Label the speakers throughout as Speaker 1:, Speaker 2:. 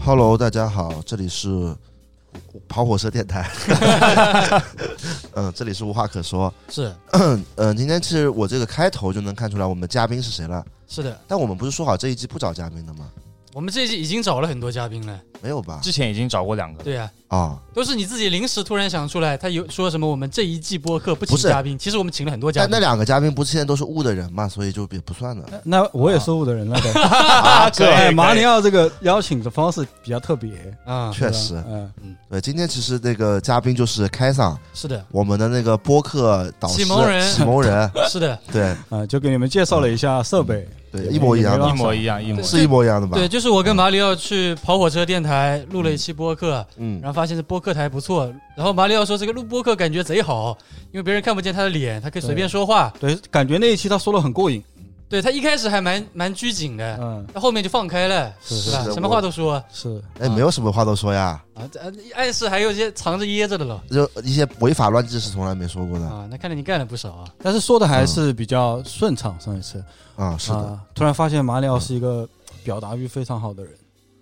Speaker 1: Hello，大家好，这里是跑火车电 台。嗯，这里是无话可说。
Speaker 2: 是
Speaker 1: 嗯，今天其实我这个开头就能看出来我们的嘉宾是谁了。
Speaker 2: 是的，
Speaker 1: 但我们不是说好这一季不找嘉宾的吗？
Speaker 2: 我们这一季已经找了很多嘉宾了，
Speaker 1: 没有吧？
Speaker 3: 之前已经找过两个了，
Speaker 2: 对呀、
Speaker 1: 啊、
Speaker 2: 都是你自己临时突然想出来。他有说什么我们这一季播客不请
Speaker 1: 不是
Speaker 2: 嘉宾，其实我们请了很多嘉
Speaker 1: 但那
Speaker 2: 宾。
Speaker 1: 两个嘉宾不是现在都是误的人嘛，所以就也不算了。
Speaker 4: 那我也收入的人了， 对。
Speaker 1: 啊，
Speaker 3: 对
Speaker 4: 哎，
Speaker 3: 可以
Speaker 4: 马里奥这个邀请的方式比较特别，
Speaker 2: 啊、
Speaker 1: 确实，
Speaker 4: 嗯，
Speaker 1: 对，今天其实那个嘉宾就是开嗓，
Speaker 2: 是的，
Speaker 1: 我们的那个播客导师
Speaker 2: 启蒙人
Speaker 1: 启蒙人，
Speaker 2: 是的，
Speaker 1: 对
Speaker 4: 啊，就给你们介绍了一下设备，
Speaker 1: 对，一模一样的，
Speaker 4: 对
Speaker 3: 一模一样，一模一样。
Speaker 1: 是一模一样的吧？
Speaker 2: 对，就是我跟马里奥去跑火车电台录了一期播客，
Speaker 1: 嗯，
Speaker 2: 然后发现这播客台不错，然后马里奥说这个录播客感觉贼好，因为别人看不见他的脸，他可以随便说话。
Speaker 4: 对，感觉那一期他说的很过瘾，
Speaker 2: 对他一开始还蛮蛮拘谨的，
Speaker 4: 嗯，
Speaker 2: 他后面就放开了，
Speaker 4: 是
Speaker 2: 吧
Speaker 1: 是？的
Speaker 2: 什么
Speaker 1: 我
Speaker 2: 话都说
Speaker 4: 是，
Speaker 1: 哎，没有什么话都说呀，
Speaker 2: 啊，这暗示还有一些藏着掖着的了
Speaker 1: 就一些违法乱纪是从来没说过的
Speaker 2: 啊。那看来你干了不少啊。
Speaker 4: 但是说的还是比较顺畅。上一次
Speaker 1: 啊，是的，
Speaker 4: 啊，突然发现马里奥是一个表达欲非常好的人，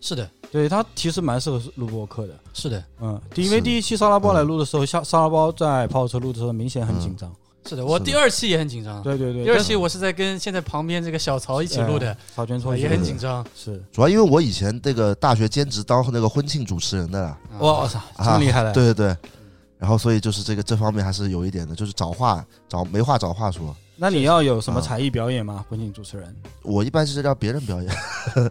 Speaker 2: 是的，
Speaker 4: 对他其实蛮适合录播客的，
Speaker 2: 是的，
Speaker 4: 嗯，因为
Speaker 1: 是
Speaker 4: 第一期沙拉包来录的时候，沙沙拉包在泡车录的时候明显
Speaker 1: 嗯
Speaker 4: 很紧张，
Speaker 2: 是的，我
Speaker 1: 是的
Speaker 2: 第二期也很紧张。
Speaker 4: 对对对，
Speaker 2: 第二
Speaker 4: 但
Speaker 2: 期我是在跟现在旁边这个小曹一起录的，啊
Speaker 4: 草原错
Speaker 2: 也很紧张。
Speaker 4: 是，
Speaker 1: 主要因为我以前这个大学兼职当那个婚庆主持人的啦，
Speaker 2: 啊
Speaker 4: 哇，我操，这
Speaker 1: 啊
Speaker 4: 么厉害了，
Speaker 1: 对对对，然后所以就是这个这方面还是有一点的，就是找话找没话找话说。
Speaker 4: 那你要有什么
Speaker 1: 啊
Speaker 4: 才艺表演吗？婚庆主持人，
Speaker 1: 我一般是让别人表演，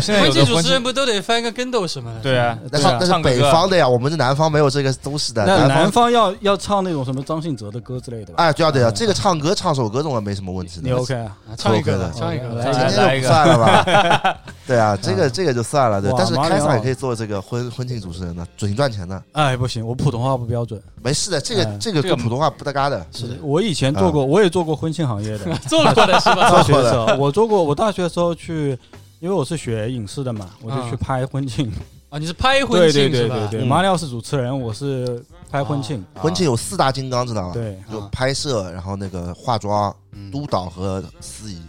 Speaker 3: 现在
Speaker 2: 婚
Speaker 3: 有
Speaker 2: 庆
Speaker 3: 的
Speaker 2: 主
Speaker 3: 婚
Speaker 2: 持人不都得翻个跟斗什么的？
Speaker 3: 对啊，
Speaker 1: 但
Speaker 3: 对
Speaker 1: 是
Speaker 3: 啊
Speaker 1: 但是
Speaker 3: 唱个
Speaker 1: 北
Speaker 3: 歌
Speaker 1: 方的呀，我们这南方没有这个东西的。
Speaker 4: 那
Speaker 1: 方
Speaker 4: 南啊方要要唱那种什么张信哲的歌之类的吧？
Speaker 1: 哎，对啊对啊，
Speaker 4: 嗯
Speaker 1: 这个唱歌唱首歌总归没什么问题
Speaker 4: 你
Speaker 1: 的。
Speaker 4: OK 啊？
Speaker 2: 啊，唱一个
Speaker 1: OK
Speaker 2: 吧
Speaker 1: 的
Speaker 2: 唱一个吧，
Speaker 4: 来嗯
Speaker 1: 今
Speaker 2: 唱
Speaker 1: 天
Speaker 2: 一个
Speaker 1: 就
Speaker 3: 来一
Speaker 1: 不
Speaker 3: 个
Speaker 1: 算了吧？ 对啊，这个这个就算了，对。
Speaker 4: 哇
Speaker 1: 但是
Speaker 4: 马里
Speaker 1: 开
Speaker 4: 奥
Speaker 1: 嗓也可以做这个婚婚庆主持人的，准赚钱的，
Speaker 4: 哎，不行，我普通话不标准。
Speaker 1: 没事的。这个
Speaker 4: 嗯
Speaker 1: 这个
Speaker 3: 这
Speaker 1: 跟
Speaker 3: 个
Speaker 1: 普通话不搭嘎的。
Speaker 2: 是的，
Speaker 4: 我以前做过，我也做过婚庆行业的。
Speaker 2: 做了做的是吧？
Speaker 4: 大学啊哦的时候，我做过。我大学的时候去，因为我是学影视的嘛，我就去拍婚 庆。
Speaker 2: 啊，你是拍婚
Speaker 4: 对对
Speaker 2: 庆
Speaker 4: 对
Speaker 2: 是
Speaker 4: 对
Speaker 2: 吧？
Speaker 4: 对，
Speaker 3: 嗯
Speaker 4: 马里奥啊是啊主持人，我是拍婚庆。
Speaker 1: 婚庆有四大金刚，知道吗？
Speaker 4: 对，啊
Speaker 1: 就拍摄，然后那个化妆、
Speaker 2: 啊嗯
Speaker 1: 督导和司仪。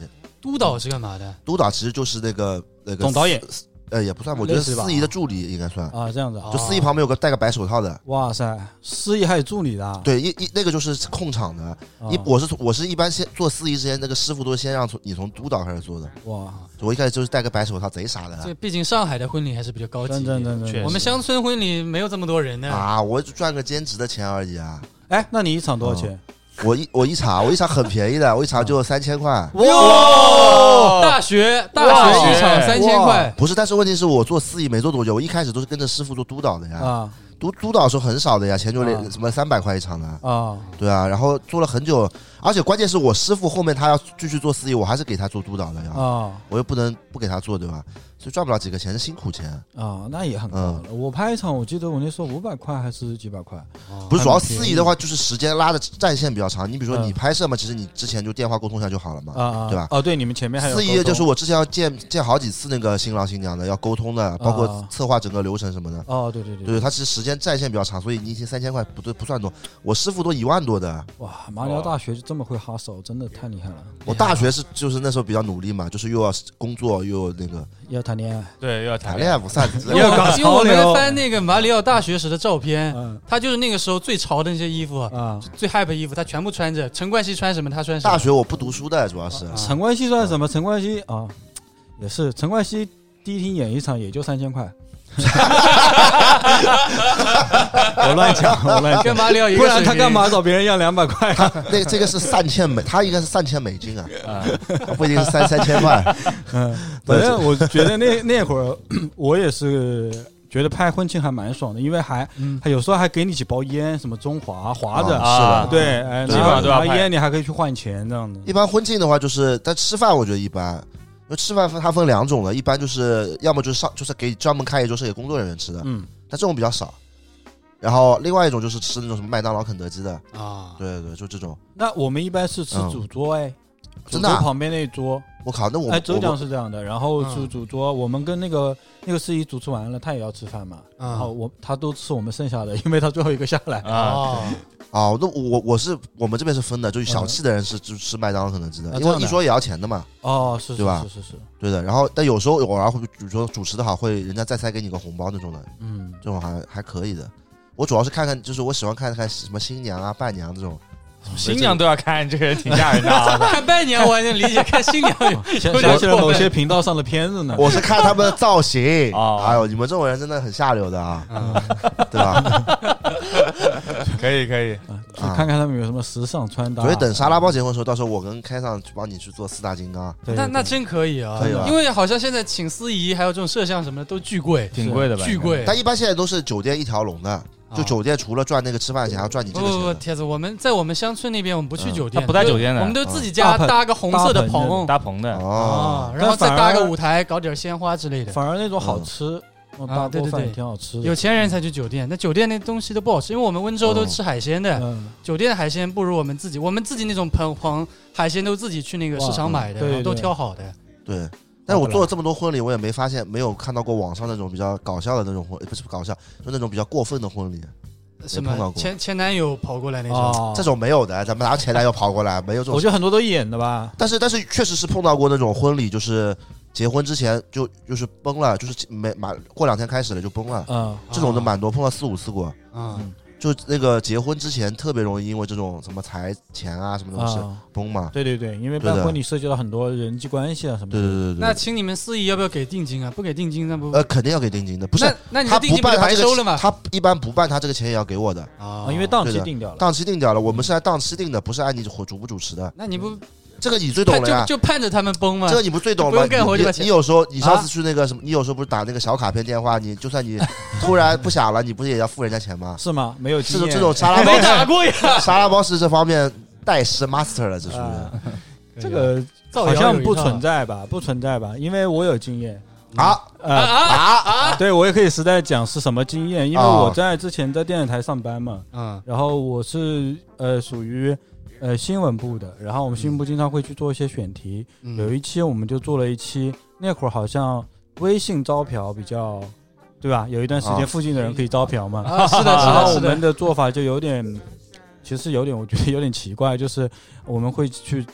Speaker 2: 督导是干嘛的？
Speaker 4: 啊
Speaker 1: 督导其实就是那个那个
Speaker 4: 总导演
Speaker 1: 司，呃，也不算，我觉得
Speaker 4: 类似吧
Speaker 1: 司仪的助理应该算。
Speaker 4: 啊，这样子啊。
Speaker 1: 就司仪旁边有个戴个白手套的，
Speaker 4: 哇塞，司仪还有助理的啊。
Speaker 1: 对，一一那个就是控场的。
Speaker 4: 啊
Speaker 1: 一我是从我是一般先做司仪之前，那个师傅都是先让从你从督导开始做的。
Speaker 4: 哇，
Speaker 1: 我一开始就是戴个白手套，贼傻的
Speaker 2: 这
Speaker 1: 啦
Speaker 2: 毕竟上海的婚礼还是比较高级
Speaker 4: 真
Speaker 2: 一
Speaker 4: 真
Speaker 2: 点。
Speaker 4: 真
Speaker 3: 确
Speaker 4: 真
Speaker 3: 实。
Speaker 2: 我们乡村婚礼没有这么多人呢。
Speaker 1: 啊！我就赚个兼职的钱而已啊！
Speaker 4: 哎，那你一场多少钱？
Speaker 1: 我一我一场我一场很便宜的，我一场就三千块。
Speaker 2: 哟，大学大学一场
Speaker 3: 哇
Speaker 2: 三千块，
Speaker 1: 不是，但是问题是我做司仪没做多久，我一开始都是跟着师傅做督导的呀。
Speaker 4: 啊
Speaker 1: 督督导的时候很少的呀，钱就
Speaker 4: 啊
Speaker 1: 连什么三百块一场的，
Speaker 4: 啊
Speaker 1: 对啊，然后做了很久，而且关键是我师傅后面他要继续做司仪，我还是给他做督导的呀，
Speaker 4: 啊
Speaker 1: 我又不能不给他做，对吧？所以赚不了几个钱，是辛苦钱。
Speaker 4: 啊！那也很高
Speaker 1: 嗯
Speaker 4: 了。我拍一场，我记得我那时候五百块还是几百块。
Speaker 2: 哦
Speaker 1: 不是，主要
Speaker 4: 还蛮
Speaker 1: 司
Speaker 4: 便宜
Speaker 1: 仪的话就是时间拉的战线比较长，你比如说
Speaker 4: 嗯
Speaker 1: 你拍摄嘛，其实你之前就电话沟通一下就好了嘛。
Speaker 4: 啊，
Speaker 1: 对吧
Speaker 4: 哦，对，你们前面还有
Speaker 1: 司仪
Speaker 4: 沟通
Speaker 1: 就是我之前要见见好几次那个新郎新娘的，要沟通的，包括
Speaker 4: 啊
Speaker 1: 策划整个流程什么的。
Speaker 4: 哦，对对对，
Speaker 1: 对，他其实时间战线比较长，所以你一天三千块不对不算多，我师傅都一万多的。
Speaker 4: 哇，马里奥大学就这么会哈手，真的太厉害了。
Speaker 2: 哦
Speaker 1: 我大学是就是那时候比较努力嘛，就是又要工作又有那个
Speaker 4: 要谈恋爱，
Speaker 3: 对，又要谈
Speaker 1: 谈
Speaker 3: 恋
Speaker 1: 恋
Speaker 3: 爱。
Speaker 1: 爱不算，
Speaker 2: 因为
Speaker 4: 要搞
Speaker 2: 我因为我
Speaker 4: 潮流
Speaker 2: 们翻那个马里奥大学时的照片，
Speaker 4: 嗯
Speaker 2: 他就是那个时候最潮的那些衣服，
Speaker 4: 啊，
Speaker 2: 最 hype 的衣服，他全部穿着。陈冠希穿什么，他穿什么。
Speaker 1: 大学我不读书的，主要是
Speaker 2: 啊
Speaker 4: 陈冠希算什么？陈冠希啊，也是陈冠希第一天演一场也就三千块。 我乱讲，我乱
Speaker 2: 跟
Speaker 4: 讲，
Speaker 2: 马里奥一个
Speaker 4: 不然
Speaker 2: 水
Speaker 4: 他
Speaker 2: 平
Speaker 4: 干嘛？找别人要两百块？
Speaker 1: 那这个是三千美，他应该是三千美金啊，他不一定是三三千块。
Speaker 4: 嗯，反正我觉得那 那会儿 我也是觉得拍婚庆还蛮爽的，因为还
Speaker 2: 嗯，
Speaker 4: 还有时候还给你几包烟，什么中华划着
Speaker 3: 啊
Speaker 4: 对，哎，
Speaker 3: 基本上都要
Speaker 4: 拿拿
Speaker 3: 拍
Speaker 4: 烟你还可以去换钱这样子。
Speaker 1: 一般婚庆的话就是，但吃饭我觉得一般，因为吃饭分它分两种的，一般就是要么就是上就是给专门开一桌是给工作人员吃的，
Speaker 4: 嗯，
Speaker 1: 但这种比较少。然后另外一种就是吃那种什么麦当劳、肯德基的，
Speaker 2: 啊，
Speaker 1: 对对，就这种
Speaker 4: 那我们一般是吃主桌哎，
Speaker 1: 真的啊
Speaker 4: 主桌旁边那一桌，
Speaker 1: 我靠，那我
Speaker 4: 哎，浙
Speaker 1: 我
Speaker 4: 江是这样的，然后是
Speaker 2: 嗯
Speaker 4: 主桌，我们跟那个那个司仪主持完了，他也要吃饭嘛，
Speaker 2: 嗯
Speaker 4: 然后我他都吃我们剩下的， 因为他最后一个下来，
Speaker 3: 啊，
Speaker 2: 哦，
Speaker 1: 哦，那我我我是我们这边是分的，就是小气的人是就吃麦当劳肯德基
Speaker 4: 嗯
Speaker 1: 的，
Speaker 4: 啊这
Speaker 1: 因为
Speaker 4: 样
Speaker 1: 一
Speaker 4: 的
Speaker 1: 桌也要钱的嘛，
Speaker 4: 哦，是是
Speaker 1: 对吧
Speaker 4: 是是是，
Speaker 1: 对的。然后但有时候偶尔会主说主持的好，会人家再塞给你个红包那种的，
Speaker 4: 嗯，
Speaker 1: 这种还还可以的。我主要是看看，就是我喜欢看看什么新娘啊、伴娘这 种。
Speaker 3: 新娘都要看，这个人挺吓人的 啊。
Speaker 2: 看伴娘我还能理解，看 新娘有
Speaker 4: 想
Speaker 2: 有点
Speaker 4: 想起了
Speaker 2: 过
Speaker 4: 某
Speaker 2: 分
Speaker 4: 些频道上的片子呢，
Speaker 1: 我是看他们的造型。
Speaker 3: 哦
Speaker 1: 哎呦，你们这种人真的很下流的啊，
Speaker 4: 嗯
Speaker 1: 对 吧？
Speaker 3: 可以可以，
Speaker 4: 啊去看看他们有什么时尚穿搭。
Speaker 1: 所以等沙拉包结婚的时候，到时候我跟开上去帮你去做四大金刚。
Speaker 4: 对，
Speaker 2: 那
Speaker 4: 对
Speaker 2: 那真可以啊
Speaker 1: 可以吧，
Speaker 2: 因为好像现在请司仪还有这种摄像什么的都巨贵，
Speaker 3: 挺贵的吧？
Speaker 2: 巨贵。
Speaker 1: 但一般现在都是酒店一条龙的，就
Speaker 2: 啊
Speaker 1: 酒店除了赚那个吃饭钱，还要赚你这
Speaker 2: 不
Speaker 1: 个
Speaker 2: 不不，
Speaker 1: 钱的。
Speaker 2: 铁子，我们在我们乡村那边，我们不去
Speaker 1: 嗯
Speaker 2: 酒店，
Speaker 3: 他不带酒店的
Speaker 2: 我们都自己家
Speaker 4: 嗯
Speaker 2: 搭个红色的
Speaker 4: 搭棚
Speaker 2: 棚
Speaker 3: 应该搭棚的，
Speaker 1: 哦
Speaker 2: 啊，，然后
Speaker 4: 但反
Speaker 2: 再
Speaker 4: 而
Speaker 2: 搭个舞台，搞点鲜花之类的。
Speaker 4: 反而那种好吃，那种
Speaker 2: 啊
Speaker 4: 大
Speaker 2: 对
Speaker 4: 锅
Speaker 2: 对
Speaker 4: 饭也
Speaker 2: 对
Speaker 4: 挺好吃的。
Speaker 2: 有钱人才去酒店，那酒店那东西都不好吃，因为我们温州都吃海鲜的，
Speaker 4: 嗯，
Speaker 2: 酒店的海鲜不如我们自己，我们自己那种棚棚海鲜都自己去那个市场买的，
Speaker 4: 哇嗯对
Speaker 2: 然后都
Speaker 4: 对
Speaker 2: 挑好的。
Speaker 1: 对。但是我做了这么多婚礼，我也没发现，没有看到过网上那种比较搞笑的那种婚，不是搞笑，就那种比较过分的婚礼，
Speaker 2: 哦什
Speaker 1: 碰到
Speaker 2: 么
Speaker 1: 过
Speaker 2: 前前男友跑过来那种，
Speaker 4: 哦，
Speaker 1: 这种没有的。咱们拿前男友跑过来，没有这种
Speaker 4: 我觉得很多都演的吧。
Speaker 1: 但是但是确实是碰到过那种婚礼，就是结婚之前就就是崩了，就是没马过两天开始了就崩了，
Speaker 4: 嗯，
Speaker 1: 这种的
Speaker 2: 啊
Speaker 1: 蛮多，碰到四五次过。
Speaker 2: 啊
Speaker 4: 嗯
Speaker 1: 就那个结婚之前特别容易因为这种什么财钱啊什么东
Speaker 2: 哦
Speaker 1: 西
Speaker 4: 啊，
Speaker 1: 崩嘛。
Speaker 4: 对对对，因为
Speaker 1: 对的
Speaker 4: 办婚礼涉及到很多人际关系啊什么
Speaker 1: 对
Speaker 4: 的。
Speaker 1: 对对对对。
Speaker 2: 那请你们司仪要不要给定金啊？不给定金那不
Speaker 1: 呃肯定要给定金的，不是
Speaker 2: 那那你
Speaker 1: 他
Speaker 2: 的定
Speaker 1: 不
Speaker 2: 金不
Speaker 1: 办
Speaker 2: 就
Speaker 1: 他
Speaker 2: 白
Speaker 1: 这个
Speaker 2: 收了吗？
Speaker 1: 他一般不办他这个钱也要给我的，
Speaker 2: 啊
Speaker 4: 啊，因为档
Speaker 1: 哦对
Speaker 4: 期
Speaker 1: 的
Speaker 4: 定掉了。
Speaker 1: 档期定掉了，我们是按档期定的，不是按你主主不主持的。
Speaker 2: 那你不
Speaker 1: 这个你最懂
Speaker 2: 盼
Speaker 1: 了呀
Speaker 2: 就。就盼着他们崩吗啊
Speaker 1: 这？个你不最懂
Speaker 2: 不
Speaker 1: 吗？你
Speaker 2: 用干活就把
Speaker 1: 你
Speaker 2: 钱
Speaker 1: 你有时候你上
Speaker 2: 啊
Speaker 1: 次去那个什么，你有时候不是打那个小卡片电话，你就算 你突然不响了，你不是也要付人家钱吗？
Speaker 4: 是吗？没有
Speaker 1: 这
Speaker 4: 经
Speaker 1: 种
Speaker 4: 验。
Speaker 1: 这种沙拉
Speaker 2: 哎没
Speaker 1: 包
Speaker 2: 打过呀，
Speaker 1: 沙拉包是这方面代师 master 了，这属于。
Speaker 4: 啊这个
Speaker 3: 啊
Speaker 4: 好像不存在吧？不存在吧？因为我有经验。
Speaker 1: 好
Speaker 2: 啊
Speaker 4: 呃，
Speaker 2: 啊
Speaker 4: 对我也可以实在讲是什么经验，因为
Speaker 1: 啊
Speaker 4: 我在之前在电视台上班嘛，
Speaker 2: 啊！
Speaker 4: 然后我是呃属于呃新闻部的，然后我们新闻部经常会去做一些选题，
Speaker 2: 嗯，
Speaker 4: 有一期我们就做了一期，那会儿好像微信招嫖比较，对吧？有一段时
Speaker 1: 啊
Speaker 4: 间附近的人可以招嫖嘛，
Speaker 2: 啊，是的，是
Speaker 4: 然后
Speaker 2: 的，
Speaker 4: 我
Speaker 2: 是
Speaker 4: 们
Speaker 2: 的，
Speaker 4: 的做法就有点，其实有点我觉得有点奇怪，就是我们会去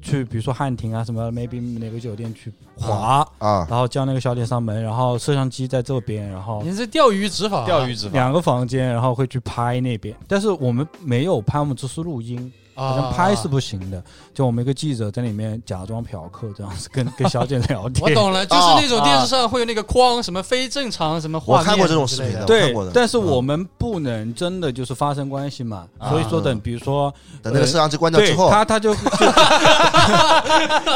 Speaker 4: 去比如说汉庭啊什么，maybe 哪个酒店去划，
Speaker 1: 啊，
Speaker 4: 然后叫那个小姐上门，然后摄像机在这边，然后
Speaker 2: 您是钓鱼执法啊，
Speaker 3: 钓鱼执法
Speaker 4: 两个房间，然后会去拍那边，但是我们没有拍，我们只是录音，
Speaker 2: 啊，
Speaker 4: 好像拍是不行的。就我们一个记者在里面假装嫖客这样子，跟跟小姐聊
Speaker 2: 啊我
Speaker 4: 天。
Speaker 2: 懂了，就是那种电视上会有那个框，什么非正常，什么画
Speaker 1: 我
Speaker 2: 面
Speaker 1: 看过这种视频
Speaker 2: 之
Speaker 1: 的，
Speaker 2: 类的。
Speaker 1: 我
Speaker 4: 对
Speaker 1: 看过的。，嗯
Speaker 4: 但是我们不能真的就是发生关系嘛，
Speaker 3: 啊
Speaker 4: 所以说等比如说
Speaker 1: 等那个摄像机关掉
Speaker 4: 对
Speaker 1: 之后，
Speaker 4: 他他就就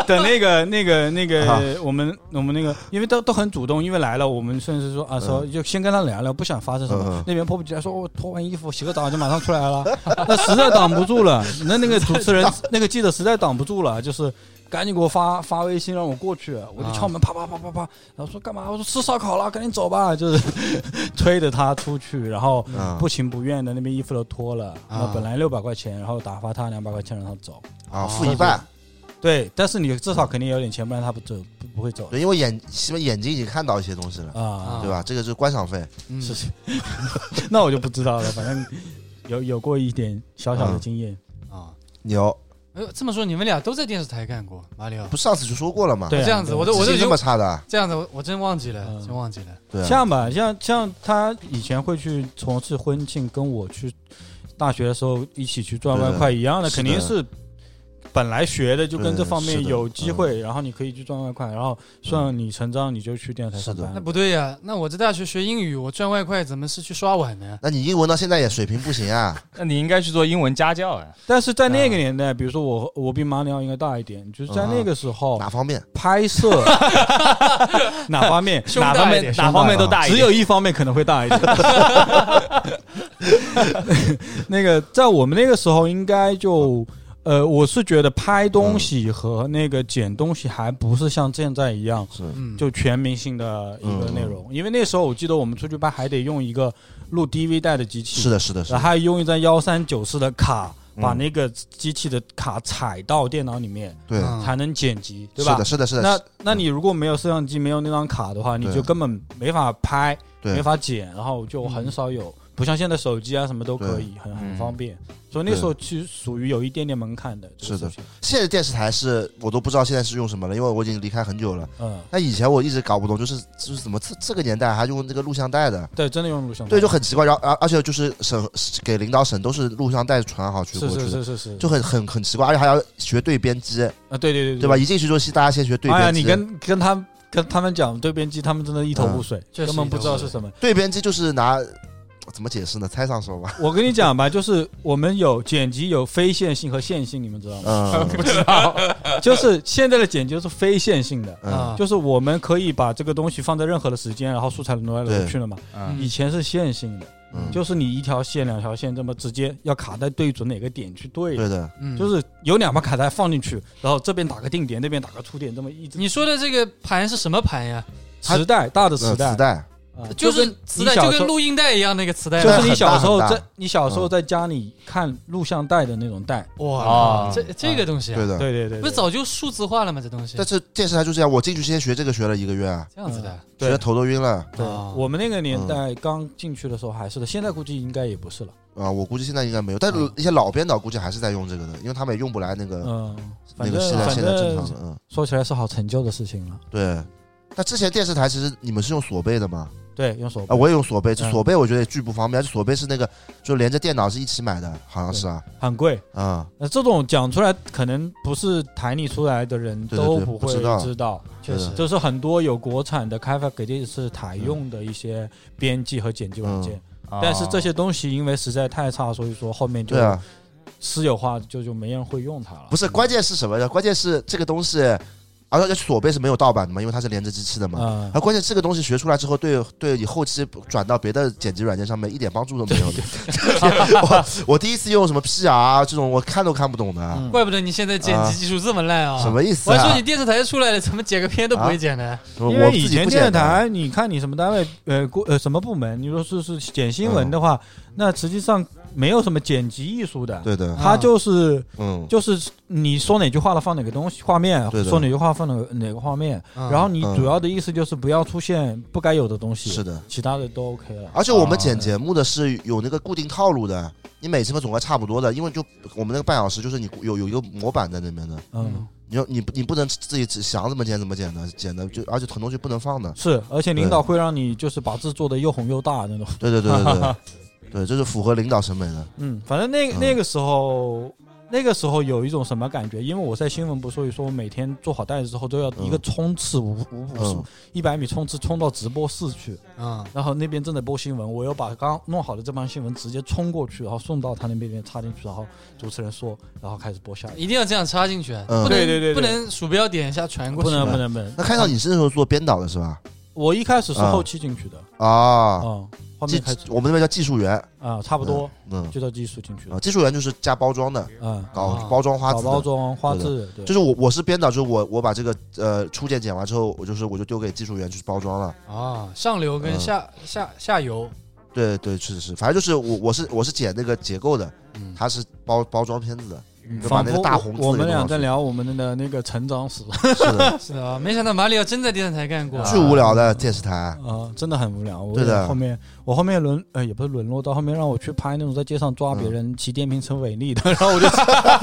Speaker 4: 等那个那个那
Speaker 1: 啊
Speaker 4: 个我们我们那个，因为都都很主动，因为来了，我们甚至说啊说就先跟他聊聊，不想发生
Speaker 1: 嗯
Speaker 4: 什
Speaker 1: 嗯嗯
Speaker 4: 么。那边迫不及待说，我哦脱完衣服洗个澡就马上出来了，那实在挡不住了，那那个主持人那个记者实在挡不住了，就是。赶紧给我发发微信让我过去，我就
Speaker 1: 啊
Speaker 4: 敲门，啪啪啪啪啪，然后说干嘛？我说吃烧烤了，赶紧走吧，就是 推着他出去，然后
Speaker 1: 嗯
Speaker 4: 不情不愿的，那边衣服都脱了，然后
Speaker 2: 啊
Speaker 4: 本来六百块钱，然后打发他两百块钱让他走。
Speaker 1: 啊，
Speaker 2: 啊
Speaker 1: 付一半，
Speaker 4: 对，但是你至少肯定有点钱，不然他不走不不会走的
Speaker 1: 对，因为眼起码眼睛已经看到一些东西了，
Speaker 4: 啊
Speaker 1: 对。吧？这个就是观赏费。
Speaker 2: 嗯
Speaker 4: 是 是，那我就不知道了，反正有有过一点小小的经
Speaker 1: 嗯
Speaker 4: 验。
Speaker 2: 啊，
Speaker 1: 牛，
Speaker 2: 哎呦，这么说你们俩都在电视台干过马里奥？
Speaker 1: 不是上次就说过了吗？
Speaker 4: 对啊
Speaker 2: 这样子，
Speaker 4: 对啊
Speaker 2: 我都我都
Speaker 1: 记
Speaker 2: 已
Speaker 1: 性这
Speaker 2: 经
Speaker 1: 么差的啊，
Speaker 2: 这样子，我我真忘记了，
Speaker 4: 嗯
Speaker 2: 真忘记了。
Speaker 1: 对啊，
Speaker 4: 像吧，像像他以前会去从事婚庆，跟我去大学的时候一起去赚
Speaker 1: 对的
Speaker 4: 外快一样的，
Speaker 1: 是的
Speaker 4: 肯定是本来学的就跟这方面
Speaker 1: 对
Speaker 4: 有
Speaker 1: 是的嗯
Speaker 4: 机会，然后你可以去赚外快，然后顺理成章你就去电台上
Speaker 1: 是的
Speaker 4: 班
Speaker 2: 那
Speaker 4: 了。
Speaker 2: 不对呀、那我这大学学英语，我赚外快怎么是去刷碗呢？
Speaker 1: 那你英文到现在也水平不行啊，
Speaker 3: 那你应该去做英文家教哎。
Speaker 4: 但是在那个年代，比如说我和我比马里奥应该大一点，就是在那个时
Speaker 3: 嗯
Speaker 4: 候
Speaker 1: 哪方面？
Speaker 4: 拍摄哪方面
Speaker 2: 胸
Speaker 3: 哪方
Speaker 2: 大一
Speaker 3: 面
Speaker 2: 点，
Speaker 3: 啊哪方面都大一
Speaker 4: 只
Speaker 3: 点。
Speaker 4: 有一方面可能会大一点。 那个，在我们那个时候，应该就，呃，我是觉得拍东西和那个剪东西还不是像现在一样，
Speaker 1: 是
Speaker 2: 嗯，
Speaker 4: 就全明星的一
Speaker 3: 嗯
Speaker 4: 个内容。因为那时候我记得我们出去拍还得用一个录 DV 带的机器，
Speaker 1: 是的，是的，是嗯
Speaker 4: 然
Speaker 1: 的
Speaker 4: 后还用一张幺三九四的卡，把那个机器的卡踩到电脑里面
Speaker 1: 对，
Speaker 2: 嗯
Speaker 4: 才能剪辑，对
Speaker 1: 是
Speaker 4: 吧
Speaker 1: 的，？是的，是的，
Speaker 4: 那那你如果没有摄像机，没有那张卡的话，你
Speaker 1: 对
Speaker 4: 就根本没法拍，
Speaker 1: 对嗯
Speaker 4: 没法剪，然后就很少有，不像现在手机啊什么都可以，很很
Speaker 3: 嗯
Speaker 4: 方便。所以那时候其实属于有一点点门槛的。这个
Speaker 1: 是的
Speaker 4: 事情，
Speaker 1: 现在电视台是我都不知道现在是用什么了，因为我已经离开很久了。
Speaker 4: 嗯，
Speaker 1: 那以前我一直搞不懂，就是就是怎么这这个年代还用这个录像带的，
Speaker 4: 对，真的用录像带，
Speaker 1: 对，就很奇怪。然后而而且就是审给领导审都是录像带传好去
Speaker 4: 是
Speaker 1: 过去
Speaker 4: 是
Speaker 1: 的，
Speaker 4: 是是是，
Speaker 1: 就很很很奇怪，而且还要学对编辑，
Speaker 4: 啊，对对对
Speaker 1: 对吧？？一进去就是大家先学对
Speaker 4: 哎呀，
Speaker 1: 编
Speaker 4: 你
Speaker 1: 辑，
Speaker 4: 跟跟他跟他们讲对边机，他们真的一头
Speaker 1: 嗯
Speaker 4: 雾水，
Speaker 2: 确实
Speaker 4: 根本不知道
Speaker 2: 一头雾水
Speaker 4: 是什么。
Speaker 1: 对编辑就是拿怎么解释呢？猜上手吧，
Speaker 4: 我跟你讲吧，就是我们有剪辑有非线性和线性，你们知道吗？
Speaker 1: 嗯
Speaker 3: 不知道，
Speaker 4: 就是现在的剪辑是非线性的，
Speaker 1: 嗯，
Speaker 2: 啊，
Speaker 4: 就是我们可以把这个东西放在任何的时间，然后素材挪来挪去了嘛。
Speaker 3: 嗯
Speaker 4: 以前是线性的，
Speaker 1: 嗯
Speaker 4: 就是你一条线、两条线这么直接要卡在对准哪个点去对，
Speaker 1: 对的，
Speaker 2: 嗯
Speaker 4: 就是有两把卡带放进去，然后这边打个定点，那边打个触点，这么一直。
Speaker 2: 你说的这个盘是什么盘呀？
Speaker 1: 它
Speaker 4: 磁带大的
Speaker 1: 嗯
Speaker 4: 磁带
Speaker 1: 磁，带，
Speaker 4: 啊
Speaker 2: 就是磁带，就跟录音带一样那个磁带啊
Speaker 4: 就
Speaker 2: 吧。
Speaker 4: 是你小时候
Speaker 1: 很大很
Speaker 4: 在
Speaker 1: 大
Speaker 4: 你小时候在家里看录像带的那种带。
Speaker 2: 哇
Speaker 3: 啊，
Speaker 2: 这这个东西啊
Speaker 1: 对，的，
Speaker 4: 对对对，
Speaker 2: 不是早就数字化了吗？这东西
Speaker 1: 但是电视台就这样，我进去先学这个学了一个月啊，
Speaker 2: 这样子的。
Speaker 4: 对
Speaker 1: 学头都晕了
Speaker 4: 嗯对
Speaker 2: 啊
Speaker 4: 我们那个年
Speaker 1: 嗯
Speaker 4: 代刚进去的时候还是的，现在估计应该也不是了。
Speaker 1: 啊！我估计现在应该没有，但是
Speaker 4: 嗯
Speaker 1: 一些老编导估计还是在用这个的，因为他们也用不来那个
Speaker 4: 嗯，
Speaker 1: 那
Speaker 4: 反
Speaker 1: 个
Speaker 4: 正
Speaker 1: 现在
Speaker 4: 反
Speaker 1: 现在正常
Speaker 4: 正
Speaker 1: 的，嗯，
Speaker 4: 说起来是好陈旧的事情了。
Speaker 1: 对。那之前电视台其实你们是用索贝的吗？
Speaker 4: 对，用手
Speaker 1: 啊，我也用索贝，这
Speaker 4: 嗯
Speaker 1: 索贝我觉得也巨不方便，而且索贝是那个就连着电脑是一起买的，好像是啊，
Speaker 4: 很贵。
Speaker 1: 啊，
Speaker 4: 那这种讲出来，可能不是台里出来的人
Speaker 1: 对对
Speaker 4: 都
Speaker 1: 对不
Speaker 4: 会
Speaker 1: 知道
Speaker 4: 知道，
Speaker 1: 确实
Speaker 4: 就是很多有国产的开发给电视台用的一些编辑和剪辑软件，
Speaker 3: 哦
Speaker 4: 但是这些东西因为实在太差，所以说后面就
Speaker 1: 嗯啊对啊，
Speaker 4: 私有化，就就没人会用它了。
Speaker 1: 不是，关键是什么呢？关键是这个东西，啊而且索贝是没有盗版的嘛，因为它是连着机器的嘛。
Speaker 4: 嗯
Speaker 1: 而关键这个东西学出来之后，对对你后期转到别的剪辑软件上面一点帮助都没有的。 我我第一次用什么 PR 这种，我看都看不懂的，
Speaker 4: 嗯
Speaker 2: 怪不得你现在剪辑技术这么烂啊！
Speaker 1: 什么意思
Speaker 2: 我还说
Speaker 1: 啊
Speaker 2: 你？电视台出来的，怎么剪个片都不会剪呢？
Speaker 1: 我嗯
Speaker 4: 因
Speaker 1: 我
Speaker 4: 为
Speaker 1: 自
Speaker 4: 以
Speaker 1: 己
Speaker 4: 前
Speaker 1: 不啊
Speaker 4: 电视
Speaker 1: 剪的。
Speaker 4: 台，你看你什么单位，呃，过呃什么部门，你说是是剪新闻
Speaker 1: 嗯
Speaker 4: 的话，那实际上没有什么剪辑艺术的，
Speaker 1: 对的，
Speaker 4: 它就是
Speaker 1: 嗯，
Speaker 4: 就是你说哪句话了放哪个东西画面，
Speaker 1: 对的
Speaker 4: 说哪句话放哪个哪个画面，
Speaker 2: 嗯
Speaker 4: 然后你
Speaker 1: 嗯
Speaker 4: 主要的意思就是不要出现不该有的东西，
Speaker 1: 是的。
Speaker 4: 其他的都 OK 了。
Speaker 1: 而且我们剪
Speaker 4: 啊
Speaker 1: 节目的是有那个固定套路的，你每次嘛总归差不多的，因为就我们那个半小时就是你有有一个模板在那边的，
Speaker 4: 嗯，
Speaker 1: 你要你不你不能自己想怎么剪怎么剪的，剪的就而且很多东西不能放的。
Speaker 4: 是，而且领导会让你就是把字做的又红又大那种。
Speaker 1: 对对对对 对，对，这是符合领导审美的。
Speaker 4: 嗯，反正那
Speaker 1: 嗯
Speaker 4: 那个时候。那个时候有一种什么感觉？因为我在新闻部，所以说我每天做好袋子之后都要一个
Speaker 1: 嗯
Speaker 4: 冲刺五五五
Speaker 1: 嗯，
Speaker 4: 一百米冲刺冲到直播室去，
Speaker 2: 嗯，
Speaker 4: 然后那边正在播新闻，我又把刚弄好的这帮新闻直接冲过去，然后送到他那边插进去，然后主持人说，然后开始播下
Speaker 1: 哎
Speaker 4: 一个。
Speaker 2: 一定要这样插进去，啊
Speaker 1: 嗯
Speaker 2: 不能
Speaker 4: 对对对对
Speaker 2: 不能鼠标点一下传过
Speaker 4: 不
Speaker 2: 去。
Speaker 4: 能
Speaker 1: 吧
Speaker 4: 不能不能，
Speaker 1: 啊那看到你是那时候做编导的是吧？
Speaker 4: 我一开始是
Speaker 1: 啊
Speaker 4: 后期进去的
Speaker 1: 啊，
Speaker 4: 啊，后
Speaker 1: 技
Speaker 4: 面开始
Speaker 1: 我们那边叫技术员，
Speaker 4: 啊，差不多
Speaker 1: 嗯，
Speaker 4: 就到技术进去
Speaker 1: 啊，
Speaker 4: 了
Speaker 1: 技术员就是加包装的，
Speaker 4: 啊，
Speaker 1: 搞
Speaker 2: 啊
Speaker 1: 包装花
Speaker 4: 搞
Speaker 1: 字
Speaker 4: 包
Speaker 1: 的。
Speaker 4: 装花
Speaker 1: 对的
Speaker 4: 字，对
Speaker 1: 就是我我是编导，就是我我把这个呃初剪剪完之后，我就是我就丢给技术员去包装了。
Speaker 2: 啊，上流跟下下下游，
Speaker 1: 对对，是是是，反正就是我我是我是剪那个结构的，
Speaker 2: 嗯，
Speaker 1: 他是包包装片子 的，就把
Speaker 4: 嗯仿
Speaker 1: 那
Speaker 4: 佛
Speaker 1: 个大红字
Speaker 4: 我我
Speaker 1: 给
Speaker 4: 们
Speaker 1: 弄
Speaker 4: 俩
Speaker 1: 上
Speaker 4: 在
Speaker 1: 去
Speaker 4: 聊我们的那个成长史
Speaker 1: 是的，
Speaker 2: 是的啊，没想到马里奥真在电视台干过
Speaker 3: 啊
Speaker 1: 巨无聊的电视台。
Speaker 4: 啊，真的很无聊。我
Speaker 1: 对的
Speaker 4: 后面我后面沦呃也不是沦落到后面让我去拍那种在街上抓别
Speaker 1: 嗯
Speaker 4: 人骑电瓶车违例的，然后我就就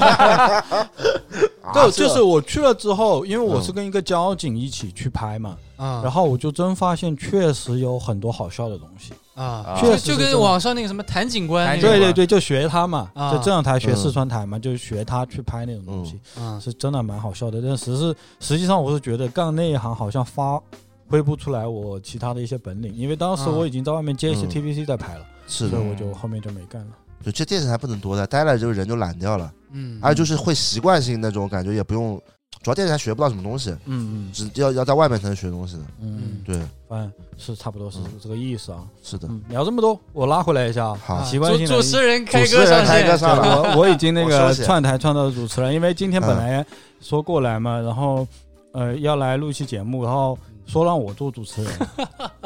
Speaker 1: 啊
Speaker 4: 就是我去了之后，因为我
Speaker 1: 嗯
Speaker 4: 是跟一个交警一起去拍嘛，
Speaker 2: 啊
Speaker 4: 然后我就真发现确实有很多好笑的东西。
Speaker 2: 啊，就
Speaker 4: 确实是
Speaker 2: 就
Speaker 4: 这
Speaker 2: 跟
Speaker 4: 样
Speaker 2: 网上那个什么谭警官那
Speaker 3: 对
Speaker 4: 对
Speaker 2: 个，
Speaker 4: 对对，就学他嘛，
Speaker 2: 啊
Speaker 4: 就这样台学
Speaker 1: 嗯
Speaker 4: 四川台嘛，就学他去拍那种东西，
Speaker 2: 嗯，
Speaker 4: 是真的蛮好笑的。但实是实际上我是觉得干那一行好像发挥不出来我其他的一些本领，因为当时
Speaker 2: 嗯
Speaker 4: 我已经在外面接一些
Speaker 1: 嗯
Speaker 4: TVC 在拍了，
Speaker 1: 是
Speaker 4: 所
Speaker 1: 的
Speaker 4: 以，我就后面就没干了。
Speaker 1: 就这电视台不能多待，待了就人就懒掉了，
Speaker 2: 嗯，
Speaker 1: 而且就是会习惯性那种感觉，也不用，主要电视台学不到什么东西，
Speaker 4: 嗯
Speaker 1: 只要要在外面才能学东西的。
Speaker 4: 嗯
Speaker 2: 嗯
Speaker 1: 对，
Speaker 4: 反正是差不多是这个意思啊。
Speaker 1: 是的。
Speaker 4: 嗯，聊这么多，我拉回来一下啊。
Speaker 1: 好，
Speaker 4: 习惯性的
Speaker 2: 主主持人开
Speaker 1: 主持
Speaker 2: 歌
Speaker 1: 人
Speaker 2: 上
Speaker 1: 开歌
Speaker 2: 线，
Speaker 1: 上了，
Speaker 4: 我我已经那
Speaker 1: 我
Speaker 4: 个
Speaker 1: 休息
Speaker 4: 串台串到主
Speaker 2: 嗯
Speaker 4: 持人，因为今天本来说过来嘛，然后呃要来录一期节目，然后说让我做主 持人。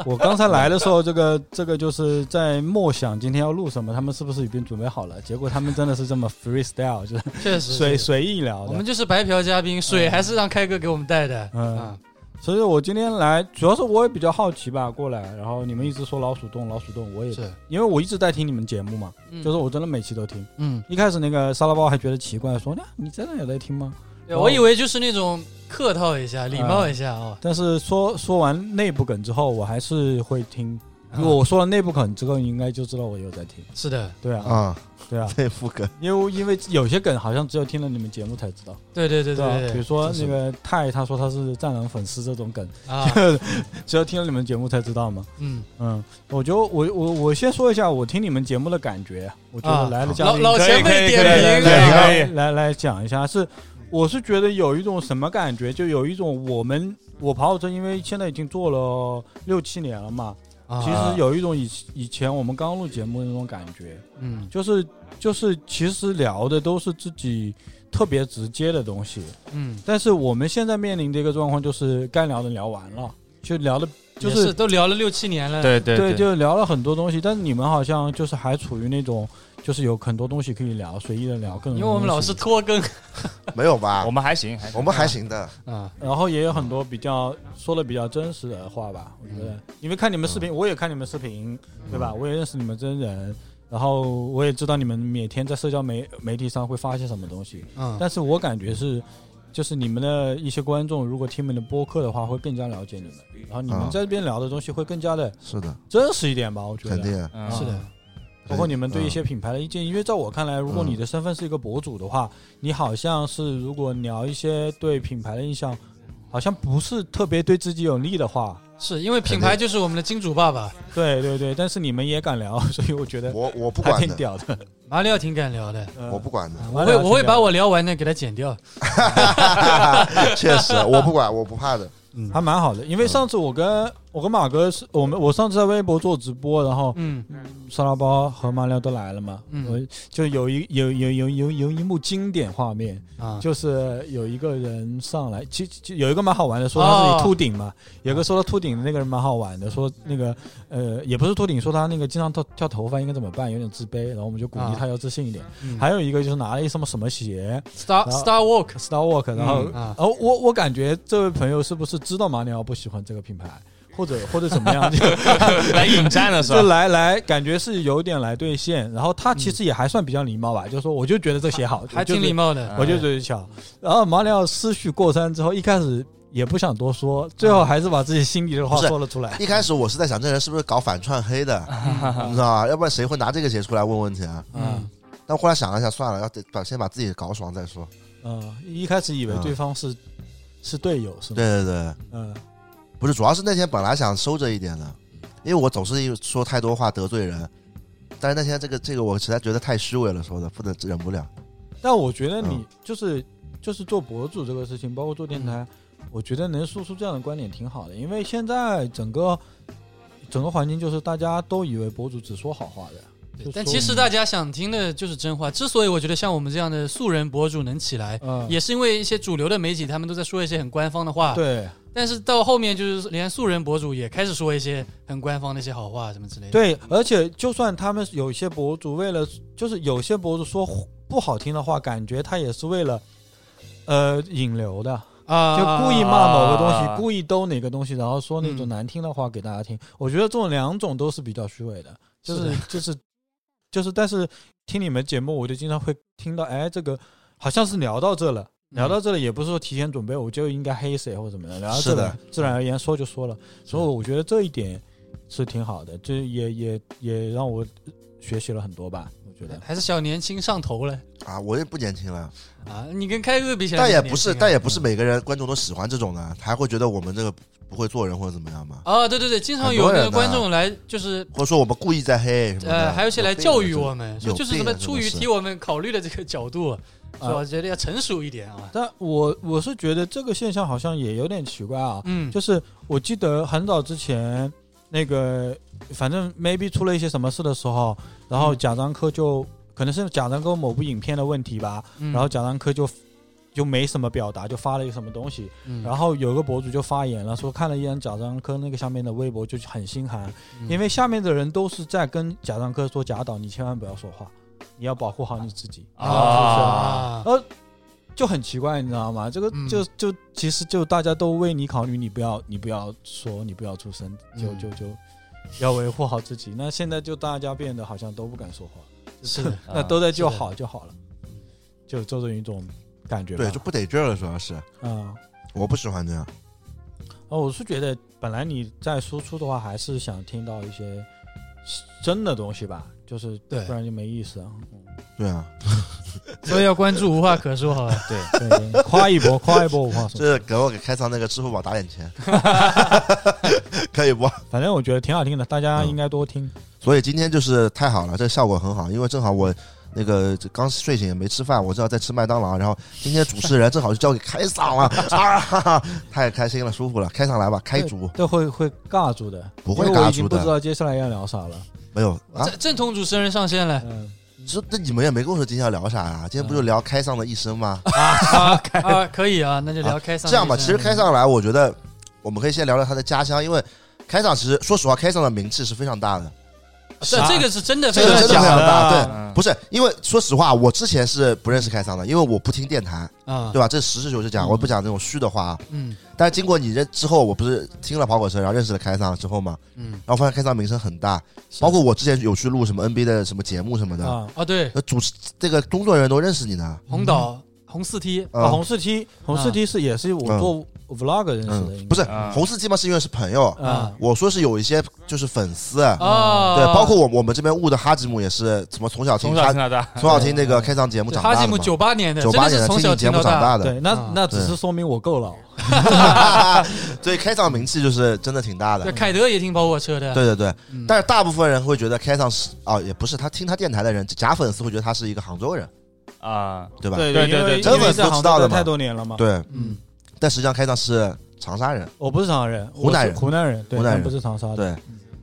Speaker 4: 我刚才来的时候，这个这个就是在默想今天要录什么，他们是不是已经准备好了？结果他们真的是这么 freestyle，就是
Speaker 2: 确实
Speaker 4: 随
Speaker 2: 是
Speaker 4: 随意聊
Speaker 2: 我
Speaker 4: 的
Speaker 2: 们。就是白嫖嘉宾，水还是让开哥给我们带的。
Speaker 4: 嗯
Speaker 2: 啊，
Speaker 4: 所以我今天来，主要是我也比较好奇吧，过来，然后你们一直说老鼠洞，老鼠洞，我也
Speaker 2: 是，
Speaker 4: 因为我一直在听你们节目嘛，就是我真的每期都听。
Speaker 2: 嗯，
Speaker 4: 一开始那个沙拉包还觉得奇怪，说那哎你真的有在听吗？
Speaker 2: 对我以为就是那种客套一下、礼貌一下哦。
Speaker 4: 但是说说完内部梗之后，我还是会听。
Speaker 2: 啊
Speaker 4: 如果我说了内部梗之后，你应该就知道我有在听。
Speaker 2: 是的，
Speaker 4: 对啊，
Speaker 1: 啊，
Speaker 4: 对啊，
Speaker 1: 对副 梗，
Speaker 4: 因为因为有些梗好像只有听了你们节目才知道，
Speaker 2: 对对对
Speaker 4: 对吧？
Speaker 2: 对
Speaker 4: 比
Speaker 2: 对
Speaker 4: 如说
Speaker 1: 这是
Speaker 4: 那个泰他说他是战狼粉丝这种梗，
Speaker 2: 啊，
Speaker 4: 只有听了你们节目才知道嘛。
Speaker 2: 嗯，
Speaker 4: 嗯，我就我我我先说一下我听你们节目的感觉，我觉
Speaker 2: 啊
Speaker 4: 得来了嘉
Speaker 2: 老
Speaker 4: 宾
Speaker 2: 老前辈点啊
Speaker 4: 来来
Speaker 2: 评
Speaker 3: 可以
Speaker 2: 了，
Speaker 3: 可以
Speaker 4: 来来来讲一下，是我是觉得有一种什么感觉，就有一种我们我跑火车，因为现在已经做了六七年了嘛，
Speaker 2: 啊
Speaker 4: 其实有一种以以前我们刚录节目的那种感觉，
Speaker 2: 嗯
Speaker 4: 就是就是其实聊的都是自己特别直接的东西，
Speaker 2: 嗯，
Speaker 4: 但是我们现在面临的一个状况就是该聊的聊完了，就聊的就
Speaker 2: 也是都聊了六七年了，
Speaker 3: 对对
Speaker 4: 对，就聊了很多东西，但是你们好像就是还处于那种。就是有很多东西可以聊，随意的聊各种东西。
Speaker 2: 因为我们老是拖 更
Speaker 1: 没有吧
Speaker 3: 我？们还行，还行
Speaker 1: 我们还行的，
Speaker 2: 啊，
Speaker 4: 然后也有很多比较说的比较真实的话吧，我觉得，因为看你们视频，我也看你们视频，对吧？我也认识你们真人，然后我也知道你们每天在社交媒媒体上会发一些什么东西，
Speaker 2: 嗯，
Speaker 4: 但是我感觉是，就是你们的一些观众如果听你们的播客的话，会更加了解你们，然后你们
Speaker 1: 啊
Speaker 4: 在这边聊的东西会更加的
Speaker 1: 是的，
Speaker 4: 真实一点吧，我觉
Speaker 1: 肯
Speaker 4: 得。
Speaker 1: 定。啊
Speaker 3: 嗯
Speaker 2: 是的，
Speaker 4: 包括你们对一
Speaker 1: 嗯
Speaker 4: 些品牌的意见，因为在我看来，如果
Speaker 1: 嗯
Speaker 4: 你的身份是一个博主的话，你好像是如果聊一些对品牌的印象，好像不是特别对自己有利的话，
Speaker 2: 是因为品牌就是我们的金主爸爸，
Speaker 4: 对对对，但是你们也敢聊， 所以我觉得
Speaker 1: 嗯我我不
Speaker 4: 还
Speaker 1: 管
Speaker 4: 挺
Speaker 1: 的，
Speaker 4: 屌的。
Speaker 2: 马里奥挺敢聊的，
Speaker 4: 嗯
Speaker 1: 我不 管的，
Speaker 2: 我会我会把我聊完的给他剪掉，
Speaker 1: 确实我不管，我不怕的。
Speaker 2: 嗯
Speaker 4: 还蛮好的，因为上次我跟我跟马哥是我们我上次在微博做直播，然后
Speaker 2: 嗯
Speaker 4: 沙拉包和马料都来了嘛，
Speaker 2: 嗯
Speaker 4: 我就有一有有有有有一幕经典画面，
Speaker 2: 啊，
Speaker 4: 就是有一个人上来，其其有一个蛮好玩的，说他
Speaker 2: 哦
Speaker 4: 自己秃顶嘛，
Speaker 2: 啊
Speaker 4: 有个说他秃顶的那个人蛮好玩的，说那个呃也不是秃顶，说他那个经常掉掉头发应该怎么办，有点自卑，然后我们就鼓励他要自信一点。
Speaker 2: 嗯
Speaker 4: 还有一个就是拿了一什么什么鞋
Speaker 2: Star
Speaker 4: 然后
Speaker 2: Star Walk
Speaker 4: ，Star Walk，然后、
Speaker 3: 嗯
Speaker 2: 啊，
Speaker 4: 然后我我感觉这位朋友是不是知道马里奥不喜欢这个品牌，或者 或者怎么样， 就
Speaker 3: 来引战了是
Speaker 4: 就
Speaker 3: 吧？
Speaker 4: 来来感觉是有点来兑现，然后他其实也还算比较礼貌吧，就说我就觉得这鞋好，
Speaker 2: 还
Speaker 4: 我就
Speaker 2: 挺礼貌的，
Speaker 3: 嗯
Speaker 4: 我就觉得巧。然后马里奥思绪过山之后，一开始也不想多说，最后还是把自己心里的话
Speaker 1: 不是
Speaker 4: 说了出来。
Speaker 1: 一开始我是在想，这人是不是搞反串黑的，你知道吧？要不然谁会拿这个鞋出来问问题啊？
Speaker 4: 嗯
Speaker 1: 但后来想了一下，算了，要得把先把自己搞爽再说。
Speaker 4: 嗯，一开始以为对方是是队友，是吗？
Speaker 1: 对对对，
Speaker 4: 嗯
Speaker 1: 不是，主要是那天本来想收着一点的，因为我总是一说太多话得罪人。但是那天这个这个我实在觉得太虚伪了，说的不能忍不了。
Speaker 4: 但我觉得你
Speaker 1: 嗯
Speaker 4: 就是就是做博主这个事情，包括做电台，我觉得能说出这样的观点挺好的，因为现在整个整个环境就是大家都以为博主只说好话的，就
Speaker 2: 但
Speaker 4: 说
Speaker 2: 其实大家想听的就是真话。之所以我觉得像我们这样的素人博主能起来，
Speaker 4: 嗯
Speaker 2: 也是因为一些主流的媒体他们都在说一些很官方的话，
Speaker 4: 对。
Speaker 2: 但是到后面就是连素人博主也开始说一些很官方的一些好话什么之类的。
Speaker 4: 对，而且就算他们有些博主为了，就是有些博主说不好听的话，感觉他也是为了，呃，引流的，
Speaker 2: 啊，
Speaker 4: 就故意骂某个东西，
Speaker 3: 啊
Speaker 4: 故意兜哪个东西，然后说那种
Speaker 2: 嗯
Speaker 4: 难听的话给大家听。我觉得这种两种都是比较虚伪的，就是是
Speaker 2: 的
Speaker 4: 就是就是，但是听你们节目，我就经常会听到，哎，这个好像是聊到这了。聊
Speaker 2: 嗯
Speaker 4: 到这里，也不是说提前准备我就应该黑谁或者怎么样，聊到这
Speaker 1: 是
Speaker 4: 里
Speaker 1: 的
Speaker 4: 自然而然说就说了，所以我觉得这一点是挺好的，这也也也让我学习了很多吧，我觉得。
Speaker 2: 还是小年轻上头了
Speaker 1: 啊，我也不年轻了，
Speaker 2: 啊！你跟开哥比起来，
Speaker 1: 但也不是，但
Speaker 2: 也
Speaker 1: 也不是每个人观众都喜欢这种的，还会觉得我们这个不会做人或者怎么样嘛，
Speaker 2: 啊，对对对，经常有
Speaker 1: 很多
Speaker 2: 那
Speaker 1: 人
Speaker 2: 个
Speaker 1: 呢
Speaker 2: 观众来就是。
Speaker 1: 或者说我们故意在黑什么的。
Speaker 2: 呃，还有一些来
Speaker 1: 有病的
Speaker 2: 教育我们，说
Speaker 1: 有
Speaker 2: 就是
Speaker 1: 病
Speaker 2: 什么
Speaker 1: 的
Speaker 2: 出于
Speaker 1: 真的是啊
Speaker 2: 替我们考虑的这个角度，说觉得要成熟一点啊。
Speaker 4: 但我我是觉得这个现象好像也有点奇怪啊，
Speaker 2: 嗯，
Speaker 4: 就是我记得很早之前，那个反正 maybe 出了一些什么事的时候，然后贾樟柯就可能是贾樟柯某部影片的问题吧，
Speaker 2: 嗯
Speaker 4: 然后贾樟柯就就没什么表达，就发了一个什么东西。
Speaker 2: 嗯
Speaker 4: 然后有个博主就发言了，说看了一眼贾樟柯那个下面的微博就很心寒，
Speaker 2: 嗯
Speaker 4: 因为下面的人都是在跟贾樟柯说：“贾导，你千万不要说话，你要保护好你自己。”
Speaker 3: 哦
Speaker 4: 呃
Speaker 3: 啊，
Speaker 2: 啊，
Speaker 4: 就很奇怪，你知道吗？这个
Speaker 2: 嗯
Speaker 4: 就就其实就大家都为你考虑，你不要你不要说，你不要出声，就
Speaker 2: 嗯
Speaker 4: 就就要维护好自己。那现在就大家变得好像都不敢说话，
Speaker 2: 啊是的，
Speaker 3: 啊
Speaker 4: 那都在就好就好了，就就这一种感觉吧。
Speaker 1: 对，就不得劲儿了，主要是
Speaker 4: 啊。
Speaker 1: 我不喜欢这样。
Speaker 4: 哦，我是觉得本来你在输出的话，还是想听到一些真的东西吧，就是
Speaker 2: 对
Speaker 4: 不然就没意思啊。
Speaker 1: 对 啊，
Speaker 2: 所以要关注无话可说，啊好吧？
Speaker 4: 对对，夸一波，夸一波，我话说，
Speaker 1: 这给我给开仓那个支付宝打点 钱，可以不？
Speaker 4: 反正我觉得挺好听的，大家
Speaker 1: 嗯
Speaker 4: 应该多听。
Speaker 1: 所以今天就是太好了，这效果很好，因为正好我那个刚睡醒也没吃饭，我知道在吃麦当劳，然后今天主持人正好就交给开嗓 了，啊，哈哈太开心了，舒服了，开嗓来吧，开足
Speaker 4: 这会会尬住的，
Speaker 1: 不会
Speaker 4: 因为我
Speaker 1: 尬
Speaker 4: 已经
Speaker 1: 住
Speaker 4: 不
Speaker 1: 的
Speaker 4: 知道接下来要聊啥 了。
Speaker 1: 没有啊？
Speaker 2: 正正统主持人上线了
Speaker 4: 嗯，
Speaker 1: 这这你们也没跟我说今天要聊啥呀、今天不就聊开嗓的一生吗？
Speaker 2: 嗯啊啊，可以啊，那就聊开嗓。
Speaker 1: 这样吧，其实
Speaker 2: 嗯
Speaker 1: 开嗓来，我觉得我们可以先聊聊他的家乡，因为开嗓其实说实话，开嗓的名气是非常大的。
Speaker 2: 这这个是真的，嗯
Speaker 1: 这个真的
Speaker 2: 假
Speaker 1: 非常大，
Speaker 2: 的
Speaker 1: 对，不是因为说实话，我之前是不认识开嗓的，因为我不听电台，
Speaker 2: 啊，
Speaker 1: 对吧？这实事求是讲，
Speaker 4: 嗯
Speaker 1: 我不讲那种虚的话啊。
Speaker 2: 嗯
Speaker 1: 但是经过你认之后，我不是听了跑火车，然后认识了开嗓之后嘛，
Speaker 2: 嗯，
Speaker 1: 然后发现开嗓名声很大，包括我之前有去录什么 NB 的什么节目什么的，
Speaker 4: 啊，
Speaker 2: 啊对，
Speaker 1: 那主持这个工作人员都认识你呢。
Speaker 2: 红岛红四 T
Speaker 4: 啊，
Speaker 1: 嗯
Speaker 4: 红四 T，红四 T 是也是我做 vlog 认识的，
Speaker 1: 嗯，不是嗯
Speaker 3: 啊
Speaker 1: 红四季嘛，是因为是朋友，
Speaker 4: 啊
Speaker 2: 啊
Speaker 1: 我说是有一些就是粉丝，
Speaker 2: 啊，
Speaker 1: 嗯对，包括我我们这边雾的哈吉姆也是怎么从小听
Speaker 3: 从小
Speaker 1: 哈
Speaker 3: 听到大，
Speaker 1: 从小听那个开嗓节目
Speaker 2: 对
Speaker 1: 长大
Speaker 2: 啊哈
Speaker 1: 的
Speaker 2: 吉姆
Speaker 1: 嘛，
Speaker 2: 九八年的，
Speaker 1: 九
Speaker 2: 真
Speaker 1: 八
Speaker 2: 的
Speaker 1: 年
Speaker 2: 是
Speaker 1: 的
Speaker 2: 从
Speaker 1: 听
Speaker 2: 小
Speaker 1: 你节
Speaker 2: 听
Speaker 1: 目
Speaker 2: 到
Speaker 1: 长大
Speaker 2: 大。
Speaker 1: 的，
Speaker 4: 对，那
Speaker 2: 啊
Speaker 4: 那只是说明我够老。
Speaker 1: 哈哈，所以开嗓名气就是真的挺大的
Speaker 2: 对，。凯德也听跑火车的，
Speaker 1: 对对对，
Speaker 2: 嗯，
Speaker 1: 但是大部分人会觉得开嗓是啊，也不是他听他电台的人，假粉丝会觉得他是一个杭州人，
Speaker 3: 啊，
Speaker 1: 对吧？
Speaker 4: 对
Speaker 3: 对对
Speaker 4: 因为
Speaker 3: 对
Speaker 4: 因为
Speaker 1: 真粉丝
Speaker 4: 在
Speaker 1: 都
Speaker 4: 杭
Speaker 1: 知道
Speaker 4: 州
Speaker 1: 的
Speaker 4: 待
Speaker 1: 嘛
Speaker 4: 太多年了嘛。，
Speaker 1: 对，
Speaker 2: 嗯
Speaker 1: 但实际上开嗓是长沙人，
Speaker 4: 我不是长沙人，
Speaker 1: 湖南人
Speaker 4: 我是湖南人，对，
Speaker 1: 湖南人
Speaker 4: 但不是长沙的。，
Speaker 1: 对，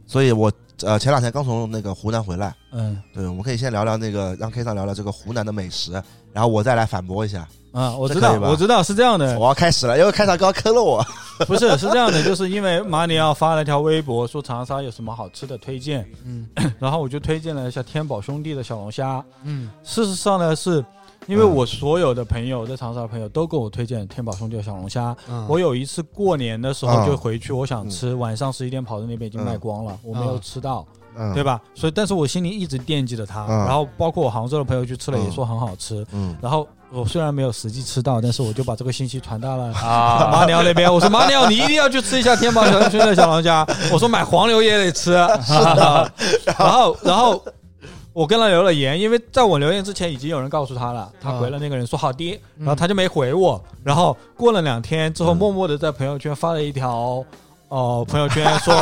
Speaker 1: 所以我呃前两天刚从那个湖南回来，
Speaker 4: 嗯
Speaker 1: 对，我们可以先聊聊那个让开嗓聊聊这个湖南的美食，然后我再来反驳一下。
Speaker 4: 啊，我
Speaker 1: 这
Speaker 4: 知
Speaker 1: 可以
Speaker 4: 道，
Speaker 1: 吧
Speaker 4: 我知道是这样的，
Speaker 1: 我要开始了，因为开场刚坑了我，
Speaker 4: 不是是这样的，就是因为马里奥发了条微博说长沙有什么好吃的推荐，
Speaker 2: 嗯
Speaker 4: 然后我就推荐了一下天宝兄弟的小龙虾。
Speaker 2: 嗯
Speaker 4: 事实上呢，是因为
Speaker 1: 嗯
Speaker 4: 我所有的朋友在长沙的朋友都给我推荐天宝兄弟的小龙虾。
Speaker 2: 嗯，
Speaker 4: 我有一次过年的时候
Speaker 1: 啊
Speaker 4: 就回去，我想吃，晚上十一点跑到那边已经卖光了，我没有吃到，
Speaker 1: 嗯，
Speaker 4: 对吧？所以，但是我心里一直惦记着它。
Speaker 1: 嗯
Speaker 4: 然后，包括我杭州的朋友去吃了，
Speaker 1: 嗯
Speaker 4: 也说很好吃。
Speaker 1: 嗯，
Speaker 4: 然后我虽然没有实际吃到，但是我就把这个信息传达 了
Speaker 3: 啊，
Speaker 4: 马里奥那边，我说马里奥，你一定要去吃一下天宝小兄弟的小龙虾。我说买黄牛也得吃，啊然后然后我跟他留了言，因为在我留言之前已经有人告诉他了，他回了那个人说好的，然后他就没回我。然后过了两天之后，
Speaker 1: 嗯
Speaker 4: 默默的在朋友圈发了一条。哦，朋友圈说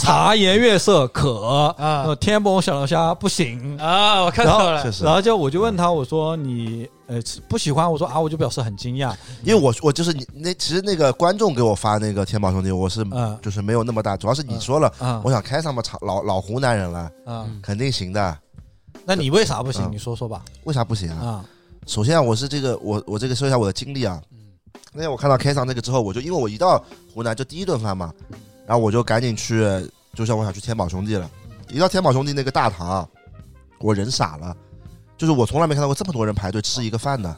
Speaker 4: 茶颜悦色可，呃，天宝小龙虾不行。
Speaker 2: 啊，我看到了
Speaker 1: 确，实
Speaker 4: 嗯然，后就我就问他，我说你呃吃不喜欢？我说啊，我就表示很惊讶。
Speaker 1: 因为我我就是你那其实那个观众给我发那个天宝兄弟，我是
Speaker 4: 嗯
Speaker 1: 就是没有那么大，主要是你说了，
Speaker 4: 啊
Speaker 1: 我想开上吧，长老老湖南人了，
Speaker 4: 啊，
Speaker 2: 嗯
Speaker 1: 肯定行的，
Speaker 4: 那你为啥不行？
Speaker 1: 嗯
Speaker 4: 你说说吧。
Speaker 1: 为啥不行啊？
Speaker 4: 啊，
Speaker 1: 首先啊我是这个我我这个说一下我的经历啊，那天我看到开上这个之后，我就因为我一到湖南就第一顿饭嘛，然后我就赶紧去，就像我想去天宝兄弟了，一到天宝兄弟那个大堂啊，我人傻了。就是我从来没看到过这么多人排队吃一个饭的，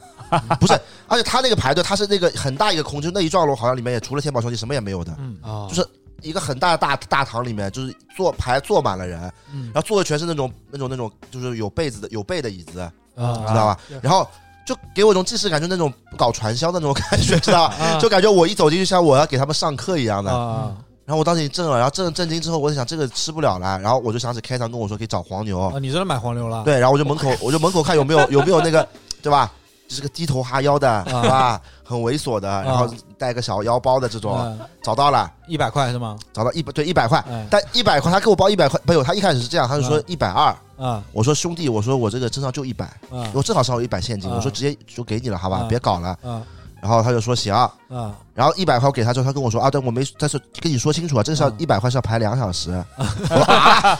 Speaker 1: 不是，而且他那个排队，他是那个很大一个空，就那一幢楼好像里面也除了天宝兄弟什么也没有的，
Speaker 4: 嗯
Speaker 2: 啊，
Speaker 1: 就是一个很大的大大堂里面，就是坐排坐满了人，
Speaker 2: 嗯
Speaker 1: 然后坐的全是那种那种那种就是有被子的有被的椅子，
Speaker 2: 啊
Speaker 1: 嗯知道吧
Speaker 2: 对？
Speaker 1: 然后就给我一种既视感，就那种搞传销的那种感觉，知道吧？
Speaker 2: 啊，
Speaker 1: 就感觉我一走进去像我要给他们上课一样的。
Speaker 4: 啊
Speaker 1: 然后我当时已经震了，然后震了震惊之后，我在想这个吃不了了，然后我就想起开场跟我说可以找黄牛，
Speaker 4: 啊！你真的买黄牛了？
Speaker 1: 对，然后我就门口我就门口看有没有有没有那个 对吧？就是个低头哈腰的，是吧？很猥琐的，然后带个小腰包的这种，
Speaker 4: 嗯，
Speaker 1: 找到了，
Speaker 4: 一百块是吗？
Speaker 1: 找到一百对一百块，
Speaker 4: 哎
Speaker 1: 但一百块他给我包一百块，没有，他一开始是这样，他就说
Speaker 4: 嗯
Speaker 1: 一百二，
Speaker 4: 啊
Speaker 1: 我说兄弟，我说我这个身上就一百，
Speaker 4: 啊
Speaker 1: 我正好上有一百现金，
Speaker 4: 啊
Speaker 1: 我说直接就给你了，好吧
Speaker 4: 啊，
Speaker 1: 别搞了。
Speaker 4: 啊！
Speaker 1: 然后他就说行啊，
Speaker 4: 啊
Speaker 1: 然后一百块我给他之后，他跟我说啊，对我没，但是跟你说清楚啊，这个是要
Speaker 4: 嗯
Speaker 1: 一百块是要排两小 时，我说 啊，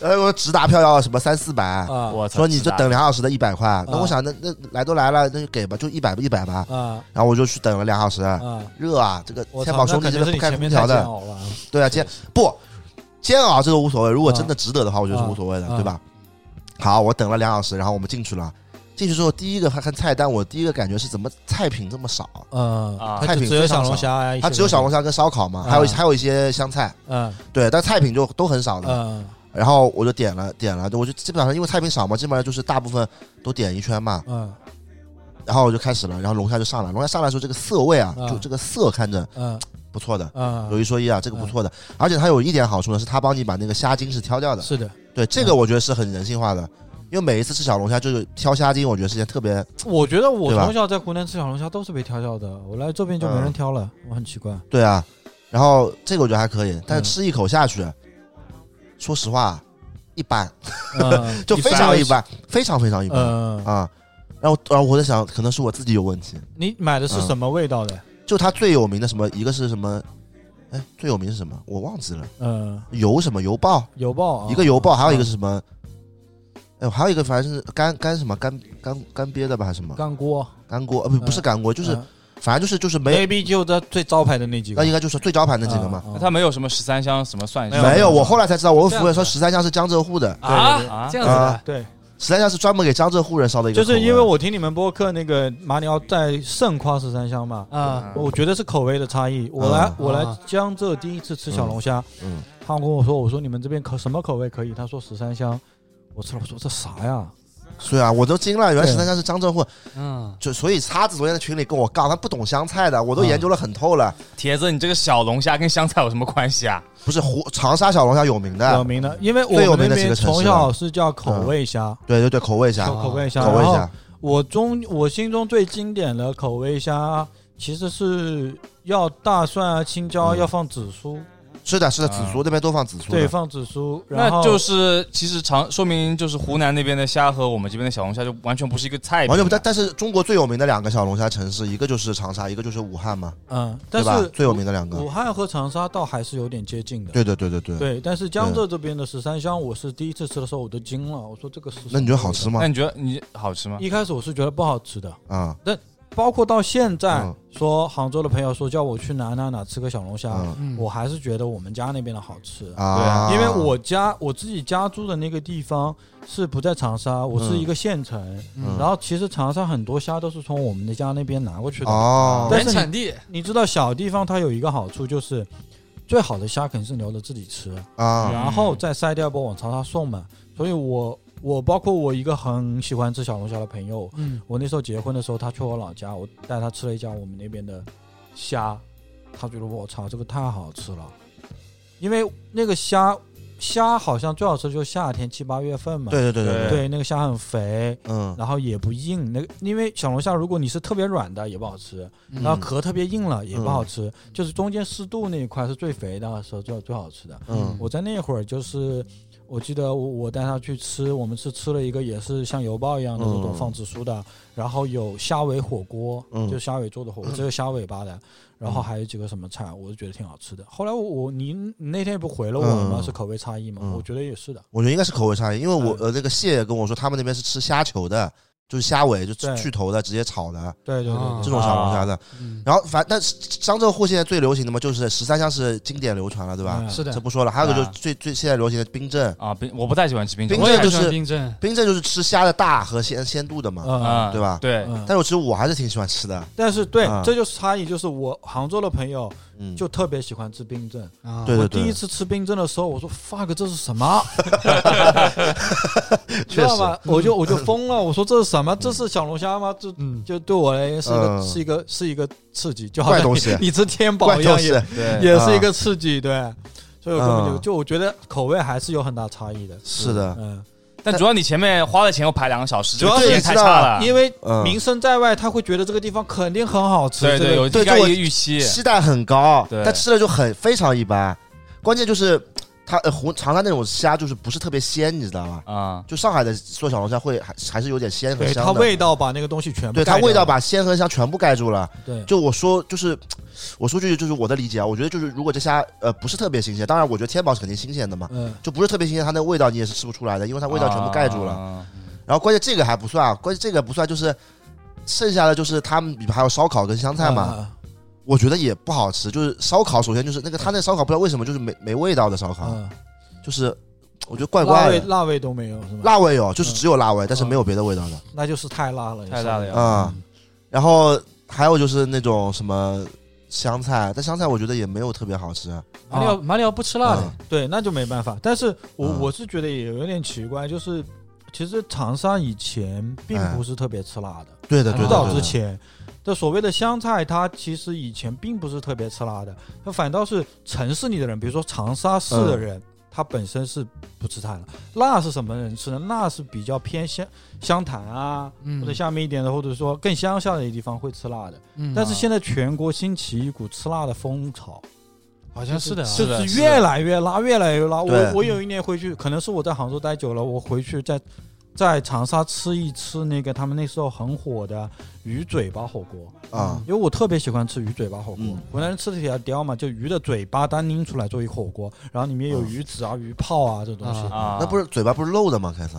Speaker 1: 然后我直达票要什么三四百，
Speaker 4: 啊
Speaker 3: 我操！
Speaker 1: 说你就
Speaker 3: 知道
Speaker 1: 等两小时的一百块，那我想那那来都来了，那就给吧，就一百一百吧，
Speaker 4: 啊
Speaker 1: 然后我就去等了两小时，
Speaker 4: 啊！
Speaker 1: 热啊，这个
Speaker 4: 我
Speaker 1: 天
Speaker 4: 操
Speaker 1: 宝兄
Speaker 4: 那
Speaker 1: 弟
Speaker 4: 肯
Speaker 1: 这
Speaker 4: 定
Speaker 1: 个不开
Speaker 4: 是你前
Speaker 1: 空
Speaker 4: 面
Speaker 1: 调
Speaker 4: 太煎
Speaker 1: 的，
Speaker 4: 熬了，
Speaker 1: 对啊，煎不煎熬这个无所谓，如果真的值得的话，我觉得是
Speaker 4: 嗯
Speaker 1: 无所谓的，
Speaker 4: 嗯
Speaker 1: 对吧？好，我等了两小时，然后我们进去了，进去之后第一个看看菜单，我第一个感觉是怎么菜品这么少，
Speaker 4: 嗯
Speaker 3: 啊
Speaker 4: 他
Speaker 1: 太
Speaker 4: 就
Speaker 1: 平
Speaker 4: 只有
Speaker 1: 非常
Speaker 4: 小龙
Speaker 1: 少
Speaker 4: 虾啊呀，一
Speaker 1: 它
Speaker 4: 些
Speaker 1: 只有
Speaker 4: 东
Speaker 1: 小龙
Speaker 4: 西，
Speaker 1: 虾跟烧烤嘛，
Speaker 4: 啊
Speaker 1: 还有一还有一些湘菜，
Speaker 4: 嗯
Speaker 1: 对，但菜品就都很少的。
Speaker 4: 嗯
Speaker 1: 然后我就点了点了，我就基本上因为菜品少嘛，基本上就是大部分都点一圈嘛。
Speaker 4: 嗯
Speaker 1: 然后我就开始了，然后龙虾就上来，龙虾上来的时候这个色味啊，
Speaker 4: 啊
Speaker 1: 就这个色看着
Speaker 4: 嗯
Speaker 1: 不错的。有
Speaker 4: 嗯，
Speaker 1: 一说一啊，这个不错的，而且它有一点好处呢，是它帮你把那个虾筋是挑掉的。
Speaker 4: 是的，
Speaker 1: 对，这
Speaker 4: 嗯
Speaker 1: 个我觉得是很人性化的，因为每一次吃小龙虾就是挑虾筋，我觉得是件特别
Speaker 4: 我觉得我
Speaker 1: 对吧
Speaker 4: 从小在湖南吃小龙虾都是被挑掉的，我来这边就没人挑了，
Speaker 1: 嗯
Speaker 4: 我很奇怪。
Speaker 1: 对啊。然后这个我觉得还可以，但
Speaker 4: 嗯
Speaker 1: 是吃一口下去，说实话一般，
Speaker 4: 嗯
Speaker 1: 就非常一，般，非常非常一般。
Speaker 4: 嗯，
Speaker 1: 啊，然后然后我在想，可能是我自己有问题。
Speaker 4: 你买的是
Speaker 1: 嗯
Speaker 4: 什么味道的？
Speaker 1: 就它最有名的什么，一个是什么？哎，最有名是什么？我忘记了，
Speaker 4: 嗯，
Speaker 1: 油什么油爆，
Speaker 4: 油爆啊，
Speaker 1: 一个油爆，还有一个是什么？哎，还有一个反正是干干什么干干干瘪的吧，还是什么
Speaker 4: 干锅，
Speaker 1: 干锅？呃，不不是干锅，就是
Speaker 4: 嗯
Speaker 1: 反正就是就是没，
Speaker 4: maybe 就在最招牌的那几
Speaker 1: 那
Speaker 4: 个，啊
Speaker 1: 应该就是最招牌那几个嘛。
Speaker 3: 那
Speaker 4: 嗯，
Speaker 3: 他没有什么十三香什么蒜香
Speaker 1: 没有，我后来才知道，我问服务员说
Speaker 2: 这样子
Speaker 1: 十三香是江浙沪的，
Speaker 4: 对对对
Speaker 2: 啊，这样子的
Speaker 1: 啊
Speaker 4: 对，
Speaker 1: 十三香是专门给江浙沪人烧的一个
Speaker 4: 就
Speaker 1: 口味。啊
Speaker 4: 是因为我听你们播客那个马里奥在盛夸十三香嘛，
Speaker 2: 啊，
Speaker 4: 我觉得是口味的差异。我来
Speaker 1: 嗯
Speaker 4: 我来江浙第一次吃小龙虾，
Speaker 1: 嗯，
Speaker 4: 他跟我说，我说你们这边口什么口味可以？他说十三香，我吃了，我说这啥呀？
Speaker 1: 是啊，我都惊了，原来
Speaker 4: 对
Speaker 1: 十三香是江浙沪，
Speaker 2: 嗯，
Speaker 1: 就所以叉子昨天在群里跟我杠，他不懂湘菜的，我都研究了很透了。
Speaker 4: 嗯
Speaker 3: 铁子，你这个小龙虾跟香菜有什么关系啊？
Speaker 1: 不是湖长沙小龙虾有名
Speaker 4: 有
Speaker 1: 的，
Speaker 4: 名的，因为
Speaker 1: 最有
Speaker 4: 我
Speaker 1: 名
Speaker 4: 们
Speaker 1: 啊的
Speaker 4: 那
Speaker 1: 几个
Speaker 4: 边
Speaker 1: 城市啊
Speaker 4: 从小是叫口味虾，
Speaker 1: 对对对，口味虾
Speaker 4: 口，
Speaker 2: 啊
Speaker 4: 口味虾，
Speaker 1: 口味
Speaker 4: 然后
Speaker 1: 虾，
Speaker 4: 我中我心中最经典的口味虾，其实是要大蒜啊、青椒，
Speaker 1: 嗯
Speaker 4: 要放紫苏，
Speaker 1: 是的，是的，
Speaker 3: 啊
Speaker 1: 紫苏那边都放紫苏
Speaker 4: 对，
Speaker 1: 的，
Speaker 4: 放紫苏，然
Speaker 3: 那
Speaker 4: 后
Speaker 3: 就是其实常说明就是湖南那边的虾和我们这边的小龙虾就完全不是一个菜品啊，
Speaker 1: 完全不。但但是中国最有名的两个小龙虾城市，一个就是长沙，一个就是武汉嘛，
Speaker 4: 嗯，但
Speaker 1: 对吧？
Speaker 4: 是
Speaker 1: 最有名的两个
Speaker 4: 武，汉和长沙倒还是有点接近的。
Speaker 1: 对对对对对。
Speaker 4: 对，但是江浙这边的十三香，我是第一次吃的时候我都惊了，我说这个是
Speaker 1: 那你觉得好吃吗
Speaker 4: 吗？
Speaker 3: 那？你觉得你好吃吗？
Speaker 4: 啊一开始我是觉得不好吃的，
Speaker 1: 啊，
Speaker 4: 包括到现在
Speaker 1: 嗯，
Speaker 4: 说杭州的朋友说叫我去哪哪哪吃个小龙虾，
Speaker 1: 嗯
Speaker 4: 我还是觉得我们家那边的好吃。
Speaker 1: 啊，
Speaker 4: 啊因为我家我自己家住的那个地方是不在长沙，我是一个县城，
Speaker 1: 嗯
Speaker 4: 然后其实长沙很多虾都是从我们的家那边拿过去的。
Speaker 1: 哦，
Speaker 4: 但
Speaker 2: 原
Speaker 4: 是
Speaker 2: 产地
Speaker 4: 你知道小地方它有一个好处就是，最好的虾肯定是留着自己吃，
Speaker 1: 啊，
Speaker 4: 然后再筛掉一波往长沙送嘛。所以我我包括我一个很喜欢吃小龙虾的朋友，
Speaker 2: 嗯
Speaker 4: 我那时候结婚的时候，他去我老家，我带他吃了一家我们那边的虾，他觉得我操，这个太好吃了，因为那个虾虾好像最好吃就是夏天七八月份嘛，
Speaker 1: 对对对对
Speaker 3: 对
Speaker 1: 对，
Speaker 4: 对，那个虾很肥，
Speaker 1: 嗯，
Speaker 4: 然后也不硬，那个因为小龙虾如果你是特别软的也不好吃，
Speaker 2: 嗯
Speaker 4: 然后壳特别硬了也不好吃，就是中间适度那一块是最肥的时候最最好吃的。
Speaker 1: 嗯
Speaker 4: 我在那会儿就是，我记得我我带他去吃，我们是吃了一个也是像油爆一样的这
Speaker 1: 嗯
Speaker 4: 种放紫苏的，然后有虾尾火锅，
Speaker 1: 嗯
Speaker 4: 就虾尾做 的火锅，只有虾尾巴的，然后还有几个什么菜，我就觉得挺好吃的。后来我我你你那天不回了我吗？
Speaker 1: 嗯
Speaker 4: 是口味差异吗？
Speaker 1: 嗯
Speaker 4: 我觉得也是的，
Speaker 1: 我觉得应该是口味差异，因为
Speaker 4: 嗯
Speaker 1: 我呃那个蟹也跟我说，他们那边是吃虾球的，就是虾尾就
Speaker 4: 对
Speaker 1: 去头的，直接炒的
Speaker 4: 对对对
Speaker 2: 啊
Speaker 4: 对，
Speaker 1: 这种小龙虾的，
Speaker 2: 嗯
Speaker 1: 然后反但是江浙沪现在最流行的嘛，就是十三香是经典流传了，对吧？
Speaker 4: 嗯
Speaker 2: 是的
Speaker 1: 这，不说了，还有一个就是
Speaker 3: 对
Speaker 1: 最最现在流行的冰镇，
Speaker 3: 啊，冰我不太喜欢吃冰
Speaker 1: 冰
Speaker 3: 镇
Speaker 2: 我也
Speaker 1: 镇就
Speaker 2: 不喜欢
Speaker 1: 是
Speaker 2: 冰镇，
Speaker 1: 冰镇就是吃虾的大和鲜鲜度的嘛。
Speaker 4: 嗯
Speaker 3: 啊，
Speaker 1: 对吧
Speaker 3: 对，
Speaker 4: 嗯
Speaker 1: 但是我其实我还是挺喜欢吃的，
Speaker 4: 但是对
Speaker 1: 嗯，
Speaker 4: 这就是差异，就是我杭州的朋友
Speaker 1: 嗯，
Speaker 4: 就特别喜欢吃冰镇。
Speaker 2: 啊
Speaker 1: 对
Speaker 4: 我
Speaker 1: 对
Speaker 4: 第一次吃冰镇的时候，我说 fuck 这是什么？知
Speaker 1: 确
Speaker 4: 道
Speaker 1: 实，嗯
Speaker 4: 吗？我就我就疯了，我说这是什么？这是小龙虾吗？这
Speaker 2: 嗯
Speaker 4: 就对我来言是一个、
Speaker 1: 嗯
Speaker 4: 是一个是一个刺激，就好
Speaker 1: 怪
Speaker 4: 像，
Speaker 1: 东西
Speaker 4: 你吃天宝
Speaker 1: 怪
Speaker 4: 一
Speaker 1: 东
Speaker 4: 样
Speaker 1: 西
Speaker 4: 也，
Speaker 3: 对
Speaker 4: 也是一个刺激，对。所以我根本就、
Speaker 1: 嗯
Speaker 4: 就我觉得口味还是有很大差异的。
Speaker 1: 是的，
Speaker 4: 嗯，
Speaker 3: 但主要你前面花了钱又排两个小时，
Speaker 1: 主要
Speaker 3: 这个体验太差了。
Speaker 4: 因为
Speaker 1: 嗯
Speaker 4: 名声在外，他会觉得这个地方肯定很好吃。
Speaker 3: 对
Speaker 4: 这
Speaker 3: 对，
Speaker 4: 个
Speaker 3: 有
Speaker 1: 对
Speaker 3: 应该
Speaker 1: 就
Speaker 3: 一
Speaker 1: 我
Speaker 3: 个预期。
Speaker 1: 期待很高，
Speaker 3: 对
Speaker 1: 但吃的就很非常一般。关键就是它呃湖长沙那种虾就是不是特别鲜，你知道吧？
Speaker 3: 啊，
Speaker 1: 就上海的做小龙虾会还还是有点鲜和
Speaker 4: 对
Speaker 1: 香
Speaker 4: 它
Speaker 1: 的，
Speaker 4: 味道把那个东西全部
Speaker 1: 对它
Speaker 4: 盖掉
Speaker 1: 味道
Speaker 4: 了
Speaker 1: 把鲜和香全部盖住了。
Speaker 5: 对
Speaker 1: 就我说就是，我说句就是我的理解啊，我觉得就是如果这虾呃不是特别新鲜，当然我觉得天宝是肯定新鲜的嘛，
Speaker 5: 嗯，
Speaker 1: 就不是特别新鲜，它那味道你也是吃不出来的，因为它味道全部盖住了。
Speaker 3: 啊
Speaker 4: 嗯
Speaker 1: 然后关键这个还不算，啊，关键这个不算，就是剩下的就是他们里面还有烧烤跟香菜嘛，
Speaker 4: 嗯
Speaker 5: 啊
Speaker 1: 我觉得也不好吃。就是烧烤，首先就是那个他那烧烤不知道为什么就是没没味道的烧烤，
Speaker 5: 啊，
Speaker 1: 就是我觉得怪
Speaker 4: 嗯辣
Speaker 1: 怪
Speaker 4: 味嗯
Speaker 1: 的，
Speaker 4: 辣味都没有是吧？
Speaker 1: 辣味有，就是只有辣味，但是没有别的味道的
Speaker 4: 那就是太辣了，
Speaker 3: 太辣了呀
Speaker 1: 啊、然后还有就是那种什么香菜，但香菜我觉得也没有特别好吃。
Speaker 2: 嗯马里奥马里奥不吃辣的
Speaker 1: 嗯，
Speaker 4: 对，那就没办法。但是我、
Speaker 1: 嗯
Speaker 4: 我是觉得也有点奇怪，就是其实长沙以前并不是特别吃辣的，
Speaker 1: 对的，
Speaker 2: 嗯
Speaker 1: 哎对
Speaker 4: 很
Speaker 1: 的，
Speaker 4: 早
Speaker 1: 对
Speaker 4: 之
Speaker 1: 的
Speaker 4: 前。这所谓的湘菜，它其实以前并不是特别吃辣的，它反倒是城市里的人，比如说长沙市的
Speaker 1: 嗯
Speaker 4: 人，他本身是不吃菜的。辣是什么人吃呢？辣是比较偏湘湘潭啊，
Speaker 2: 嗯
Speaker 4: 或者下面一点的，或者说更乡下的地方会吃辣的。
Speaker 2: 嗯
Speaker 4: 但是现在全国兴起一股吃辣的风潮，
Speaker 2: 好像是的啊，
Speaker 4: 就是
Speaker 3: 的
Speaker 4: 是越来越辣，越来越辣。
Speaker 1: 对
Speaker 4: 我我有一年回去，可能是我在杭州待久了，我回去在在长沙吃一吃那个他们那时候很火的鱼嘴巴火锅，
Speaker 1: 啊
Speaker 4: 因为我特别喜欢吃鱼嘴巴火锅。
Speaker 1: 嗯
Speaker 4: 湖南人吃的铁雕嘛，就鱼的嘴巴单拎出来做一火锅，然后里面有鱼籽啊、鱼泡啊这东西，
Speaker 2: 啊
Speaker 3: 啊，
Speaker 1: 那不是嘴巴不是漏的吗？开始，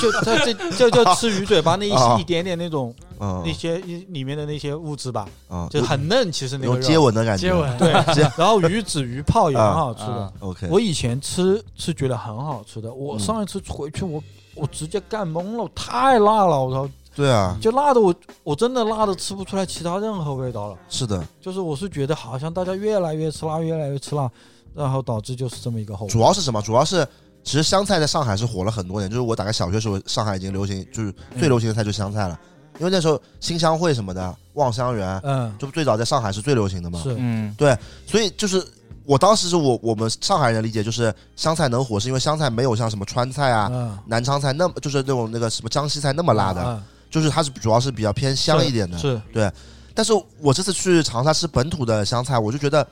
Speaker 4: 就它这就就吃鱼嘴巴那
Speaker 1: 啊
Speaker 4: 一一点点那种
Speaker 1: 嗯
Speaker 4: 那些一里面的那些物质吧，
Speaker 1: 嗯，
Speaker 4: 就很嫩，其实那
Speaker 1: 有
Speaker 4: 个
Speaker 1: 有接
Speaker 4: 肉。
Speaker 1: 吻的感觉。
Speaker 2: 接吻
Speaker 4: 对
Speaker 1: 接，
Speaker 4: 然后鱼籽鱼泡也很
Speaker 1: 啊
Speaker 4: 好吃的
Speaker 3: 啊。
Speaker 1: OK，
Speaker 4: 我以前吃是觉得很好吃的，我
Speaker 1: 嗯
Speaker 4: 上一次回去我我直接干懵了，太辣了，我操，
Speaker 1: 对啊，
Speaker 4: 就辣的我我真的辣的吃不出来其他任何味道了。
Speaker 1: 是的，
Speaker 4: 就是我是觉得好像大家越来越吃辣，越来越吃辣，然后导致就是这么一个后
Speaker 1: 主
Speaker 4: 果。
Speaker 1: 要是什么？主要是其实湘菜在上海是火了很多年，就是我大概小学时候，上海已经流行，就是最流行的菜就是湘菜了，因为那时候新乡会什么的，望湘园，
Speaker 4: 嗯，
Speaker 1: 这不最早在上海是最流行的嘛。
Speaker 4: 是
Speaker 3: 嗯
Speaker 1: 所以就是我当时是我我们上海人的理解就是湘菜能火，是因为湘菜没有像什么川菜啊。
Speaker 4: 嗯，
Speaker 1: 南昌菜那么就是那种那个什么江西菜那么辣的，
Speaker 4: 嗯
Speaker 1: 就是它是主要是比较偏香一点的。
Speaker 4: 是
Speaker 1: 但是我这次去长沙吃本土的湘菜，我就觉得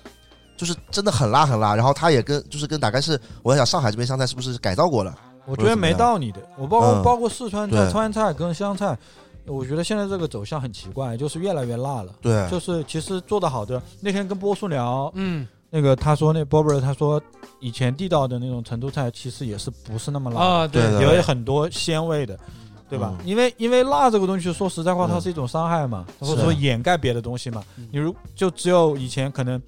Speaker 1: 就是真的很辣很辣。然后它也跟就是跟大概是我在想上海这边湘菜是不是改造过了？
Speaker 4: 我觉得没道理的。我包括、
Speaker 1: 嗯
Speaker 4: 包括四川菜、
Speaker 1: 对
Speaker 4: 川菜跟湘菜，我觉得现在这个走向很奇怪，就是越来越辣了。
Speaker 1: 对，
Speaker 4: 就是其实做的好的，那天跟波叔聊，
Speaker 2: 嗯
Speaker 4: 那个他说那 Bobber 他说以前地道的那种成都菜其实也是不是那么辣，
Speaker 2: 啊对
Speaker 1: 对的
Speaker 4: 有很多鲜味的，对吧？
Speaker 1: 嗯
Speaker 4: 因为因为辣这个东西，说实在话，
Speaker 1: 嗯
Speaker 4: 它是一种伤害嘛，
Speaker 1: 是啊
Speaker 4: 或者说掩盖别的东西嘛。
Speaker 2: 嗯
Speaker 4: 你如就只有以前可能，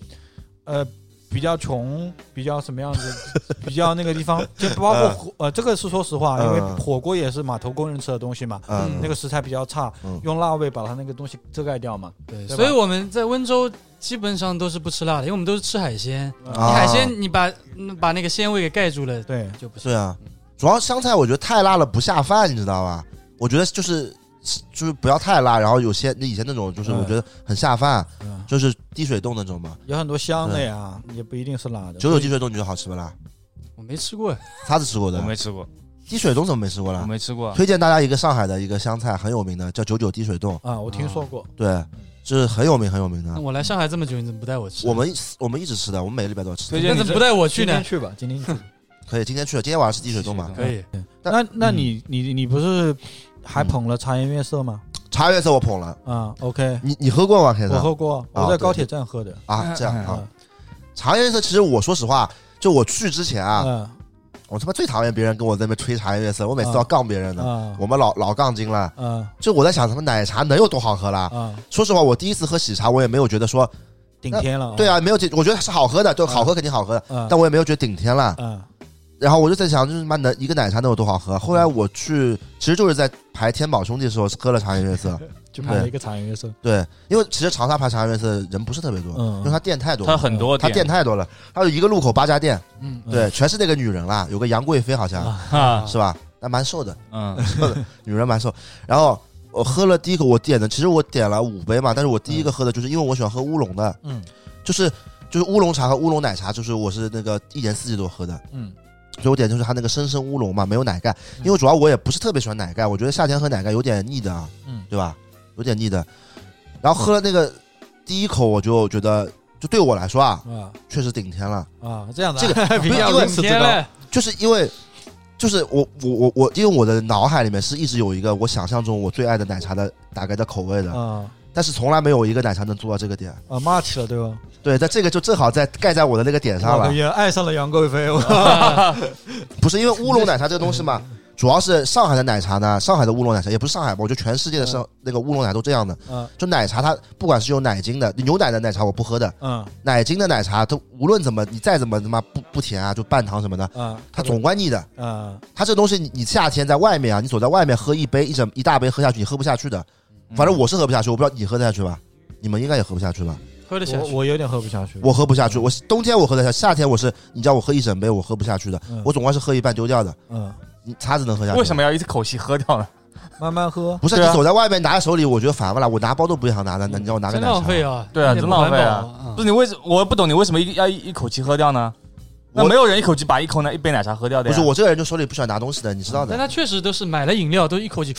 Speaker 4: 呃。比较穷，比较什么样子， 比较那个地方，就包括火呃，这个是说实话，因为
Speaker 1: 嗯
Speaker 4: 火锅也是码头工人吃的东西嘛，
Speaker 1: 嗯，
Speaker 4: 那个食材比较差
Speaker 1: 嗯，
Speaker 4: 用辣味把它那个东西遮盖掉嘛。
Speaker 2: 对，
Speaker 4: 吧
Speaker 2: 所以我们在温州基本上都是不吃辣的，因为我们都是吃海鲜。
Speaker 1: 啊
Speaker 2: 你海鲜你把嗯把那个鲜味给盖住了，
Speaker 4: 呃对，
Speaker 2: 就不是
Speaker 1: 对啊，主要湘菜我觉得太辣了不下饭，你知道吧？我觉得就是就是不要太辣，然后有些那以前那种就是
Speaker 4: 嗯
Speaker 1: 我觉得很下饭，
Speaker 4: 嗯
Speaker 1: 就是滴水冻那种嘛，
Speaker 4: 有很多香的呀，也不一定是辣的。
Speaker 1: 九九滴水冻你觉得好吃不啦？
Speaker 2: 我没吃过。
Speaker 1: 叉子吃过
Speaker 3: 我
Speaker 1: 的，
Speaker 3: 没吃过，
Speaker 1: 滴水冻怎么没吃过
Speaker 3: 我
Speaker 1: 啦？
Speaker 3: 没吃过，
Speaker 1: 啊推荐大家一个上海的一个湘菜，很有名的，叫九九滴水冻，
Speaker 4: 啊，我听说过。
Speaker 1: 对，是很有名很有名
Speaker 2: 那
Speaker 1: 的。
Speaker 2: 我来上海这么久，你怎么不带我吃？
Speaker 1: 我们一我们一直吃的，我们每个礼拜都要吃
Speaker 3: 推。
Speaker 2: 那
Speaker 3: 荐你
Speaker 2: 怎么不
Speaker 3: 这
Speaker 2: 带我去
Speaker 4: 今
Speaker 2: 呢
Speaker 4: 天？去吧，今天 去。
Speaker 1: 可以，今天去了，今天晚上吃滴水冻嘛
Speaker 3: 滴。水
Speaker 2: 可以，
Speaker 4: 那那你你你不是还捧了茶颜悦色吗？
Speaker 1: 茶颜色我捧了，
Speaker 4: 啊，OK，
Speaker 1: 你你喝过吗？凯
Speaker 4: 我
Speaker 1: 子
Speaker 4: 喝过，
Speaker 1: 啊
Speaker 4: 我在高铁站喝的。
Speaker 1: 啊，这样
Speaker 3: 嗯
Speaker 1: 好。茶颜色其实我说实话，就我去之前啊，
Speaker 4: 啊
Speaker 1: 我他妈最讨厌别人跟我在那边吹茶颜悦色，我每次都要杠别人的。
Speaker 4: 啊
Speaker 1: 我们老老杠精了，
Speaker 4: 啊
Speaker 1: 就我在想，他们奶茶能有多好喝啦？
Speaker 4: 啊！
Speaker 1: 说实话，我第一次喝喜茶，我也没有觉得说，
Speaker 4: 顶天了。
Speaker 1: 对，啊，没有觉，我觉得是好喝的，就好喝肯定好喝的，
Speaker 4: 啊
Speaker 1: 但我也没有觉得顶天了。
Speaker 4: 啊
Speaker 1: 然后我就在想，就是妈能一个奶茶能有多好喝？后
Speaker 4: 嗯
Speaker 1: 来我去，其实就是在排天宝兄弟的时候喝了茶颜悦色，
Speaker 4: 就买了一个茶颜悦色。
Speaker 1: 对，因为其实长沙排茶颜悦色人不是特别多，
Speaker 4: 嗯
Speaker 1: 因为它店太多
Speaker 3: 它
Speaker 1: 了，
Speaker 3: 很多
Speaker 1: 它店太多了，它有一个路口八家店，
Speaker 2: 嗯，
Speaker 1: 对，全是那个女人啦，有个杨贵妃好像
Speaker 4: 啊
Speaker 3: 啊，
Speaker 1: 是吧？那蛮瘦的，
Speaker 3: 嗯
Speaker 1: 女人蛮瘦。然后我喝了第一个，我点的其实我点了五杯嘛，但是我第一个喝的就是因为我喜欢喝乌龙的，
Speaker 4: 嗯
Speaker 1: 就是就是乌龙茶和乌龙奶茶，就是我是那个一年四季都喝的，
Speaker 4: 嗯
Speaker 1: 所以我点就是它那个生生乌龙嘛，没有奶盖，因为主要我也不是特别喜欢奶盖，我觉得夏天喝奶盖有点腻的啊，
Speaker 4: 嗯
Speaker 1: 对吧？有点腻的。然后喝了那个第一口我就觉得就对我来说啊，
Speaker 4: 啊
Speaker 1: 确实顶天了。
Speaker 4: 啊，这样的啊
Speaker 1: 这个
Speaker 4: 比
Speaker 1: 不是
Speaker 4: 较
Speaker 1: 因为
Speaker 4: 临时
Speaker 2: 天
Speaker 4: 知道
Speaker 2: 嘞，
Speaker 1: 就是因为，就是我我我我，因为我的脑海里面是一直有一个我想象中我最爱的奶茶的大概的口味的，
Speaker 4: 啊
Speaker 1: 但是从来没有一个奶茶能做到这个点。
Speaker 4: 啊，match 了对吧？
Speaker 1: 对，但这个就正好在盖在我的那个点上
Speaker 4: 我
Speaker 1: 了。
Speaker 4: 也爱上了杨贵妃，我
Speaker 1: 不是因为乌龙奶茶这个东西嘛，主要是上海的奶茶呢，上海的乌龙奶茶也不是上海吧，我觉得全世界的上那个乌龙奶都这样的
Speaker 4: 嗯。
Speaker 1: 就奶茶它不管是有奶精的，牛奶的奶茶我不喝的，
Speaker 4: 嗯
Speaker 1: 奶精的奶茶都无论怎么你再怎么他妈不不甜啊，就半糖什么的，
Speaker 4: 啊，
Speaker 1: 它总归腻的。
Speaker 4: 啊
Speaker 1: 它这东西你你夏天在外面啊，你走在外面喝一杯一整一大杯喝下去，你喝不下去的。
Speaker 3: 嗯
Speaker 1: 反正我是喝不下去，我不知道你喝得下去吧？你们应该也喝不下去吧？
Speaker 2: 喝得下
Speaker 4: 我
Speaker 2: 去。
Speaker 4: 我有点喝不下去，
Speaker 1: 我喝不下去，
Speaker 3: 嗯
Speaker 1: 我冬天我喝得下，夏天我是你叫我喝一整杯我喝不下去的，
Speaker 4: 嗯
Speaker 1: 我总归是喝一半丢掉的。
Speaker 4: 嗯，
Speaker 1: 你叉子能喝下去？
Speaker 3: 为什？么要一口气喝掉呢？
Speaker 1: 啊
Speaker 4: 慢慢喝，
Speaker 1: 不是
Speaker 3: 对啊
Speaker 1: 你走在外面拿在手里，我觉得烦不啦？我拿包都不想拿的，那你让我拿个
Speaker 2: 真
Speaker 1: 奶茶？
Speaker 2: 浪费啊！
Speaker 3: 对啊
Speaker 2: 一点
Speaker 3: 真
Speaker 2: 不
Speaker 3: 浪
Speaker 2: 环
Speaker 3: 费
Speaker 2: 保
Speaker 3: 啊
Speaker 2: 啊
Speaker 3: 不！是你为什我不懂你为什么一要一一口气喝掉呢？那
Speaker 1: 我
Speaker 3: 没有人一口气把一口奶一杯奶茶喝掉
Speaker 1: 不
Speaker 3: 的呀。
Speaker 1: 是我这个人就手里不喜欢拿东西的，你知道
Speaker 2: 但
Speaker 3: 啊
Speaker 1: 的。
Speaker 2: 他确实都是买了饮料都一口气，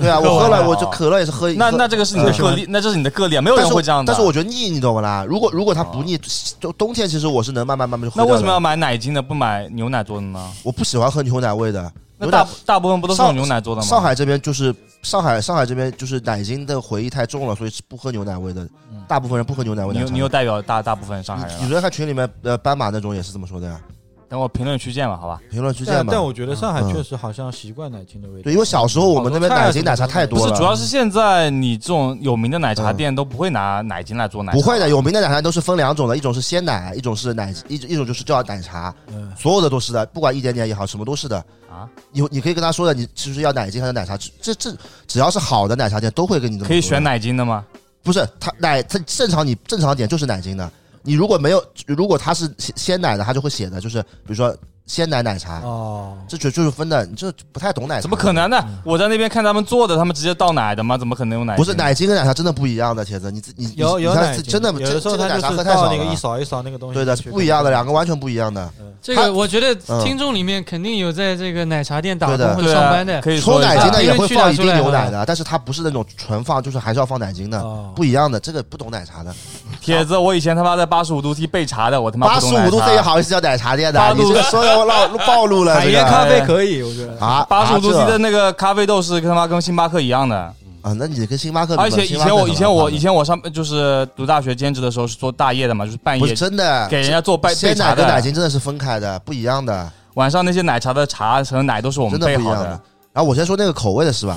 Speaker 1: 对啊，我喝
Speaker 3: 完
Speaker 1: 了
Speaker 3: 了
Speaker 1: 我就可乐也是喝一
Speaker 3: 那
Speaker 1: 喝
Speaker 3: 那这个是你的个例，那这是你的个例，啊，没有
Speaker 1: 但
Speaker 3: 人
Speaker 1: 是
Speaker 3: 会这样的。
Speaker 1: 但是我觉得腻，你懂不啦？如果如果它不腻，就冬天其实我是能慢慢慢慢就喝
Speaker 3: 那
Speaker 1: 掉的。
Speaker 3: 为什么要买奶精的，不买牛奶做的呢？
Speaker 1: 我不喜欢喝牛奶味的。
Speaker 3: 那
Speaker 1: 牛
Speaker 3: 大
Speaker 1: 奶
Speaker 3: 大部分不都是
Speaker 1: 上
Speaker 3: 用牛奶做的吗？
Speaker 1: 啊上海这边就是上海，上海这边就是奶精的回忆太重了，所以是不喝牛奶味的。大部分人不喝牛奶味
Speaker 3: 嗯你
Speaker 1: 奶
Speaker 3: 有
Speaker 1: 茶。
Speaker 3: 你又代表大大部分上海
Speaker 1: 你
Speaker 3: 人
Speaker 1: 你
Speaker 3: 了。
Speaker 1: 昨天看群里面呃斑马那种也是这么说的呀，
Speaker 3: 等我评论区见吧，好吧？
Speaker 1: 评论区见
Speaker 3: 啊
Speaker 4: 但
Speaker 1: 吧。
Speaker 4: 但我觉得上海
Speaker 1: 嗯
Speaker 4: 确实好像习惯奶精的味道
Speaker 1: 对，，因为小时候我们那边
Speaker 4: 好多菜啊
Speaker 1: 奶精奶茶太
Speaker 3: 不
Speaker 1: 多
Speaker 3: 是，
Speaker 1: 了，嗯
Speaker 3: 主要是现在你这种有名的奶茶店都不会拿奶精来做奶茶，
Speaker 1: 不会的，有名的奶茶都是分两种的，一种是鲜奶，一种是奶一一种就是叫奶茶，
Speaker 4: 嗯
Speaker 1: 所有的都是的，不管一点点也好，什么都是的。
Speaker 3: 啊，
Speaker 1: 你你可以跟他说的，你其实要奶精还是奶茶，这这这只要是好的奶茶店都会跟你这么说的
Speaker 3: 可以选奶精的吗？
Speaker 1: 不是它奶，它正常你正常点就是奶精的。你如果没有，如果它是鲜鲜奶的，它就会写的，就是比如说鲜奶奶茶，
Speaker 4: 哦，
Speaker 1: 这就就是分的。你这不太懂奶茶，
Speaker 3: 怎么可？能呢？我在那边看他们做的，他们直接倒奶的吗？怎么可能用奶精？
Speaker 1: 嗯不是奶精跟奶茶真的不一样的，铁子，你自你你
Speaker 4: 有有
Speaker 1: 你看
Speaker 4: 奶
Speaker 1: 自
Speaker 4: 精
Speaker 1: 真的
Speaker 4: 有的时候
Speaker 1: 这这个
Speaker 4: 它
Speaker 1: 奶茶
Speaker 4: 就是
Speaker 1: 喝太少
Speaker 4: 倒那个
Speaker 1: 了
Speaker 4: 一，勺一勺那个东西
Speaker 1: 对的，
Speaker 4: 进去
Speaker 1: 不一样的，两个完全不一样的。
Speaker 2: 这
Speaker 1: 他
Speaker 2: 个我觉得
Speaker 1: 嗯
Speaker 2: 听众里面肯定有在这个奶茶店打
Speaker 1: 对的
Speaker 2: 工或者
Speaker 3: 对
Speaker 2: 上
Speaker 3: 啊
Speaker 2: 班的，
Speaker 3: 可以
Speaker 1: 冲
Speaker 3: 说一
Speaker 1: 奶精
Speaker 3: 下
Speaker 1: 的也会放一
Speaker 2: 因为去
Speaker 1: 定
Speaker 2: 奶
Speaker 1: 牛奶的，但是它不是那种纯放，就是还是要放奶精的，
Speaker 4: 啊，
Speaker 1: 不一样的。这个不懂奶茶的，
Speaker 3: 铁子，我以前他妈在八十五度 C 备茶的，我他妈
Speaker 1: 八
Speaker 3: 不
Speaker 1: 十
Speaker 3: 懂奶
Speaker 1: 五度
Speaker 3: 茶
Speaker 1: C 也好意思叫奶茶店
Speaker 3: 八
Speaker 1: 的，
Speaker 3: 度
Speaker 1: 你这个说的我老暴露了
Speaker 4: 海
Speaker 1: 这
Speaker 4: 盐咖
Speaker 1: 个
Speaker 4: 啡可以，我觉得
Speaker 1: 啊，
Speaker 3: 八十五度 C
Speaker 1: 啊这
Speaker 3: 的那个咖啡豆是跟他妈跟星巴克一样的，
Speaker 1: 啊，那你跟星巴克比吧，
Speaker 3: 而且以
Speaker 1: 星巴克
Speaker 3: 前我
Speaker 1: 很
Speaker 3: 以前
Speaker 1: 好
Speaker 3: 我
Speaker 1: 喝的
Speaker 3: 以前我上就是读大学兼职的时候是做大夜的嘛，就是半
Speaker 1: 不是
Speaker 3: 夜
Speaker 1: 真的，
Speaker 3: 给人家做备备
Speaker 1: 鲜
Speaker 3: 茶
Speaker 1: 奶跟奶
Speaker 3: 的，
Speaker 1: 精真的是分开的，不一样的，
Speaker 3: 晚上那些奶茶的茶和奶都是我们
Speaker 1: 真的
Speaker 3: 备
Speaker 1: 不一
Speaker 3: 好
Speaker 1: 样的。。然后我先说那个口味的是吧？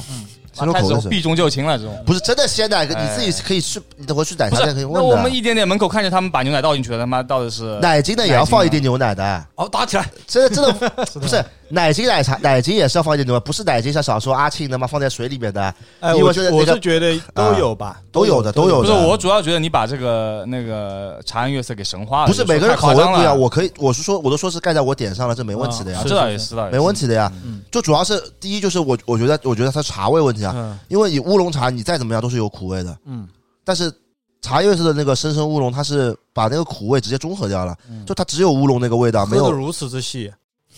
Speaker 1: 先说
Speaker 3: 开
Speaker 1: 口
Speaker 3: 始
Speaker 1: 味
Speaker 3: 我
Speaker 1: 的是，
Speaker 3: 避重就轻了，这种
Speaker 1: 不是真的鲜奶，你
Speaker 3: 哎
Speaker 1: 自己可以去，你等会去奶
Speaker 3: 不
Speaker 1: 茶
Speaker 3: 是
Speaker 1: 店可以
Speaker 3: 那我
Speaker 1: 问
Speaker 3: 们
Speaker 1: 的。
Speaker 3: 一点点门口看着他们把牛奶倒进去了，他妈倒的是
Speaker 1: 奶精的也要放一点牛奶的，
Speaker 4: 哦，打起来，
Speaker 1: 真的真的 不是奶精奶茶，奶精也是要放一点牛奶，不是啊奶精像小时候阿庆他妈放在水里面的，
Speaker 3: 啊
Speaker 4: 哎，
Speaker 1: 因为
Speaker 4: 我
Speaker 1: 是那
Speaker 4: 我
Speaker 1: 个嗯
Speaker 4: 是觉得都有吧，
Speaker 1: 都有的都有
Speaker 3: 不是
Speaker 1: 的。
Speaker 3: 我主要觉得你把这个那个茶颜悦色给神化了，
Speaker 1: 不是每个人口味不
Speaker 3: 不
Speaker 1: 一样，我可以我是说我都说是盖在我点上了，这没问题的呀
Speaker 4: 啊，
Speaker 3: 这倒也是，这倒也是
Speaker 1: 没问题的呀。就主要是第一就是我我觉得我觉得它茶味问题啊，
Speaker 4: 嗯
Speaker 1: 因为你乌龙茶你再怎么样都是有苦味的，
Speaker 4: 嗯，
Speaker 1: 但是茶叶式的那个生生乌龙，它是把那个苦味直接中和掉了，就它只有乌龙那个味啊道，没
Speaker 4: 嗯喝
Speaker 1: 有
Speaker 4: 的如此之细，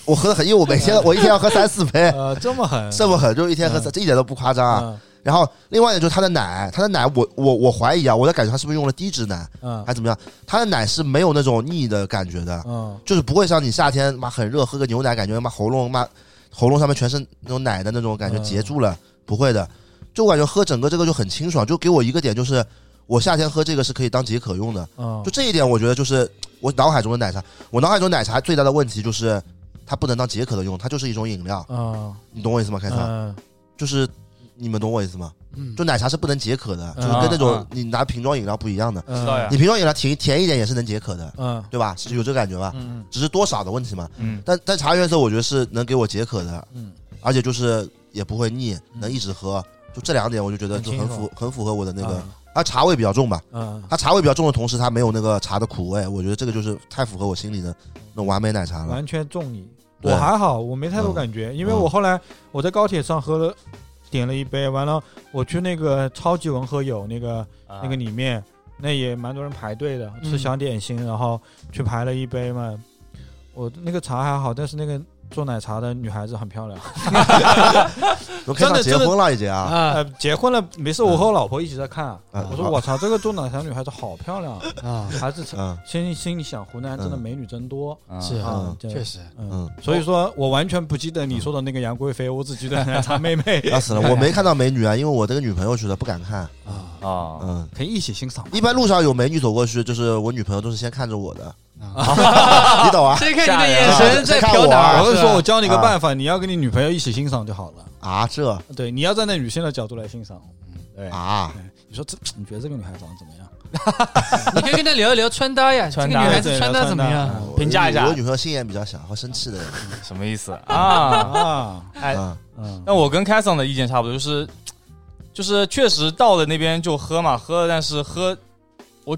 Speaker 1: 我喝的很，因 为我每天我一天要喝三四杯，
Speaker 4: 呃，这么狠，
Speaker 1: 哎 这么狠，就一天
Speaker 4: 嗯
Speaker 1: 喝三，这一点都不夸张啊。
Speaker 4: 啊，
Speaker 1: 然后另外一点就是它的奶，它的奶我我我怀疑啊，我在感觉它是不是用了低脂奶
Speaker 4: 嗯
Speaker 1: 还怎么样？它的奶是没有那种腻的感觉的，
Speaker 4: 嗯
Speaker 1: 就是不会像你夏天妈很热喝个牛奶，感觉妈喉咙妈喉咙上面全是那种奶的那种感觉
Speaker 4: 嗯
Speaker 1: 结住了，不会的。就我感觉喝整个这个就很清爽，就给我一个点就是，我夏天喝这个是可以当解渴用的。
Speaker 4: 嗯
Speaker 1: 就，这一点，我觉得就是我脑海中的奶茶，我脑海中奶茶最大的问题就是它不能当解渴的用，它就是一种饮料，
Speaker 4: 嗯
Speaker 1: 你懂我意思吗？开仓
Speaker 4: 嗯
Speaker 1: 就是你们懂我意思吗？
Speaker 2: 嗯
Speaker 1: 就奶茶是不能解渴的，就
Speaker 4: 嗯
Speaker 1: 是跟那种
Speaker 3: 嗯
Speaker 1: 你拿瓶装饮料不一样的，
Speaker 4: 嗯，
Speaker 3: 知道呀
Speaker 1: 你瓶装饮料甜甜一点也是能解渴的，
Speaker 4: 嗯
Speaker 1: 对吧？是有这个感觉吧？
Speaker 4: 嗯
Speaker 1: 只是多少的问题嘛。
Speaker 3: 嗯，
Speaker 1: 但但茶颜悦色我觉得是能给我解渴的，
Speaker 4: 嗯，
Speaker 1: 而且就是也不会腻，能一直喝，就这两点我就觉得就很符很符合我的那个
Speaker 4: 嗯，
Speaker 1: 它茶味比较重吧，
Speaker 4: 嗯
Speaker 1: 它茶味比较重的同时，它没有那个茶的苦味，我觉得这个就是太符合我心里的那种完美奶茶了。
Speaker 4: 完全中你。
Speaker 1: 对
Speaker 4: 我还好，我没太多
Speaker 1: 嗯
Speaker 4: 感觉，因为
Speaker 1: 嗯
Speaker 4: 我后来我在高铁上喝了，点了一杯，完了我去那个超级文和友那个
Speaker 3: 啊
Speaker 4: 那个里面，那也蛮多人排队的，
Speaker 2: 嗯
Speaker 4: 吃小点心，然后去排了一杯嘛。我那个茶还好，但是那个做奶茶的女孩子很漂亮。
Speaker 1: 我看他结婚了已经啊，
Speaker 2: 啊
Speaker 4: 呃，结婚了没事，我和我老婆一直在看啊，
Speaker 1: 嗯
Speaker 4: 我说
Speaker 1: 好
Speaker 4: 我操，这个做奶茶女孩子好漂亮啊，
Speaker 2: 啊，
Speaker 4: 还是
Speaker 1: 嗯
Speaker 4: 心心里想，湖南真的
Speaker 1: 嗯
Speaker 4: 美女真多
Speaker 3: 嗯
Speaker 2: 是
Speaker 1: 嗯
Speaker 4: 啊，
Speaker 2: 确
Speaker 4: 实，
Speaker 2: 实，
Speaker 4: 嗯，
Speaker 1: 嗯，
Speaker 4: 所以说我完全不记得你说的那个杨贵妃，我只记得奶茶妹妹
Speaker 1: 要死了，我没看到美女啊，因为我这个女朋友去的，不敢看。
Speaker 2: 啊
Speaker 3: 啊，
Speaker 1: 嗯，
Speaker 4: 可以一起欣赏嘛。
Speaker 1: 一般路上有美女走过去，就是我女朋友都是先看着我的，
Speaker 2: 啊，
Speaker 1: 你懂啊？
Speaker 2: 谁看你的眼神在瞟哪儿？
Speaker 4: 我会
Speaker 2: 是吧
Speaker 4: 说，我教你个办法，你要跟你女朋友一起欣赏就好了。
Speaker 1: 啊这
Speaker 4: 对，你要站在女性的角度来欣赏。对，
Speaker 1: 啊，
Speaker 4: 你说这，你觉得这个女孩长得怎么 样？
Speaker 2: 你可以跟他聊一聊穿搭呀，这个
Speaker 3: 穿
Speaker 2: 女
Speaker 3: 搭
Speaker 2: 孩子
Speaker 4: 对
Speaker 2: 穿搭怎么样？
Speaker 4: 嗯
Speaker 1: 我
Speaker 3: 评价一下
Speaker 1: 我女朋友心眼比较小，会生气的人。
Speaker 3: 什么意思啊？
Speaker 4: 啊，
Speaker 3: 哎
Speaker 1: 嗯
Speaker 4: 嗯，
Speaker 3: 那我跟 c a s o n 的意见差不多，就是就是确实到了那边就喝嘛，喝了，但是喝我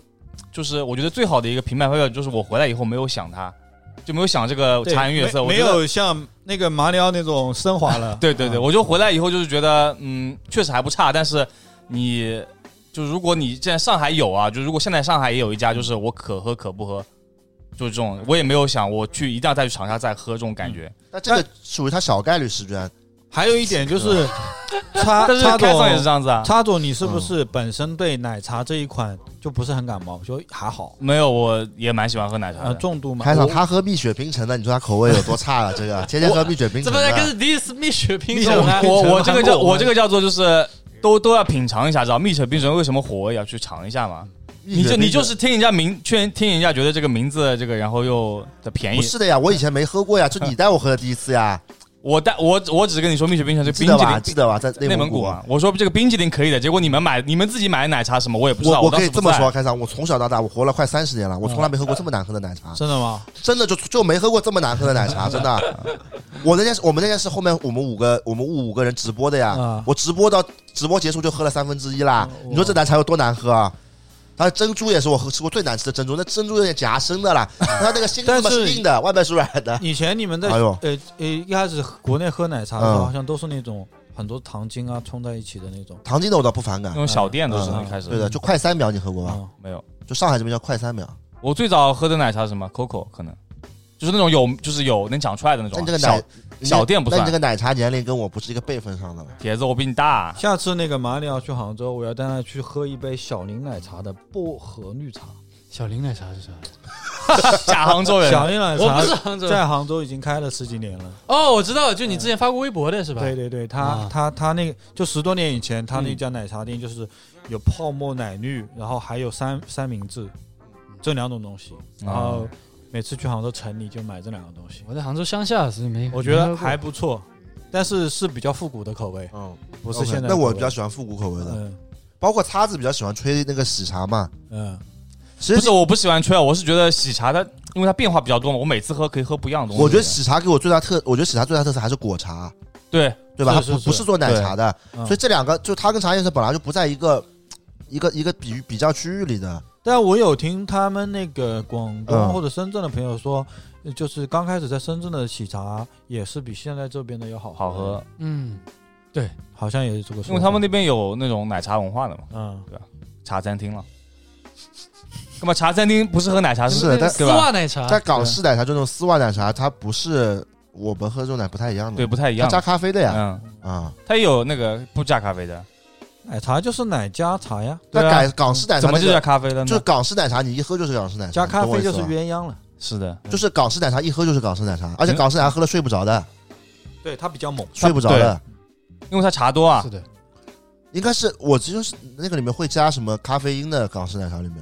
Speaker 3: 就是我觉得最好的一个评判标准就是我回来以后没有想他，就没有想这个
Speaker 4: 对
Speaker 3: 茶颜悦色，
Speaker 4: 没
Speaker 3: 我
Speaker 4: 没
Speaker 3: 觉得。。
Speaker 4: 有像那个马里奥那种升华了
Speaker 3: 对对对，
Speaker 4: 啊
Speaker 3: 我就回来以后就是觉得，嗯，确实还不差，但是你就如果你现在上海有啊，就如果现在上海也有一家，就是我可喝可不喝，就是这种，我也没有想我去一定要再去长沙再喝这种感觉。
Speaker 1: 那这个属于他小概率事件，
Speaker 4: 还有一点就是， 插
Speaker 3: 但是
Speaker 4: 插
Speaker 3: 开上也是
Speaker 4: 总
Speaker 3: 这样子啊，
Speaker 4: 插总，你是不是本身对奶茶这一款就不是很感冒？就还好
Speaker 3: 没有，我也蛮喜欢喝奶茶
Speaker 4: 啊，
Speaker 3: 的。
Speaker 4: 重度嘛。
Speaker 1: 开场
Speaker 4: 我
Speaker 1: 他喝蜜雪冰城的，你说他口味有多差啊？这个天天喝蜜雪冰
Speaker 2: 怎
Speaker 1: 城
Speaker 2: 么来
Speaker 1: 的，
Speaker 2: 跟 this 蜜雪冰
Speaker 4: 蜜
Speaker 2: 城
Speaker 4: 雪
Speaker 2: 呢？
Speaker 3: 我 我哦这个啊叫
Speaker 2: 韩国
Speaker 3: 我这个叫做就是都都要品尝一下，知道蜜雪冰城为什么火也要去尝一下嘛。
Speaker 1: 蜜雪
Speaker 3: 你就
Speaker 1: 冰
Speaker 3: 你就
Speaker 1: 城
Speaker 3: 是听人家名，劝听人家觉得这个名字这个，然后又的便宜
Speaker 1: 不。是的呀，我以前没喝过 呀，就你带我喝的第一次呀，
Speaker 3: 我带我我只是跟你说蜜雪冰城这
Speaker 1: 记
Speaker 3: 冰
Speaker 1: 得
Speaker 3: 淇
Speaker 1: 吧？
Speaker 3: 淋
Speaker 1: 记得吧？在
Speaker 3: 内
Speaker 1: 蒙
Speaker 3: 蒙古啊，我说这个冰淇淋可以的，结果你们买你们自己买的奶茶什么我也不知道。哎
Speaker 1: 我
Speaker 3: 我
Speaker 1: 可以
Speaker 3: 当时
Speaker 1: 这
Speaker 3: 不
Speaker 1: 么
Speaker 3: 在
Speaker 1: 说，，开场我从小到大，我活了快三十年了，我从来没喝过这么难喝的奶茶，
Speaker 4: 真的吗？
Speaker 1: 真的就就没喝过这么难喝的奶茶，真的。我那天是我们那天是后面我们五个我们五个人直播的呀
Speaker 4: 啊，
Speaker 1: 我直播到直播结束就喝了三分之一啦，你说这奶茶有多难喝啊？它的珍珠也是我喝吃过最难吃的珍珠，那珍珠有点夹生的啦，它那个心这么
Speaker 4: 但是
Speaker 1: 是硬的，外面是软的。
Speaker 4: 以前你们在
Speaker 1: 哎呦
Speaker 4: 呃呃一开始国内喝奶茶的时
Speaker 1: 嗯
Speaker 4: 候，好像都是那种很多糖精啊冲在一起的那种。
Speaker 1: 糖精的我倒不反感
Speaker 3: 那，种小店都是
Speaker 1: 嗯
Speaker 3: 一开始
Speaker 1: 对的，就快三秒你喝过吧？
Speaker 4: 啊，
Speaker 3: 没有。
Speaker 1: 就上海这边叫快三秒。
Speaker 3: 我最早喝的奶茶是什么 Coco 可能就是那种有就是有能讲出来的那
Speaker 1: 那
Speaker 3: 种
Speaker 1: 你哎这
Speaker 3: 啊
Speaker 1: 个
Speaker 3: 小
Speaker 1: 奶
Speaker 3: 小店不
Speaker 1: 那你
Speaker 3: 算
Speaker 1: 这。个奶茶年龄跟我不是一个辈分上的了。
Speaker 3: 铁子，我比你 大，
Speaker 4: 下次那个马里奥去杭州，我要带他去喝一杯小林奶茶的薄荷绿茶。
Speaker 2: 小林奶茶是啥？
Speaker 3: 假杭州人。
Speaker 4: 小林奶
Speaker 2: 我不是
Speaker 4: 茶
Speaker 2: 杭州人
Speaker 4: 在杭州已经开了十几年了。
Speaker 2: 哦，我知道，就你之前发过微博的是吧？
Speaker 4: 对对对，
Speaker 2: 啊
Speaker 4: 他他他那个就十多年以前，他
Speaker 1: 嗯
Speaker 4: 那家奶茶店就是有泡沫奶绿，然后还有三三明治这两种东西，
Speaker 1: 嗯
Speaker 4: 然后每次去杭州城里就买这两个东西，
Speaker 2: 我在杭州乡下，所以没
Speaker 4: 我觉得
Speaker 2: 没喝过
Speaker 4: 还不错，但是是比较复古的口味，
Speaker 1: 嗯，
Speaker 4: 不是现在的口味。
Speaker 1: 那我比较喜欢复古口味的，
Speaker 4: 嗯
Speaker 1: 包括叉子比较喜欢吹那个喜茶嘛。
Speaker 4: 嗯，
Speaker 1: 其
Speaker 3: 不
Speaker 1: 实
Speaker 3: 是，我不喜欢吹啊，我是觉得喜茶它因为它变化比较多嘛，我每次喝可以喝不一样的东西。
Speaker 1: 我觉得喜茶给我最大特，我觉得喜茶最大特色还是果茶，
Speaker 3: 对，
Speaker 1: 对吧？它
Speaker 4: 是是
Speaker 1: 不
Speaker 4: 是
Speaker 1: 不是做奶茶的，
Speaker 4: 嗯
Speaker 1: 所以这两个就它跟茶颜悦色本来就不在一个一个一个比比较区域里的。
Speaker 4: 但我有听他们那个广
Speaker 1: 嗯
Speaker 4: 东或者深圳的朋友说，呃就是刚开始在深圳的喜茶也是比现在这边的要好
Speaker 3: 好喝，，
Speaker 2: 嗯，
Speaker 4: 好像也是这个说法，
Speaker 3: 因为他们那边有那种奶茶文化的嘛，
Speaker 4: 嗯
Speaker 3: 茶餐厅了。那么茶餐厅不是喝奶茶
Speaker 1: 是
Speaker 3: 对
Speaker 1: 但
Speaker 2: 丝
Speaker 3: 吧？
Speaker 2: 袜奶茶
Speaker 1: 在港式奶茶就那种丝袜奶茶，它不是我们喝这种奶不太一样的，
Speaker 3: 对，不太一
Speaker 1: 它
Speaker 3: 样
Speaker 1: 加。咖啡的呀。
Speaker 3: 嗯，
Speaker 1: 啊，
Speaker 3: 它也有那个不加咖啡的，
Speaker 4: 奶哎茶就是奶加茶呀，
Speaker 1: 那
Speaker 3: 对啊
Speaker 1: 改港式奶茶
Speaker 3: 怎么
Speaker 1: 那
Speaker 3: 就
Speaker 1: 个
Speaker 3: 加咖啡了
Speaker 1: 就是
Speaker 3: 呢？
Speaker 1: 港式奶茶，你一喝就是港式奶茶，
Speaker 4: 加咖
Speaker 1: 懂我
Speaker 4: 啡
Speaker 1: 意思
Speaker 4: 就是
Speaker 1: 吧
Speaker 4: 鸳鸯了。
Speaker 3: 是的，
Speaker 1: 就是港式奶茶，一喝就是港式奶茶，而
Speaker 3: 嗯
Speaker 1: 且港式奶茶喝了睡不着
Speaker 3: 啊
Speaker 1: 的，
Speaker 4: 对，它比较猛。
Speaker 1: 睡不着的。
Speaker 3: 因为它茶多啊
Speaker 2: 是。的，
Speaker 1: 应该是我其实是那个里面会加什么咖啡因的港式奶茶里面，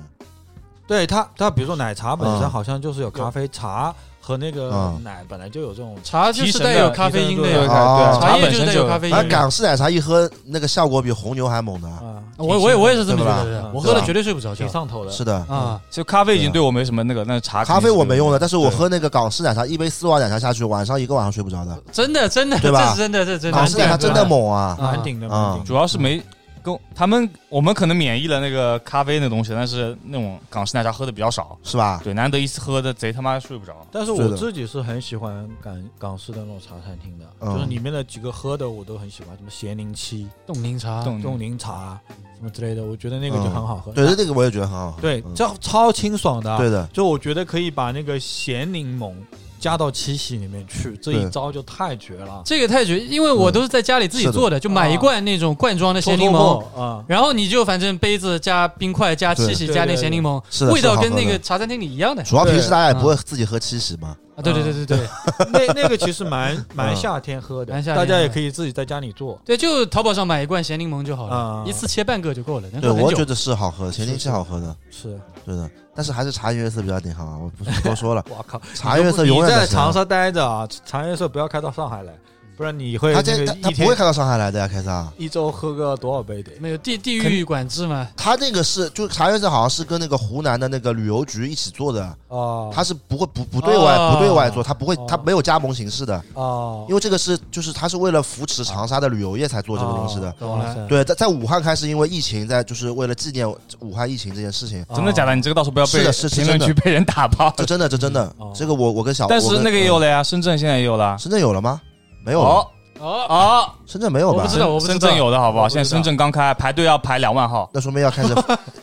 Speaker 4: 对它，它比如说奶茶本
Speaker 1: 嗯
Speaker 4: 身好像就是有咖啡茶和那个
Speaker 1: 嗯
Speaker 4: 奶本来就有这种
Speaker 2: 茶就是带有咖啡因的
Speaker 4: 对
Speaker 2: 呀，哦
Speaker 1: 啊
Speaker 3: 茶
Speaker 2: 茶叶
Speaker 3: 本
Speaker 2: 就是
Speaker 3: 身
Speaker 2: 带
Speaker 3: 就
Speaker 2: 有咖啡因
Speaker 1: 反正
Speaker 2: 的。
Speaker 1: 港式奶茶一喝那个效果比红牛还猛的，
Speaker 4: 啊，
Speaker 2: 我我也我也是这么觉得
Speaker 4: 对吧
Speaker 2: 的，
Speaker 4: 嗯
Speaker 2: 我喝了绝对睡不着觉
Speaker 4: 挺上头的。
Speaker 1: 是的。
Speaker 2: 啊。
Speaker 3: 就咖啡已经对我没什么那个，那茶
Speaker 1: 咖
Speaker 3: 肯定
Speaker 1: 啡
Speaker 3: 是
Speaker 1: 我没用的，但是我
Speaker 3: 对
Speaker 1: 喝那个港式奶茶，一杯丝袜奶茶下去，晚上一个晚上睡不着的。
Speaker 2: 真的，真的，
Speaker 1: 对吧
Speaker 2: 这是真的，这是真的。
Speaker 1: 港式奶茶真的猛
Speaker 2: 啊
Speaker 1: 啊！
Speaker 4: 蛮顶的，
Speaker 1: 嗯
Speaker 4: 蛮顶的。
Speaker 3: 主要是没跟他们，我们可能免疫了那个咖啡那东西，但是那种港式奶茶喝的比较少，
Speaker 1: 是吧？
Speaker 3: 对，难得一次喝的贼他妈睡不着。
Speaker 4: 但是
Speaker 1: 是
Speaker 4: 我
Speaker 1: 的
Speaker 4: 自己是很喜欢港港式的那种茶餐厅的，
Speaker 1: 嗯
Speaker 4: 就是里面的几个喝的我都很喜欢，什么咸柠七、
Speaker 2: 冻柠茶，
Speaker 3: 冻
Speaker 4: 冻柠茶啊什么之类的，我觉得那个就很好
Speaker 1: 嗯
Speaker 4: 喝。
Speaker 1: 对对，那个我也觉得很好喝。
Speaker 4: 对
Speaker 1: 嗯
Speaker 4: 这超清爽的。啊
Speaker 1: 对，的，
Speaker 4: 就我觉得可以把那个咸柠檬加到七喜里面去，这一
Speaker 1: 对
Speaker 4: 招就太绝了。
Speaker 2: 这个太绝，因为我都是在家里自己
Speaker 1: 是的
Speaker 2: 做的，就买一罐那种罐装的咸柠
Speaker 4: 偷
Speaker 2: 檬，
Speaker 4: 偷 碰啊，
Speaker 2: 然后你就反正杯子加冰块加七喜
Speaker 4: 对
Speaker 2: 加那
Speaker 4: 对
Speaker 2: 咸柠檬，
Speaker 1: 是的
Speaker 2: 味道
Speaker 1: 是好
Speaker 2: 跟
Speaker 1: 喝
Speaker 2: 那个
Speaker 1: 的
Speaker 2: 茶餐厅里一样的。
Speaker 1: 主要平时
Speaker 4: 对
Speaker 1: 大家也不
Speaker 2: 嗯
Speaker 1: 会自己喝七喜嘛，
Speaker 2: 啊，对对对对对
Speaker 4: 那那个其实
Speaker 1: 嗯
Speaker 4: 蛮蛮夏天喝的
Speaker 2: 蛮，夏天
Speaker 4: 大家
Speaker 2: 的
Speaker 4: 也可以自己在家里做。
Speaker 2: 对，就淘宝上买一罐咸柠檬就好了
Speaker 4: 啊，
Speaker 2: 一次切半个就够了，能
Speaker 1: 对，
Speaker 2: 嗯喝
Speaker 1: 我
Speaker 2: 很
Speaker 1: 觉
Speaker 2: 久。
Speaker 1: 得是好喝，咸柠是好喝的，
Speaker 4: 是，，
Speaker 1: 对的。但是还是茶颜悦色比较顶好啊，我不不多说了
Speaker 4: 我靠，
Speaker 1: 茶颜悦色
Speaker 4: 你
Speaker 1: 永远
Speaker 4: 在
Speaker 1: 的神啊
Speaker 4: 长沙待着啊，长沙不要开到上海来，不然你会
Speaker 1: 他
Speaker 4: 那
Speaker 1: 这
Speaker 4: 个
Speaker 1: 他他
Speaker 4: 一
Speaker 1: 不会
Speaker 4: 天
Speaker 1: 开到上海来的呀，凯撒。
Speaker 4: 一周喝个多少杯的？
Speaker 2: 没有地地
Speaker 4: 肯
Speaker 2: 域管制嘛，
Speaker 1: 他那个是，就茶颜悦色好像是跟那个湖南的那个旅游局一起做的，
Speaker 4: 哦，
Speaker 1: 他是不会不不对外
Speaker 2: 哦
Speaker 1: 不对外做，他不会
Speaker 4: 哦
Speaker 1: 他没有加盟形式的，
Speaker 4: 哦，
Speaker 1: 因为这个是就是他是为了扶持长沙的旅游业才做这个东西的
Speaker 4: 哦。懂了
Speaker 2: 哇塞
Speaker 1: 对，在在武汉开始因为疫情，在就是为了纪念武汉疫情这件事情，
Speaker 3: 真的假的？你这个到时候不要被
Speaker 1: 是的是是
Speaker 3: 评论
Speaker 1: 真的
Speaker 3: 区被人打爆。
Speaker 1: 这真的这真的
Speaker 4: 哦，
Speaker 1: 这个我我跟小，
Speaker 3: 但
Speaker 1: 我
Speaker 3: 是
Speaker 1: 跟
Speaker 3: 那个也有了呀，深圳现在也有了
Speaker 1: 嗯，。深圳有了吗？没有了，
Speaker 3: 哦
Speaker 2: 哦，
Speaker 3: 哦，
Speaker 1: 深圳没有
Speaker 2: 我
Speaker 1: 吧
Speaker 2: 不？知道我不知道
Speaker 3: 深圳有的好不好？
Speaker 4: 我不知
Speaker 3: 现
Speaker 4: 道
Speaker 3: 在深圳刚开，排队要排两万号。
Speaker 1: 那说明要 开始，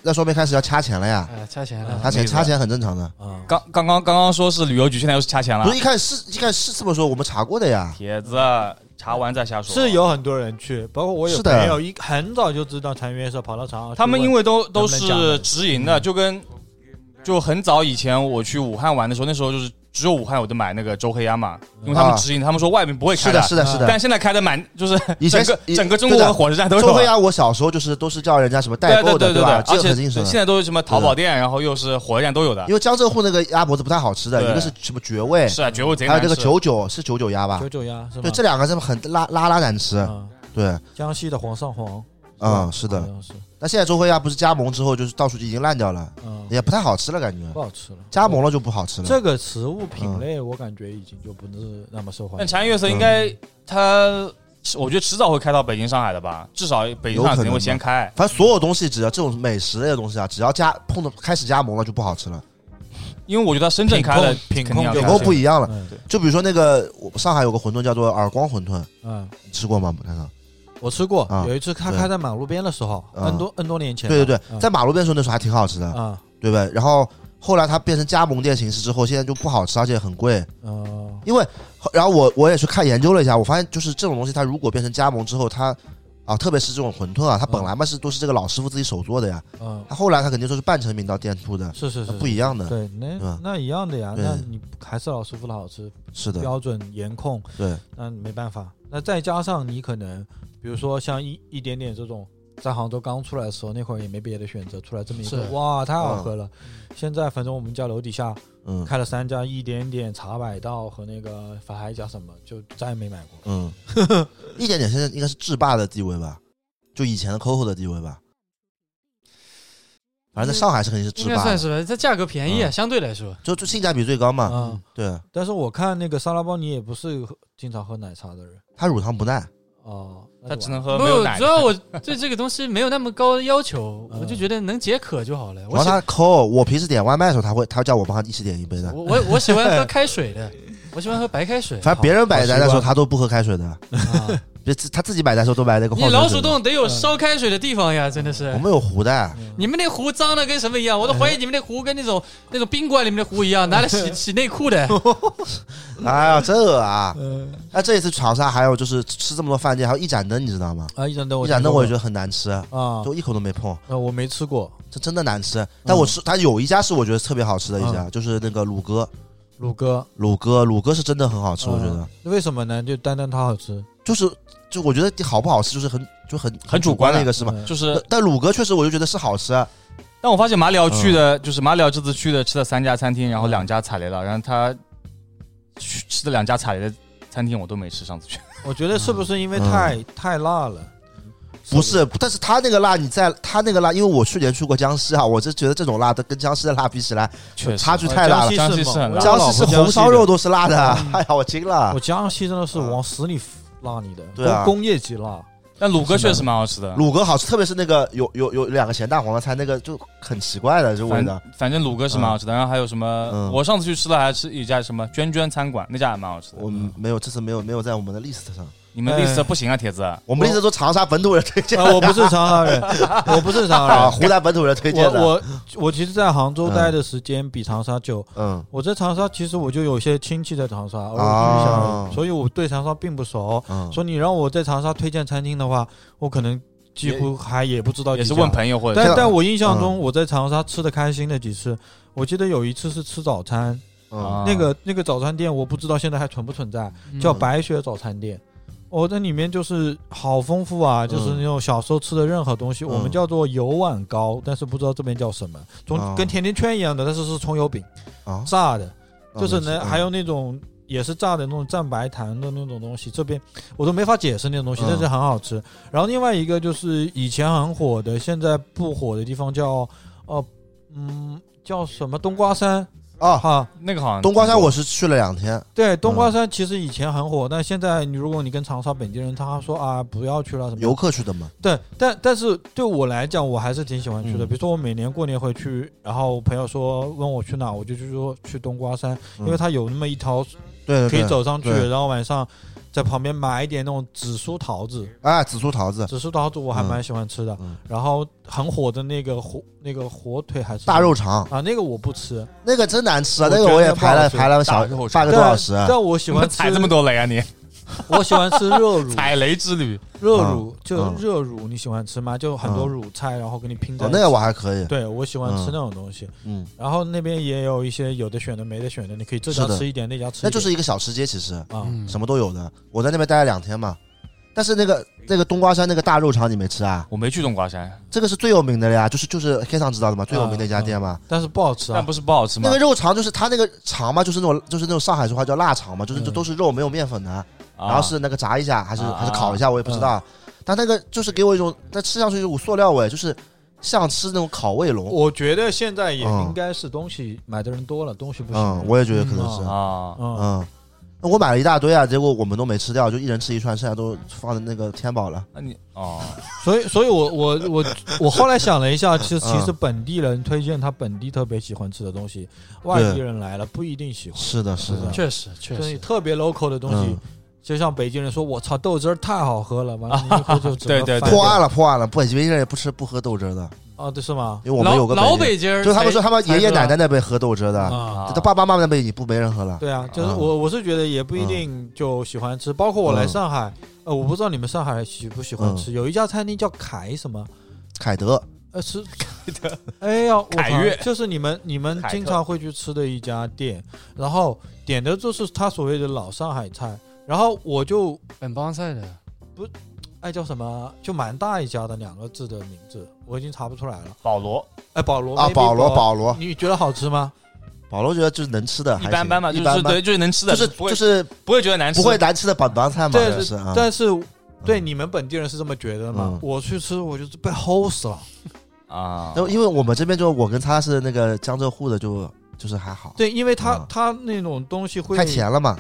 Speaker 1: 那说明开始要掐钱了呀，
Speaker 2: 哎，差钱了
Speaker 1: 掐钱
Speaker 3: 没错
Speaker 1: 掐钱很正常的。
Speaker 4: 啊，
Speaker 3: 刚刚刚刚刚说是旅游局，现在又是掐钱了
Speaker 1: 不。是一开始是一开始是这么说，我们查过的呀。
Speaker 3: 帖子查完再瞎说。
Speaker 4: 是有很多人去，包括我有
Speaker 1: 啊是的
Speaker 4: 朋友一很早就知道长约社，跑到长沙去问，
Speaker 3: 他们因为都都
Speaker 4: 能不能
Speaker 3: 是
Speaker 4: 讲
Speaker 3: 直营
Speaker 1: 嗯
Speaker 3: 的，就跟就很早以前我去武汉玩的时候，那时候就是只有武汉有的买那个周黑鸭嘛，因为他们直营，他们说外面不会
Speaker 1: 是
Speaker 3: 开
Speaker 1: 啊的，是的，
Speaker 4: 啊
Speaker 1: 是的。
Speaker 3: 但现在开的满，就是
Speaker 1: 以前
Speaker 3: 整个
Speaker 1: 以
Speaker 3: 整个中国
Speaker 1: 对
Speaker 3: 的
Speaker 1: 的
Speaker 3: 火车站都有
Speaker 1: 周黑
Speaker 3: 啊。
Speaker 1: 鸭，我小时候就是都是叫人家什么代
Speaker 3: 对
Speaker 1: 购
Speaker 3: 对
Speaker 1: 的，
Speaker 3: 对对，
Speaker 1: 吧？这
Speaker 3: 而
Speaker 1: 个
Speaker 3: 且
Speaker 1: 很精神
Speaker 3: 现
Speaker 1: 的。
Speaker 3: 在都是什么淘宝店，然后又是火车站都有的
Speaker 1: 因。为江浙沪那个鸭脖子不太好吃的，
Speaker 3: 对
Speaker 1: 一个是什么绝味，
Speaker 3: 是啊，绝味贼
Speaker 1: 还有
Speaker 3: 难
Speaker 1: 这
Speaker 3: 吃。
Speaker 1: 个九九是九九鸭吧
Speaker 4: 九？九鸭是吧？
Speaker 1: 对，这两个真的很拉拉拉难吃。
Speaker 4: 啊
Speaker 1: 对，
Speaker 4: 江西的黄上黄，
Speaker 1: 嗯，是
Speaker 4: 好
Speaker 1: 的。
Speaker 4: 像是，
Speaker 1: 但现在周黑鸭不是加盟之后，就是到处就已经烂掉了，
Speaker 4: 嗯，
Speaker 1: 也不太好吃了，感觉。
Speaker 4: 不好吃了。
Speaker 1: 加盟了就不好吃了。
Speaker 4: 这个食物品类，我感觉已经就不是那么受欢
Speaker 3: 但
Speaker 4: 迎。
Speaker 3: 茶颜悦色应该
Speaker 1: 嗯
Speaker 3: 它，我觉得迟早会开到北京、上海的吧，至少北京、上海肯定会先开。
Speaker 1: 反正所有东西，只要这种美食类的东西啊，只要加碰到开始加盟了就不好吃了，
Speaker 3: 因为我觉得深圳开了，
Speaker 4: 品控
Speaker 3: 肯定要
Speaker 4: 品
Speaker 1: 有
Speaker 4: 控
Speaker 1: 够
Speaker 3: 开。
Speaker 1: 不一样了。
Speaker 4: 嗯
Speaker 1: 就比如说那个我上海有个馄饨叫做耳光馄饨，
Speaker 4: 嗯，
Speaker 1: 你吃过吗？看看。
Speaker 4: 我吃过
Speaker 1: 啊，
Speaker 4: 有一次他
Speaker 1: 对
Speaker 4: 开在马路边的时候
Speaker 1: 啊
Speaker 4: ，N 多 N 多年前了。
Speaker 1: 对对对，在马路边的时候那时候还挺好吃的，
Speaker 4: 啊
Speaker 1: 对不对？然后后来它变成加盟店形式之后，现在就不好吃，而且很贵。
Speaker 4: 嗯
Speaker 1: 因为后然后我我也去看研究了一下，我发现就是这种东西，它如果变成加盟之后，它啊，特别是这种馄饨啊，它本来嘛是都是这个老师傅自己手做的呀，
Speaker 4: 嗯，
Speaker 1: 它后来它肯定说是半成品到店铺的，
Speaker 4: 是是是，
Speaker 1: 不一样的。
Speaker 4: 对，那
Speaker 1: 对吧
Speaker 4: 那一样的呀，
Speaker 1: 对
Speaker 4: 那你还是老师傅的好吃，
Speaker 1: 是的，
Speaker 4: 标准严控，
Speaker 1: 对，
Speaker 4: 那没办法。那再加上你可能，比如说像一一点点这种，在杭州刚出来的时候，那会儿也没别的选择，出来这么一个
Speaker 2: 是，
Speaker 4: 哇，太好喝了。现在反正我们家楼底下
Speaker 1: 嗯
Speaker 4: 开了三家，一点点、茶百道和那个法海家什么，就再也没买过。
Speaker 1: 嗯，一点点现在应该是制霸的地位吧，就以前的 COCO 的地位吧。反正在上海是肯定是
Speaker 2: 应
Speaker 1: 制
Speaker 2: 该
Speaker 1: 霸
Speaker 2: 算
Speaker 1: 的，
Speaker 2: 是吧，它价格便宜啊，
Speaker 1: 嗯
Speaker 2: 相对来说。
Speaker 1: 就就性价比最高嘛。
Speaker 4: 啊，
Speaker 1: 对，
Speaker 4: 但是我看那个沙拉包，你也不是喝经常喝奶茶的人
Speaker 1: 它乳糖不耐，
Speaker 4: 哦，那
Speaker 3: 它
Speaker 4: 就
Speaker 3: 只
Speaker 4: 完
Speaker 3: 能喝
Speaker 4: 了
Speaker 2: 不
Speaker 3: 没有，奶
Speaker 2: 主
Speaker 3: 的。
Speaker 2: 要我对这个东西没有那么高的要求，
Speaker 4: 嗯
Speaker 2: 我就觉得能解渴就好了。
Speaker 1: 然
Speaker 2: 我
Speaker 1: 后
Speaker 2: 喜
Speaker 1: 它抠，我平时点外卖的时候，他会他叫我帮他一起点一杯的。
Speaker 2: 我我我 喜欢喝开水的，我喜欢喝白开水。
Speaker 1: 反正别人买单的时
Speaker 4: 好
Speaker 1: 候，
Speaker 4: 习惯
Speaker 1: 他都不喝开水的，
Speaker 2: 啊
Speaker 1: 别自他自己买单的时候都买那个矿
Speaker 2: 你
Speaker 1: 泉水。
Speaker 2: 老鼠，洞得有烧开水的地方呀，真的是
Speaker 1: 我。们有嗯壶的，
Speaker 2: 你们那壶脏的跟什么一样？我都怀疑你们那壶跟那种那种宾馆里面的壶一样，拿 来洗洗内裤的。
Speaker 1: 哎呀，这个啊！
Speaker 4: 嗯
Speaker 1: 那这一次长沙还有就是吃这么多饭店，还有一盏灯，你知道吗？
Speaker 4: 啊，一盏灯我
Speaker 1: 一盏灯我也觉
Speaker 4: 得
Speaker 1: 得很难吃，
Speaker 4: 啊，
Speaker 1: 就一口都没碰，
Speaker 4: 呃，我没吃过
Speaker 1: 这真的难吃。但我吃它有一家是我觉得特别好吃的一家，就是那个鲁哥，
Speaker 4: 鲁哥，
Speaker 1: 鲁哥，鲁哥是真的很好吃，我觉得
Speaker 4: 嗯为什么呢？就单单它好吃，
Speaker 1: 就是就我觉得好不好吃就是很就很
Speaker 3: 很主
Speaker 1: 主观
Speaker 3: 观的
Speaker 1: 的一个事嘛。
Speaker 4: 嗯
Speaker 3: 就是，
Speaker 1: 但鲁哥确实我就觉得是好吃，
Speaker 3: 但我发现马里奥去的，就是马里奥这次去的吃了三家餐厅，然后两家踩雷了，然后他去吃的两家踩雷的餐厅我都没吃，上次去。
Speaker 4: 我觉得是不是因为太、太辣了？
Speaker 1: 嗯不是，但是他那个辣，你在他那个辣，因为我去年去过江西啊，我就觉得这种辣的跟江西的辣比起来，
Speaker 3: 确 实
Speaker 1: 差距
Speaker 4: 呃
Speaker 1: 太辣了。
Speaker 3: 江西
Speaker 4: 是
Speaker 3: 是很
Speaker 4: 猛
Speaker 3: 辣
Speaker 1: 江西是红烧肉，都是辣的，
Speaker 4: 嗯
Speaker 1: 哎呀，我惊了
Speaker 4: 我。江西真的是往死里辣你的，
Speaker 1: 对啊
Speaker 4: 工工业级辣。
Speaker 3: 但鲁哥确实蛮好吃的，
Speaker 1: 鲁哥好吃，特别是那个有有有两个咸蛋黄的菜，那个就很奇怪的，就味道
Speaker 3: 反。反正鲁哥是蛮好吃的，然后还有什么？
Speaker 1: 嗯
Speaker 3: 我上次去吃了，还吃一家什么娟娟餐馆，那家也蛮好吃的。
Speaker 4: 嗯
Speaker 1: 我们没有，这次没有没有在我们的 list 上。
Speaker 3: 你们 list 不行啊，铁子。
Speaker 1: 我们一直说长沙本土人推 荐
Speaker 4: 啊，我不是长 沙人，我不是长沙
Speaker 1: 啊，
Speaker 4: 人。
Speaker 1: 湖南本土人推荐的，
Speaker 4: 哎我我我其实，在杭州待的时间比长沙久。
Speaker 1: 嗯
Speaker 4: 我在长沙，其实我就有些亲戚在长沙，我
Speaker 1: 啊
Speaker 4: 想，所以我对长沙并不熟。
Speaker 1: 嗯，
Speaker 4: 说你让我在长沙推荐餐厅的话，我可能几乎还也不知道几
Speaker 3: 也
Speaker 4: 家。
Speaker 3: 是问朋友或者
Speaker 1: 这
Speaker 4: 但
Speaker 1: 样
Speaker 4: 但我印
Speaker 1: 嗯
Speaker 4: 象中，我在长沙吃的开心的几次，我记得有一次是吃早餐，
Speaker 1: 嗯
Speaker 4: 那个那个早餐店我不知道现在还存不存在，
Speaker 2: 嗯
Speaker 4: 叫白雪早餐店。哦，那里面就是好丰富啊，就是那种小时候吃的任何东西，
Speaker 1: 嗯
Speaker 4: 我们叫做油碗糕，但是不知道这边叫什么，
Speaker 1: 哦
Speaker 4: 从跟甜甜圈一样的，但是是葱油饼
Speaker 1: 啊，嗯
Speaker 4: 炸的，就是
Speaker 1: 呢
Speaker 4: 呢，还有那种也是炸的那种蘸白糖的那种东西，这边我都没法解释那种东西，
Speaker 1: 嗯
Speaker 4: 但是很好吃。然后另外一个就是以前很火的，现在不火的地方叫呃嗯叫什么冬瓜山
Speaker 1: 啊，
Speaker 4: 哈，
Speaker 3: 那个好像
Speaker 1: 冬瓜山我是去了两天，
Speaker 4: 对，冬瓜山其实以前很火，但现在你如果你跟长沙本地人，他说啊不要去了什么
Speaker 1: 游客去的嘛，
Speaker 4: 对，但但是对我来讲，我还是挺喜欢去的。
Speaker 1: 嗯
Speaker 4: 比如说我每年过年会去，然后朋友说问我去哪，我就去说去冬瓜山，
Speaker 1: 嗯
Speaker 4: 因为它有那么一条
Speaker 1: 对
Speaker 4: 可
Speaker 1: 对
Speaker 4: 以
Speaker 1: 对，
Speaker 4: 走上去，
Speaker 1: 对
Speaker 4: 然后晚上在旁边买一点那种紫苏桃子，
Speaker 1: 哎，紫苏桃子，
Speaker 4: 紫苏桃子我还
Speaker 1: 嗯
Speaker 4: 蛮喜欢吃的。
Speaker 1: 嗯
Speaker 4: 然后很火的那个火那个火腿还是
Speaker 1: 大肉肠，
Speaker 4: 啊，那个我不吃，
Speaker 1: 那个真难吃啊，
Speaker 4: 我
Speaker 1: 那个
Speaker 4: 觉得
Speaker 1: 我也
Speaker 4: 那不
Speaker 1: 排了
Speaker 4: 好吃
Speaker 1: 排了小
Speaker 3: 大肉肠
Speaker 1: 半个多小时，啊
Speaker 4: 但我喜
Speaker 3: 你们
Speaker 4: 欢 吃
Speaker 3: 踩这么多雷啊你！
Speaker 4: 我喜欢吃 热乳，
Speaker 3: 踩雷之旅，
Speaker 4: 热乳就
Speaker 1: 嗯
Speaker 4: 热乳，你喜欢吃吗？就很多
Speaker 1: 嗯
Speaker 4: 乳菜，然后给你拼在
Speaker 1: 哦
Speaker 4: 一起。
Speaker 1: 那个我还可以，
Speaker 4: 对我喜欢吃
Speaker 1: 嗯
Speaker 4: 那种东西。
Speaker 1: 嗯，
Speaker 4: 然后那边也有一些有的选的没的选的，你可以这家
Speaker 1: 是的
Speaker 4: 吃一点，那家吃一点。
Speaker 1: 那就是一个小吃街，其实
Speaker 4: 啊，
Speaker 2: 嗯
Speaker 1: 什么都有的。我在那边待了两天嘛，但是那个那个冬瓜山那个大肉肠你没吃啊？
Speaker 3: 我没去冬瓜山，
Speaker 1: 这个是最有名的了呀，就是就是黑上知道的嘛，最有名的一家店嘛。
Speaker 4: 但是不好吃
Speaker 3: 但
Speaker 4: 啊。
Speaker 3: 不是不好吃吗
Speaker 1: 那个？肉肠就是它那个肠嘛，就是那种就是那种上海话叫腊肠嘛，就是就
Speaker 4: 嗯
Speaker 1: 都是肉没有面粉的，
Speaker 3: 啊
Speaker 1: 然后是那个炸一下还是
Speaker 3: 啊
Speaker 1: 还是烤一下，我也不知道。但那个就是给我一种，但吃上去有股塑料味，就是像吃那种烤卫龙。
Speaker 4: 我觉得现在也
Speaker 1: 嗯
Speaker 4: 应该是东西买的人多了，东西不
Speaker 1: 嗯，
Speaker 4: 行。
Speaker 1: 我也觉得可能是。
Speaker 3: 啊，
Speaker 4: 嗯，
Speaker 1: 嗯，那我买了一大堆啊，结果我们都没吃掉，就一人吃一串，剩下都放在那个天宝了。
Speaker 3: 那你哦，
Speaker 4: 所以，所以我我 我我后来想了一下，其实
Speaker 1: 嗯
Speaker 4: 其实本地人推荐他本地特别喜欢吃的东西，外地人来了不一定喜欢。
Speaker 1: 是的，是的，
Speaker 2: 确实确
Speaker 4: 就是
Speaker 2: 实，
Speaker 4: 特别 local 的东西
Speaker 1: 嗯，
Speaker 4: 就像北京人说：“我操，豆汁儿太好喝了！”完了，你一喝就整
Speaker 3: 对
Speaker 4: 个
Speaker 3: 对
Speaker 1: 破
Speaker 3: 对
Speaker 4: 翻掉
Speaker 1: 案了，破案了！不，北京人也不吃不喝豆汁儿的，
Speaker 4: 啊，对是吗？
Speaker 1: 因为我们
Speaker 2: 老
Speaker 1: 有个
Speaker 2: 老
Speaker 1: 北
Speaker 2: 北京
Speaker 1: 京，
Speaker 2: 儿
Speaker 1: 就是他们
Speaker 2: 才
Speaker 1: 说他们
Speaker 2: 才
Speaker 1: 爷爷
Speaker 2: 知道
Speaker 1: 奶奶那辈喝豆汁儿的，
Speaker 2: 啊，
Speaker 1: 他爸爸妈妈那辈已经不没人喝了。
Speaker 4: 对啊，就是
Speaker 1: 嗯
Speaker 4: 我我是觉得也不一定就喜欢吃，包括我来上海，呃，我不知道你们上海喜不喜欢吃，有一家餐厅叫凯什么，
Speaker 1: 凯德，
Speaker 4: 呃是凯的， 哎呀，我靠
Speaker 3: 凯悦
Speaker 4: 就是你们你们
Speaker 3: 凯特
Speaker 4: 经常会去吃的一家店，然后点的就是他所谓的老上海菜，然后我就
Speaker 2: 本帮菜的，
Speaker 4: 哎叫什么，就蛮大一家的两个字的名字，我已经查不出来了，
Speaker 3: 保罗
Speaker 4: 哎保罗
Speaker 1: 啊，
Speaker 4: maybe
Speaker 1: 保罗，保罗，
Speaker 4: 你觉得好吃吗？
Speaker 1: 保罗觉得就是能吃的，
Speaker 3: 一
Speaker 1: 还
Speaker 3: 般
Speaker 1: 行
Speaker 3: 般嘛，就
Speaker 1: 一般
Speaker 3: 是
Speaker 1: 般，
Speaker 3: 对，就是能吃的，
Speaker 1: 就是
Speaker 3: 不会
Speaker 1: 就是
Speaker 3: 不会觉得难吃，
Speaker 1: 不会难吃的板板菜嘛，
Speaker 4: 对
Speaker 1: 就是啊，
Speaker 4: 但是对你们本地人是这么觉得吗
Speaker 1: 嗯？
Speaker 4: 我去吃我就是被齁死了。
Speaker 3: 啊
Speaker 1: 然。后因为我们这边就我跟他是那个江浙沪的，就就是还好，
Speaker 4: 对，因为它、
Speaker 1: 嗯
Speaker 4: 它那种东西会
Speaker 1: 太甜了嘛，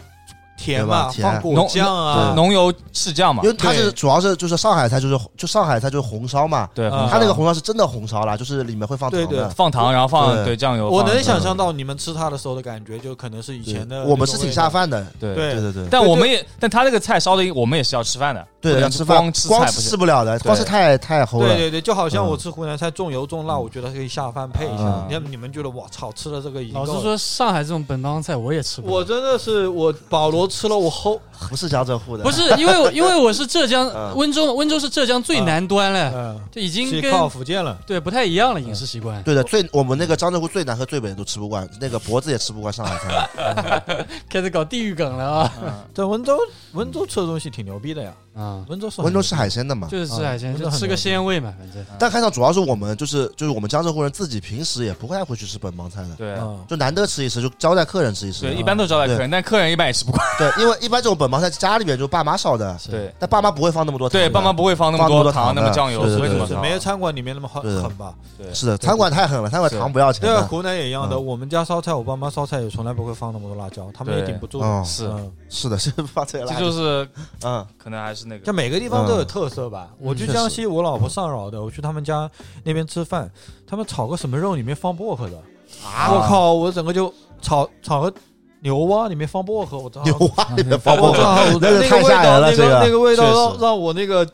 Speaker 4: 甜
Speaker 1: 对吧
Speaker 4: 嘛，
Speaker 1: 甜
Speaker 4: 放果酱啊，
Speaker 3: 浓油赤酱嘛
Speaker 1: 因，为它是
Speaker 4: 对
Speaker 1: 主要是就是上海菜，就是就上海菜就是红烧嘛，
Speaker 3: 对，
Speaker 4: 啊
Speaker 1: 嗯它那个红烧是真的红烧啦，就是里面会放糖
Speaker 4: 对
Speaker 1: 的
Speaker 4: 对。
Speaker 3: 放糖，然后放
Speaker 1: 对
Speaker 3: 对酱油，
Speaker 4: 我
Speaker 3: 放
Speaker 4: 能想象到你们吃它的时候的感觉，就可能是以前的
Speaker 1: 我们是挺下
Speaker 4: 下
Speaker 1: 饭的，
Speaker 3: 对
Speaker 4: 对
Speaker 1: 对对对，
Speaker 3: 但我们也，但他那个菜烧的，我们也是要吃饭的，不
Speaker 1: 对要
Speaker 3: 能
Speaker 1: 吃饭
Speaker 3: 光吃菜不
Speaker 1: 吃
Speaker 3: 行。
Speaker 1: 不了的，光吃太太齁
Speaker 4: 对
Speaker 1: 了。
Speaker 4: 对对，就好像
Speaker 1: 嗯
Speaker 4: 我吃湖南菜重油重辣，我觉得可以下饭配一下。
Speaker 1: 嗯
Speaker 4: 你看你们觉得我操，吃了这个已经
Speaker 2: 老
Speaker 4: 够
Speaker 2: 实
Speaker 4: 了。
Speaker 2: 说，上海这种本帮菜我也吃不
Speaker 4: 我
Speaker 2: 了。
Speaker 4: 真的是我保罗吃了我齁，
Speaker 1: 不是江浙沪的，
Speaker 2: 不是因为我因为我是浙江
Speaker 1: 嗯
Speaker 2: 温州，温州是浙江最南端
Speaker 3: 哎
Speaker 2: 了，
Speaker 4: 嗯，
Speaker 2: 就已经
Speaker 4: 去
Speaker 2: 跟
Speaker 4: 靠福嗯建了。
Speaker 2: 对不太一样了饮食习惯。
Speaker 1: 对的，最我们那个江浙沪最南和最北都吃不惯，那个脖子也吃不惯上海 菜。
Speaker 2: 开始搞地域梗了啊！
Speaker 3: 嗯
Speaker 4: 在温州，温州吃的东西挺牛逼的呀。
Speaker 2: 啊，
Speaker 4: 温州是很
Speaker 1: 温州
Speaker 4: 牛
Speaker 1: 吃
Speaker 4: 逼
Speaker 1: 海鲜的嘛，
Speaker 2: 就是吃海鲜，
Speaker 4: 啊
Speaker 2: 就吃个鲜味嘛，反正
Speaker 1: 但开场主要是我们就是就是我们江浙沪人自己平时也不太会去吃本帮菜的，
Speaker 3: 对
Speaker 4: 的嗯，
Speaker 1: 就难得吃一次，就招待客人吃一次。
Speaker 3: 对，一般都是招待客人，但客人一般也吃不惯。
Speaker 1: 对，因为一般这种本帮菜家里面就爸妈烧的，
Speaker 3: 对
Speaker 1: 但爸妈不会放那么多糖的。
Speaker 3: 对，爸妈不会放那么
Speaker 1: 放那么多
Speaker 3: 糖、
Speaker 1: 糖
Speaker 3: 那
Speaker 1: 的
Speaker 3: 么酱油，
Speaker 1: 对对
Speaker 3: 所以怎
Speaker 1: 对
Speaker 3: 么
Speaker 4: 是
Speaker 3: 糖
Speaker 4: 没有餐馆里面那么狠
Speaker 1: 对的
Speaker 4: 狠吧？
Speaker 1: 是的，餐馆太狠了，餐馆
Speaker 3: 是
Speaker 1: 糖不要钱
Speaker 4: 对，
Speaker 1: 的。
Speaker 4: 湖南也一样的。
Speaker 1: 嗯
Speaker 4: 我们家烧菜，我爸妈烧菜也从来不会放那么多辣椒，他们也顶不住的。
Speaker 1: 嗯，
Speaker 3: 是，
Speaker 4: 嗯
Speaker 1: 是的，是发这个
Speaker 3: 这
Speaker 1: 垃
Speaker 3: 就
Speaker 1: 圾。
Speaker 3: 是哦
Speaker 1: 嗯
Speaker 3: 可能还是那个
Speaker 4: 就每个地方都有特色吧。我去江西，我老婆上饶的，我去他们家那边吃饭，
Speaker 1: 啊
Speaker 4: 他们炒个什么肉里面放薄荷的，我靠，我整个就炒炒个牛蛙里面放薄荷，我操！
Speaker 1: 牛蛙里面放薄
Speaker 4: 我
Speaker 1: 荷，
Speaker 4: 操！
Speaker 1: 那个
Speaker 4: 那
Speaker 1: 太
Speaker 4: 味
Speaker 1: 吓人
Speaker 4: 道，
Speaker 1: 了，
Speaker 4: 那
Speaker 1: 这
Speaker 4: 个那
Speaker 1: 个
Speaker 4: 个味道让
Speaker 3: 确实
Speaker 4: 让我那个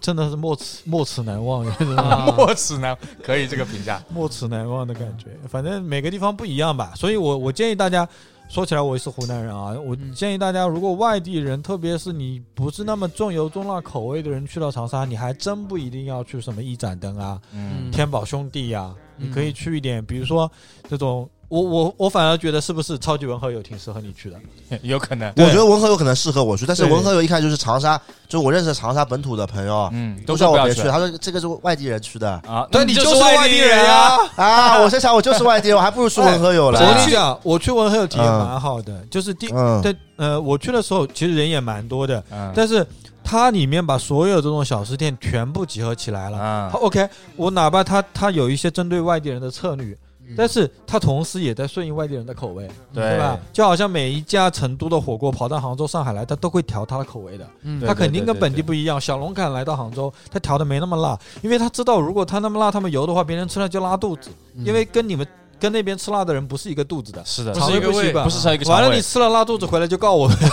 Speaker 4: 真的是莫齿莫齿难忘，
Speaker 2: 嗯啊
Speaker 3: 莫齿难可以这个评价，
Speaker 4: 莫齿难忘的感觉。反正每个地方不一样吧，所以我我建议大家，说起来我也是湖南人啊，我
Speaker 2: 嗯
Speaker 4: 建议大家，如果外地人，特别是你不是那么重油重辣口味的人，去到长沙，你还真不一定要去什么一盏灯啊、
Speaker 3: 嗯，
Speaker 4: 天宝兄弟呀、
Speaker 2: 嗯
Speaker 4: 你可以去一点，比如说这种，我我我反而觉得是不是超级文和友挺适合你去的，
Speaker 3: 有可能，
Speaker 1: 我觉得文和友可能适合我去，但是
Speaker 4: 对
Speaker 1: 文和友一看就是长沙，就我认识的长沙本土的朋友，
Speaker 3: 嗯，
Speaker 1: 都
Speaker 3: 都
Speaker 1: 叫我
Speaker 3: 说不要
Speaker 1: 别去，他说这个是外地人去的
Speaker 3: 啊，
Speaker 4: 对
Speaker 3: 那
Speaker 4: 你
Speaker 3: 就
Speaker 4: 嗯就是是
Speaker 3: 外
Speaker 4: 外
Speaker 3: 地
Speaker 4: 地人
Speaker 3: 呀，
Speaker 1: 啊！我在想，我就是外地人，我还不如去文和友
Speaker 4: 我
Speaker 1: 来。
Speaker 3: 哎
Speaker 4: 跟你讲，我去文和友体验
Speaker 1: 嗯
Speaker 4: 蛮好的，就是第
Speaker 1: 嗯，
Speaker 4: 哦对，呃，我去的时候其实人也蛮多的，
Speaker 3: 嗯，
Speaker 4: 但是它里面把所有这种小吃店全部集合起来了。
Speaker 3: 啊
Speaker 4: 它 OK，我哪怕它它有一些针对外地人的策略，
Speaker 2: 嗯
Speaker 4: 但是它同时也在顺应外地人的口味，
Speaker 3: 嗯对
Speaker 4: 对吧？就好像每一家成都的火锅跑到杭州、上海来，它都会调它的口味的，
Speaker 2: 嗯
Speaker 3: 对
Speaker 4: 它肯定跟本地不一样。小龙坎来到杭州，它调的没那么辣，因为他知道如果他那么辣，他们油的话，别人吃了就拉肚子，
Speaker 2: 嗯
Speaker 3: 嗯
Speaker 4: 因为跟你们跟那边吃辣的人不是一个肚子的。
Speaker 3: 是的，
Speaker 2: 不是一个
Speaker 4: 肠胃不习
Speaker 2: 胃
Speaker 4: 惯嗯
Speaker 3: 不是吃一个
Speaker 4: 完
Speaker 3: 肠
Speaker 4: 了，你
Speaker 3: 胃，
Speaker 4: 吃了拉肚子回来就告我，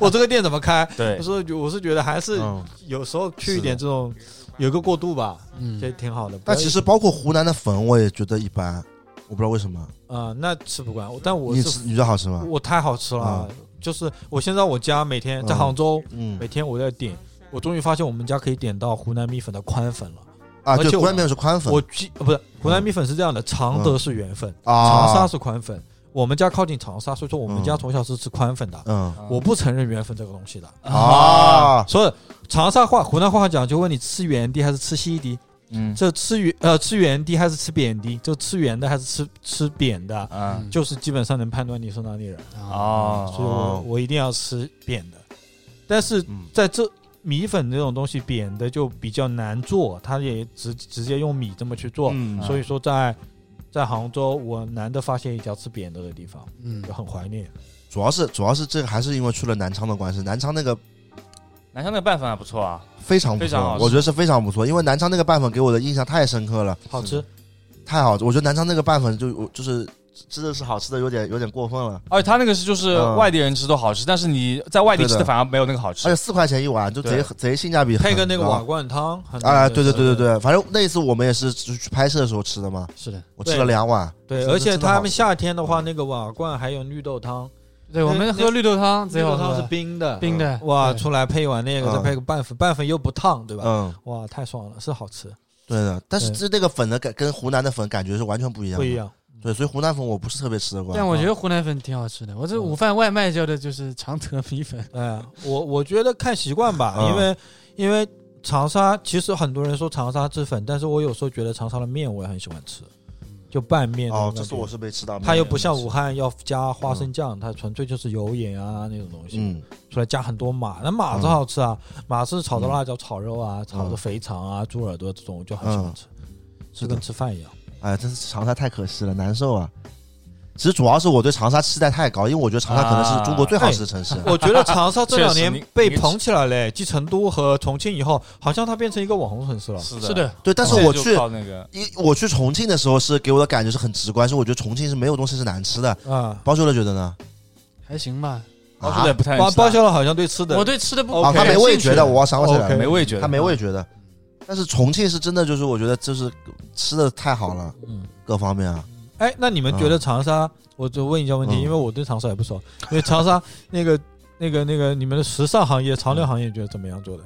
Speaker 4: 我这个店怎么开？
Speaker 3: 对
Speaker 4: 我，是我是觉得还是
Speaker 1: 嗯
Speaker 4: 有时候去
Speaker 1: 是
Speaker 4: 一
Speaker 1: 的
Speaker 4: 点这种，有一个过渡吧，
Speaker 2: 嗯
Speaker 4: 这挺好的。
Speaker 1: 但其实包括湖南的粉，我也觉得一般，我不知道为什么。
Speaker 4: 啊、那吃不惯，但我
Speaker 1: 你啊
Speaker 4: 是
Speaker 1: 吃你觉得好吃吗？
Speaker 4: 我太好吃了，就是我现在我家每天在
Speaker 1: 嗯
Speaker 4: 杭州，
Speaker 1: 嗯
Speaker 4: 每天我在点，我终于发现我们家可以点到湖南米粉的宽粉了。
Speaker 1: 啊，
Speaker 4: 而
Speaker 1: 对，
Speaker 4: 且
Speaker 1: 湖南
Speaker 4: 我
Speaker 1: 面是宽粉嗯
Speaker 4: 我记呃不是湖南米粉是这样的，常德是圆粉，
Speaker 1: 啊，
Speaker 4: 长沙是宽粉，我们家靠近长沙，所以说我们家
Speaker 1: 嗯
Speaker 4: 从小是吃宽粉的，
Speaker 1: 嗯
Speaker 4: 我不承认圆粉这个东西的。
Speaker 1: 啊，
Speaker 4: 所以长沙话、湖南话讲，就问你吃圆的还是吃稀的。
Speaker 3: 嗯
Speaker 4: 这吃圆呃吃圆的还是吃扁的，就吃圆的还是吃吃扁的，
Speaker 3: 嗯
Speaker 4: 就是基本上能判断你是哪里人。
Speaker 2: 啊
Speaker 3: 哦
Speaker 4: 所以我
Speaker 1: 哦
Speaker 4: 我一定要吃扁的，但是
Speaker 1: 嗯
Speaker 4: 在这米粉这种东西扁的就比较难做，它也直直接用米这么去做，
Speaker 1: 嗯
Speaker 4: 所以说在在杭州我难得发现一家吃扁的的地方，
Speaker 2: 嗯
Speaker 4: 就很怀念。
Speaker 1: 主要是主要是这个还是因为去了南昌的关系，南昌那个
Speaker 3: 南昌那个拌饭还不错啊，
Speaker 1: 非常不
Speaker 3: 非常好
Speaker 1: 错，
Speaker 3: 吃
Speaker 1: 我觉得是非常不错，因为南昌那个拌粉给我的印象太深刻了，
Speaker 4: 好吃，
Speaker 1: 太好，我觉得南昌那个拌粉就我就是真的是好吃的有点有点过分了，
Speaker 3: 而且他那个是就是
Speaker 1: 嗯
Speaker 3: 外地人吃都好吃，但是你在外地吃
Speaker 1: 对
Speaker 3: 的哎
Speaker 1: 的
Speaker 3: 反而没有那个好吃
Speaker 1: 而且。四块钱一碗就贼贼性价比很高，
Speaker 4: 配个那个瓦罐汤，很
Speaker 1: 啊，
Speaker 4: 难
Speaker 1: 对对
Speaker 4: 吃
Speaker 1: 对对对，反正那一次我们也是就去拍摄的时候吃的嘛，
Speaker 2: 是的，
Speaker 1: 我吃了两碗，
Speaker 4: 对，
Speaker 1: 真的
Speaker 4: 而且
Speaker 1: 真的
Speaker 4: 他
Speaker 1: 好
Speaker 4: 们
Speaker 1: 吃
Speaker 4: 夏天的话，那个瓦罐还有绿豆汤，
Speaker 2: 对我们喝绿豆汤
Speaker 4: 绿
Speaker 2: 贼好
Speaker 4: 豆
Speaker 2: 喝，
Speaker 4: 汤是冰的，
Speaker 2: 冰的，
Speaker 4: 哇，
Speaker 2: 对
Speaker 4: 出来配一碗那个，
Speaker 1: 嗯
Speaker 4: 再配个拌粉，拌粉又不烫，对吧？
Speaker 1: 嗯，
Speaker 4: 哇，太爽了，是好吃，
Speaker 1: 对的，但是
Speaker 4: 对
Speaker 1: 这那个粉的感跟湖南的粉感觉是完全不一样，
Speaker 4: 不一，样。
Speaker 1: 对，所以湖南粉我不是嗯特别吃得惯，
Speaker 2: 但我觉得湖南粉挺好吃的。我这午饭外卖叫的就是常德米粉，
Speaker 4: 哎，我我觉得看习惯吧，
Speaker 1: 嗯
Speaker 4: 因为因为长沙其实很多人说长沙之粉，但是我有时候觉得长沙的面我也很喜欢吃，就拌面的
Speaker 1: 嗯
Speaker 4: 那
Speaker 1: 哦
Speaker 4: 种，
Speaker 1: 这
Speaker 4: 感
Speaker 1: 次
Speaker 4: 觉
Speaker 1: 我是没吃到面，
Speaker 4: 它又不像武汉要加花生酱，它纯粹就是油盐啊那种东西，
Speaker 1: 嗯
Speaker 4: 出来加很多马，那马子好吃啊，马是炒的
Speaker 1: 嗯
Speaker 4: 辣椒炒肉啊，炒的肥肠啊，猪耳朵这种我就很喜欢吃，
Speaker 1: 嗯是
Speaker 4: 就
Speaker 1: 的
Speaker 4: 跟吃饭一样。
Speaker 1: 哎，真是长沙太可惜了，难受啊。其实主要是我对长沙期待太高，因为我觉得长沙可能
Speaker 4: 啊
Speaker 1: 是中国最好吃的城市。
Speaker 4: 我觉得长沙这两
Speaker 3: 确实
Speaker 4: 年
Speaker 3: 你
Speaker 4: 被捧起来嘞，继成都和重庆以后，好像它变成一个网红城市了。
Speaker 3: 是啊
Speaker 2: 是，的，
Speaker 1: 对， 但是
Speaker 3: 这
Speaker 1: 我
Speaker 3: 就
Speaker 1: 去
Speaker 3: 靠那个
Speaker 1: 一我去重庆的时候，是给我的感觉是很直观，是我觉得重庆是没有东西是难吃的。
Speaker 4: 啊，
Speaker 1: 包修乐觉得呢？
Speaker 2: 还行吧。
Speaker 3: 包出的
Speaker 1: 啊
Speaker 3: 不太能
Speaker 4: 包
Speaker 3: 吃啊
Speaker 4: 包销了好像对吃的
Speaker 2: 我对吃的不
Speaker 1: 啊，他没味觉的，我想起来
Speaker 4: OK
Speaker 1: 了，
Speaker 3: 嗯没味觉嗯的，
Speaker 1: 他没味觉的。但是重庆是真的，就是我觉得就是吃的太好了，
Speaker 4: 嗯
Speaker 1: 各方面啊，
Speaker 4: 哎，那你们觉得长沙？我就问一下问题，
Speaker 1: 嗯
Speaker 4: 因为我对长沙也不熟。因为 长沙那个、那个、那个，你们的时尚行业、
Speaker 1: 嗯
Speaker 4: 潮流行业觉得怎么样做的？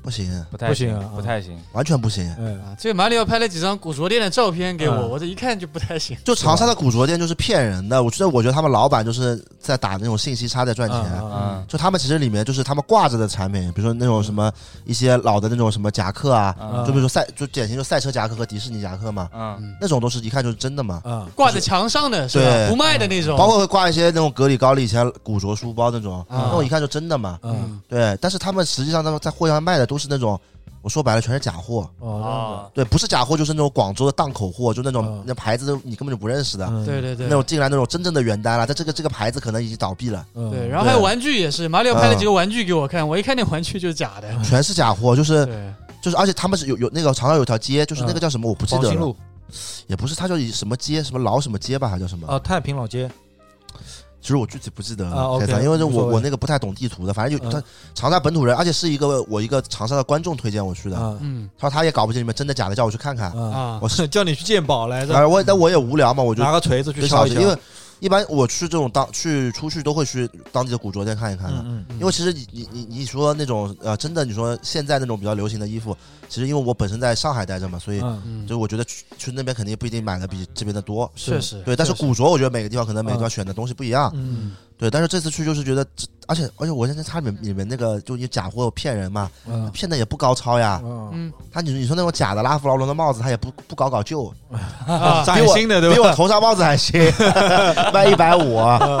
Speaker 1: 不行，
Speaker 3: 不太
Speaker 4: 不行啊
Speaker 3: 不太行。嗯
Speaker 1: 完全不行。
Speaker 4: 哎，
Speaker 2: 啊，这个马里奥拍了几张古着店的照片给我，
Speaker 4: 嗯
Speaker 2: 我这一看就不太行。
Speaker 1: 就长沙的古着店就是骗人的，我觉得我觉得他们老板就是在打那种信息差在赚钱。
Speaker 4: 嗯
Speaker 3: 嗯
Speaker 1: 就他们其实里面就是他们挂着的产品，比如说那种什么一些老的那种什么夹克啊，
Speaker 3: 嗯
Speaker 1: 就比如说赛就典型就赛车夹克和迪士尼夹克嘛，
Speaker 3: 嗯，
Speaker 1: 那种都是一看就是真的嘛。
Speaker 4: 啊，
Speaker 2: 挂在墙上的是吧？
Speaker 1: 对嗯
Speaker 2: 不卖的那种。
Speaker 1: 包括会挂一些那种格里高利以前古着书包那种，
Speaker 2: 啊
Speaker 1: 那种一看就真的嘛。
Speaker 4: 嗯，
Speaker 1: 对，但是他们实际上他们在货架上卖的都是那种，我说白了全是假货。
Speaker 4: 哦，
Speaker 3: 啊，
Speaker 1: 对，不是假货就是那种广州的档口货，就那种
Speaker 4: 啊嗯
Speaker 1: 那牌子都你根本就不认识
Speaker 4: 这
Speaker 1: 的，
Speaker 4: 样子，
Speaker 2: 对对对
Speaker 1: 嗯那，种进来那种真正的原单了，但这个这个牌子可能已经倒闭了，
Speaker 4: 嗯
Speaker 2: 对，然后还有玩具也是，马里奥
Speaker 1: 嗯
Speaker 2: 拍了几个玩具给我看，我一看那玩具就是假的。
Speaker 4: 嗯
Speaker 1: 全是假货，就是
Speaker 2: 对，
Speaker 1: 就是，而且他们是有有那个长沙有条街，就是那个叫什么我不记
Speaker 4: 嗯黄
Speaker 1: 得
Speaker 4: 兴
Speaker 1: 了。
Speaker 4: 路
Speaker 1: 也不是，它叫什么街，什么老什么街吧，还叫什么？
Speaker 4: 啊，太平老街，
Speaker 1: 其实我具体不记得
Speaker 4: 啊
Speaker 1: 了，
Speaker 4: ，OK，
Speaker 1: 开场因为这
Speaker 4: 无所
Speaker 1: 我
Speaker 4: 谓
Speaker 1: 我那个不太懂地图的，反正就
Speaker 4: 嗯
Speaker 1: 他长沙本土人，而且是一个我一个长沙的观众推荐我去的，
Speaker 4: 啊
Speaker 2: 嗯
Speaker 1: 他说他也搞不清里面真的假的，叫我去看看。
Speaker 4: 啊！
Speaker 2: 啊
Speaker 1: 嗯我是
Speaker 4: 叫你去鉴宝来着，
Speaker 1: 啊，我但我也无聊嘛，我就
Speaker 4: 拿个锤子去
Speaker 1: 去
Speaker 4: 敲
Speaker 1: 小
Speaker 4: 一
Speaker 1: 吃，
Speaker 4: 敲，
Speaker 1: 因为一般我去这种当去出去都会去当地的古着店看一看的。
Speaker 4: 嗯嗯
Speaker 1: 因为其实你你你你说那种呃，真的你说现在那种比较流行的衣服，其实因为我本身在上海待着嘛，所以
Speaker 4: 嗯，
Speaker 2: 嗯，
Speaker 1: 就我觉得去去那边肯定不一定买的比这边的多。
Speaker 2: 确实
Speaker 1: 对，但是
Speaker 4: 确实
Speaker 1: 古着我觉得每个地方可能每个地方选的东西不一样。
Speaker 4: 嗯
Speaker 1: 对，但是这次去就是觉得这，而且而且我现在它里面里面那个就你假货骗人嘛，
Speaker 4: 嗯
Speaker 1: 骗的也不高超呀。
Speaker 4: 嗯，
Speaker 2: 嗯
Speaker 1: 他你你说那种假的拉夫劳伦的帽子，他也不不搞搞旧，
Speaker 2: 啊，
Speaker 4: 崭新的对
Speaker 1: 比
Speaker 4: 吧？
Speaker 1: 我头上帽子还 新，卖一百五，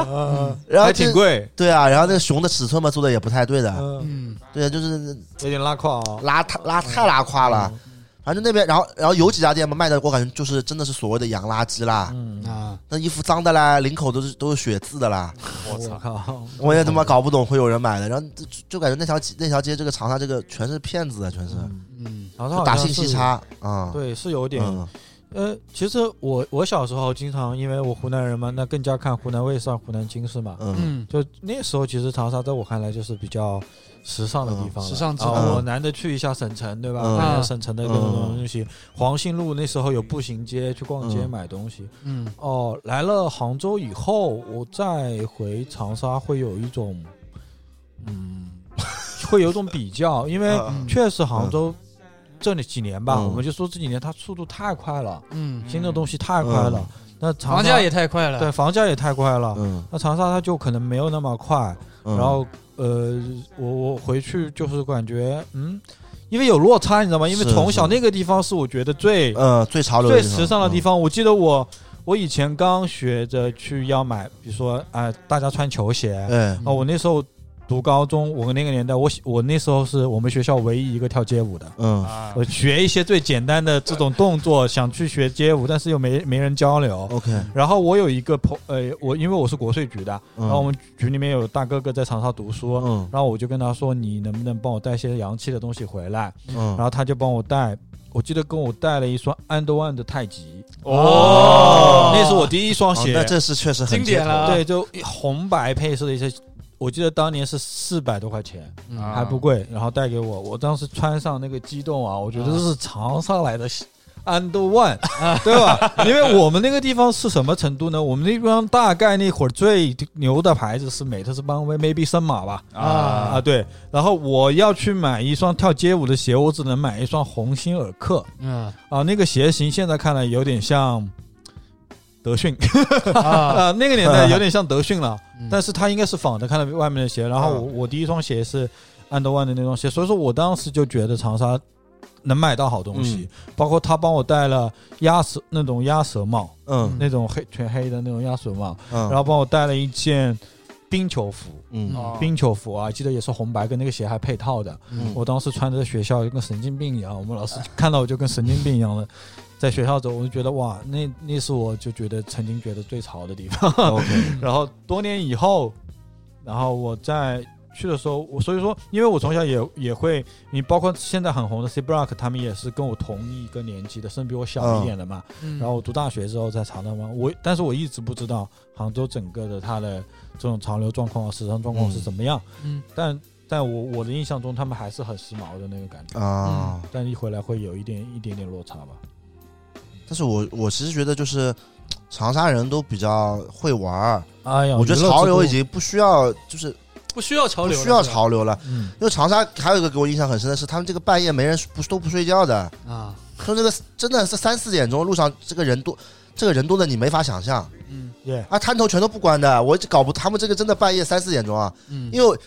Speaker 1: 然后
Speaker 4: 嗯还
Speaker 1: 这
Speaker 4: 挺贵，
Speaker 1: 对啊，然后那个熊的尺寸嘛做的也不太对的，
Speaker 4: 嗯，
Speaker 2: 嗯
Speaker 1: 对啊，就是
Speaker 4: 有点拉胯啊。
Speaker 1: 拉太拉太拉胯了。
Speaker 4: 嗯
Speaker 1: 反正那边，然后然后有几家店嘛卖的，我感觉就是真的是所谓的洋垃圾啦，
Speaker 4: 嗯，
Speaker 2: 啊，
Speaker 1: 那衣服脏的啦，领口都是都是血渍的啦，
Speaker 4: 我操！
Speaker 1: 我也他妈搞不懂会有人买的，然后就就感觉那条街那条街这个长沙这个全是骗子啊，全是、
Speaker 2: 嗯
Speaker 4: 然
Speaker 1: 就
Speaker 4: 后
Speaker 1: 打信息，差啊，
Speaker 4: 对，是有点。
Speaker 1: 嗯
Speaker 4: 呃，其实我我小时候经常，因为我湖南人嘛，那更加看湖南卫视、湖南经视嘛。
Speaker 1: 嗯
Speaker 2: 嗯，
Speaker 4: 就那时候，其实长沙在我看来就是比较时尚的地方
Speaker 2: 嗯
Speaker 4: 了、
Speaker 2: 时尚之都
Speaker 4: 啊，我难得去一下省城，对吧？
Speaker 1: 嗯
Speaker 4: 看一下省城的各种东西。黄兴路那时候有步行街，去逛街
Speaker 1: 嗯
Speaker 4: 买东西。
Speaker 2: 嗯
Speaker 4: 哦，来了杭州以后，我再回长沙会有一种，嗯， 会有一种比较，因为
Speaker 1: 嗯
Speaker 4: 确实杭州这里几年吧，
Speaker 1: 嗯
Speaker 4: 我们就说这几年它速度太快了，
Speaker 2: 嗯，
Speaker 4: 新的东西太快了。那长
Speaker 2: 房
Speaker 4: 沙
Speaker 2: 价也太快了，
Speaker 4: 对，房价也太快了。
Speaker 1: 嗯，
Speaker 4: 那长沙它就可能没有那么快，
Speaker 1: 嗯
Speaker 4: 然后呃，我我回去就是感觉嗯，因为有落差，你知道吗？因为
Speaker 1: 是
Speaker 4: 从小
Speaker 1: 是
Speaker 4: 那个地方是我觉得最
Speaker 1: 呃最潮流的
Speaker 4: 最
Speaker 1: 地方
Speaker 4: 时尚的地
Speaker 1: 嗯
Speaker 4: 方。我记得我我以前刚学着去要买，比如说啊、大家穿球鞋
Speaker 1: 哎
Speaker 4: 啊、
Speaker 2: 嗯
Speaker 4: 我那时候读高中，我那个年代，我喜我那时候是我们学校唯一一个跳街舞的。
Speaker 1: 嗯
Speaker 3: 啊
Speaker 4: 我学一些最简单的这种动作，想去学街舞，但是又没没人交流。
Speaker 1: OK，嗯
Speaker 4: 然后我有一个朋，呃，我因为我是国税局的，
Speaker 1: 然
Speaker 4: 然后我们局里面有大哥哥在长沙读书，
Speaker 1: 嗯
Speaker 4: 然后我就跟他说，你能不能帮我带些洋气的东西回来？
Speaker 1: 嗯
Speaker 4: 然后他就帮我带，我记得跟我带了一双 And One 的太极，
Speaker 3: 哦
Speaker 4: 那是我第一双
Speaker 1: 哦
Speaker 4: 鞋，
Speaker 1: 那这是确实很
Speaker 2: 经典了啊
Speaker 4: 对，就红白配色的一些，我记得当年是四百多块钱，
Speaker 2: 嗯
Speaker 3: 啊
Speaker 4: 还不贵，然后带给我，我当时穿上那个激动啊，我觉得这是长沙来的。And one，对吧？因为我们那个地方是什么程度呢？我们那地方大概那会儿最牛的牌子是美特斯邦威，maybe 森马吧。啊，
Speaker 3: 啊
Speaker 4: 对。然后我要去买一双跳街舞的鞋，我只能买一双鸿星尔克
Speaker 2: 嗯
Speaker 4: 啊。那个鞋型现在看来有点像德训
Speaker 2: 啊，
Speaker 4: 啊，那个年代有点像德 训了，
Speaker 2: 嗯
Speaker 4: 但是它应该是仿的，看到外面的鞋。
Speaker 1: 啊
Speaker 4: 然后我我第一双鞋是 And One 的那双鞋，所以说我当时就觉得长沙能买到好东西，
Speaker 1: 嗯
Speaker 4: 包括他帮我带了鸭舌那种鸭舌帽，
Speaker 1: 嗯
Speaker 4: 那种黑全黑的那种鸭舌帽，
Speaker 1: 嗯，
Speaker 4: 然后帮我带了一件冰球服。
Speaker 1: 嗯
Speaker 2: 哦
Speaker 4: 冰球服啊，记得也是红白，跟那个鞋还配套的。
Speaker 1: 嗯
Speaker 4: 我当时穿着在学校就跟神经病一样，我们老师看到我就跟神经病一样的，在学校走，我就觉得哇，那那是我就觉得曾经觉得最潮的地方。
Speaker 1: OK，
Speaker 4: 然后多年以后，然后我在去的时候，我所以说，因为我从小也也会，你包括现在很红的 C Block，他们也是跟我同一个年纪的，甚至比我小一点的嘛。
Speaker 2: 嗯
Speaker 4: 然后我读大学之后在长沙湾，我但是我一直不知道杭州整个的它的这种潮流状况、啊时尚状况是怎么样。
Speaker 2: 嗯
Speaker 4: 但但我我的印象中，他们还是很时髦的那个感觉，
Speaker 1: 啊，
Speaker 4: 但一回来会有一点一点点落差吧。
Speaker 1: 但是我我其实觉得就是长沙人都比较会玩儿，
Speaker 4: 哎呀，
Speaker 1: 我觉得
Speaker 4: 娱乐
Speaker 1: 潮流
Speaker 4: 之
Speaker 1: 已，
Speaker 4: 都
Speaker 1: 经不需要就是
Speaker 2: 不需要潮
Speaker 1: 不
Speaker 2: 流了，
Speaker 1: 需要潮流了。
Speaker 4: 嗯，
Speaker 1: 因为长沙还有一个给我印象很深的是，他们这个半夜没人不都不睡觉的，
Speaker 2: 是吧啊，
Speaker 1: 说这个真的是三四点钟路上这个人多，这个人多的你没法想象
Speaker 2: 嗯
Speaker 4: 耶，
Speaker 1: 啊，摊头全都不关的，我就搞不他们这个真的半夜三四点钟啊，
Speaker 2: 嗯，
Speaker 1: 因为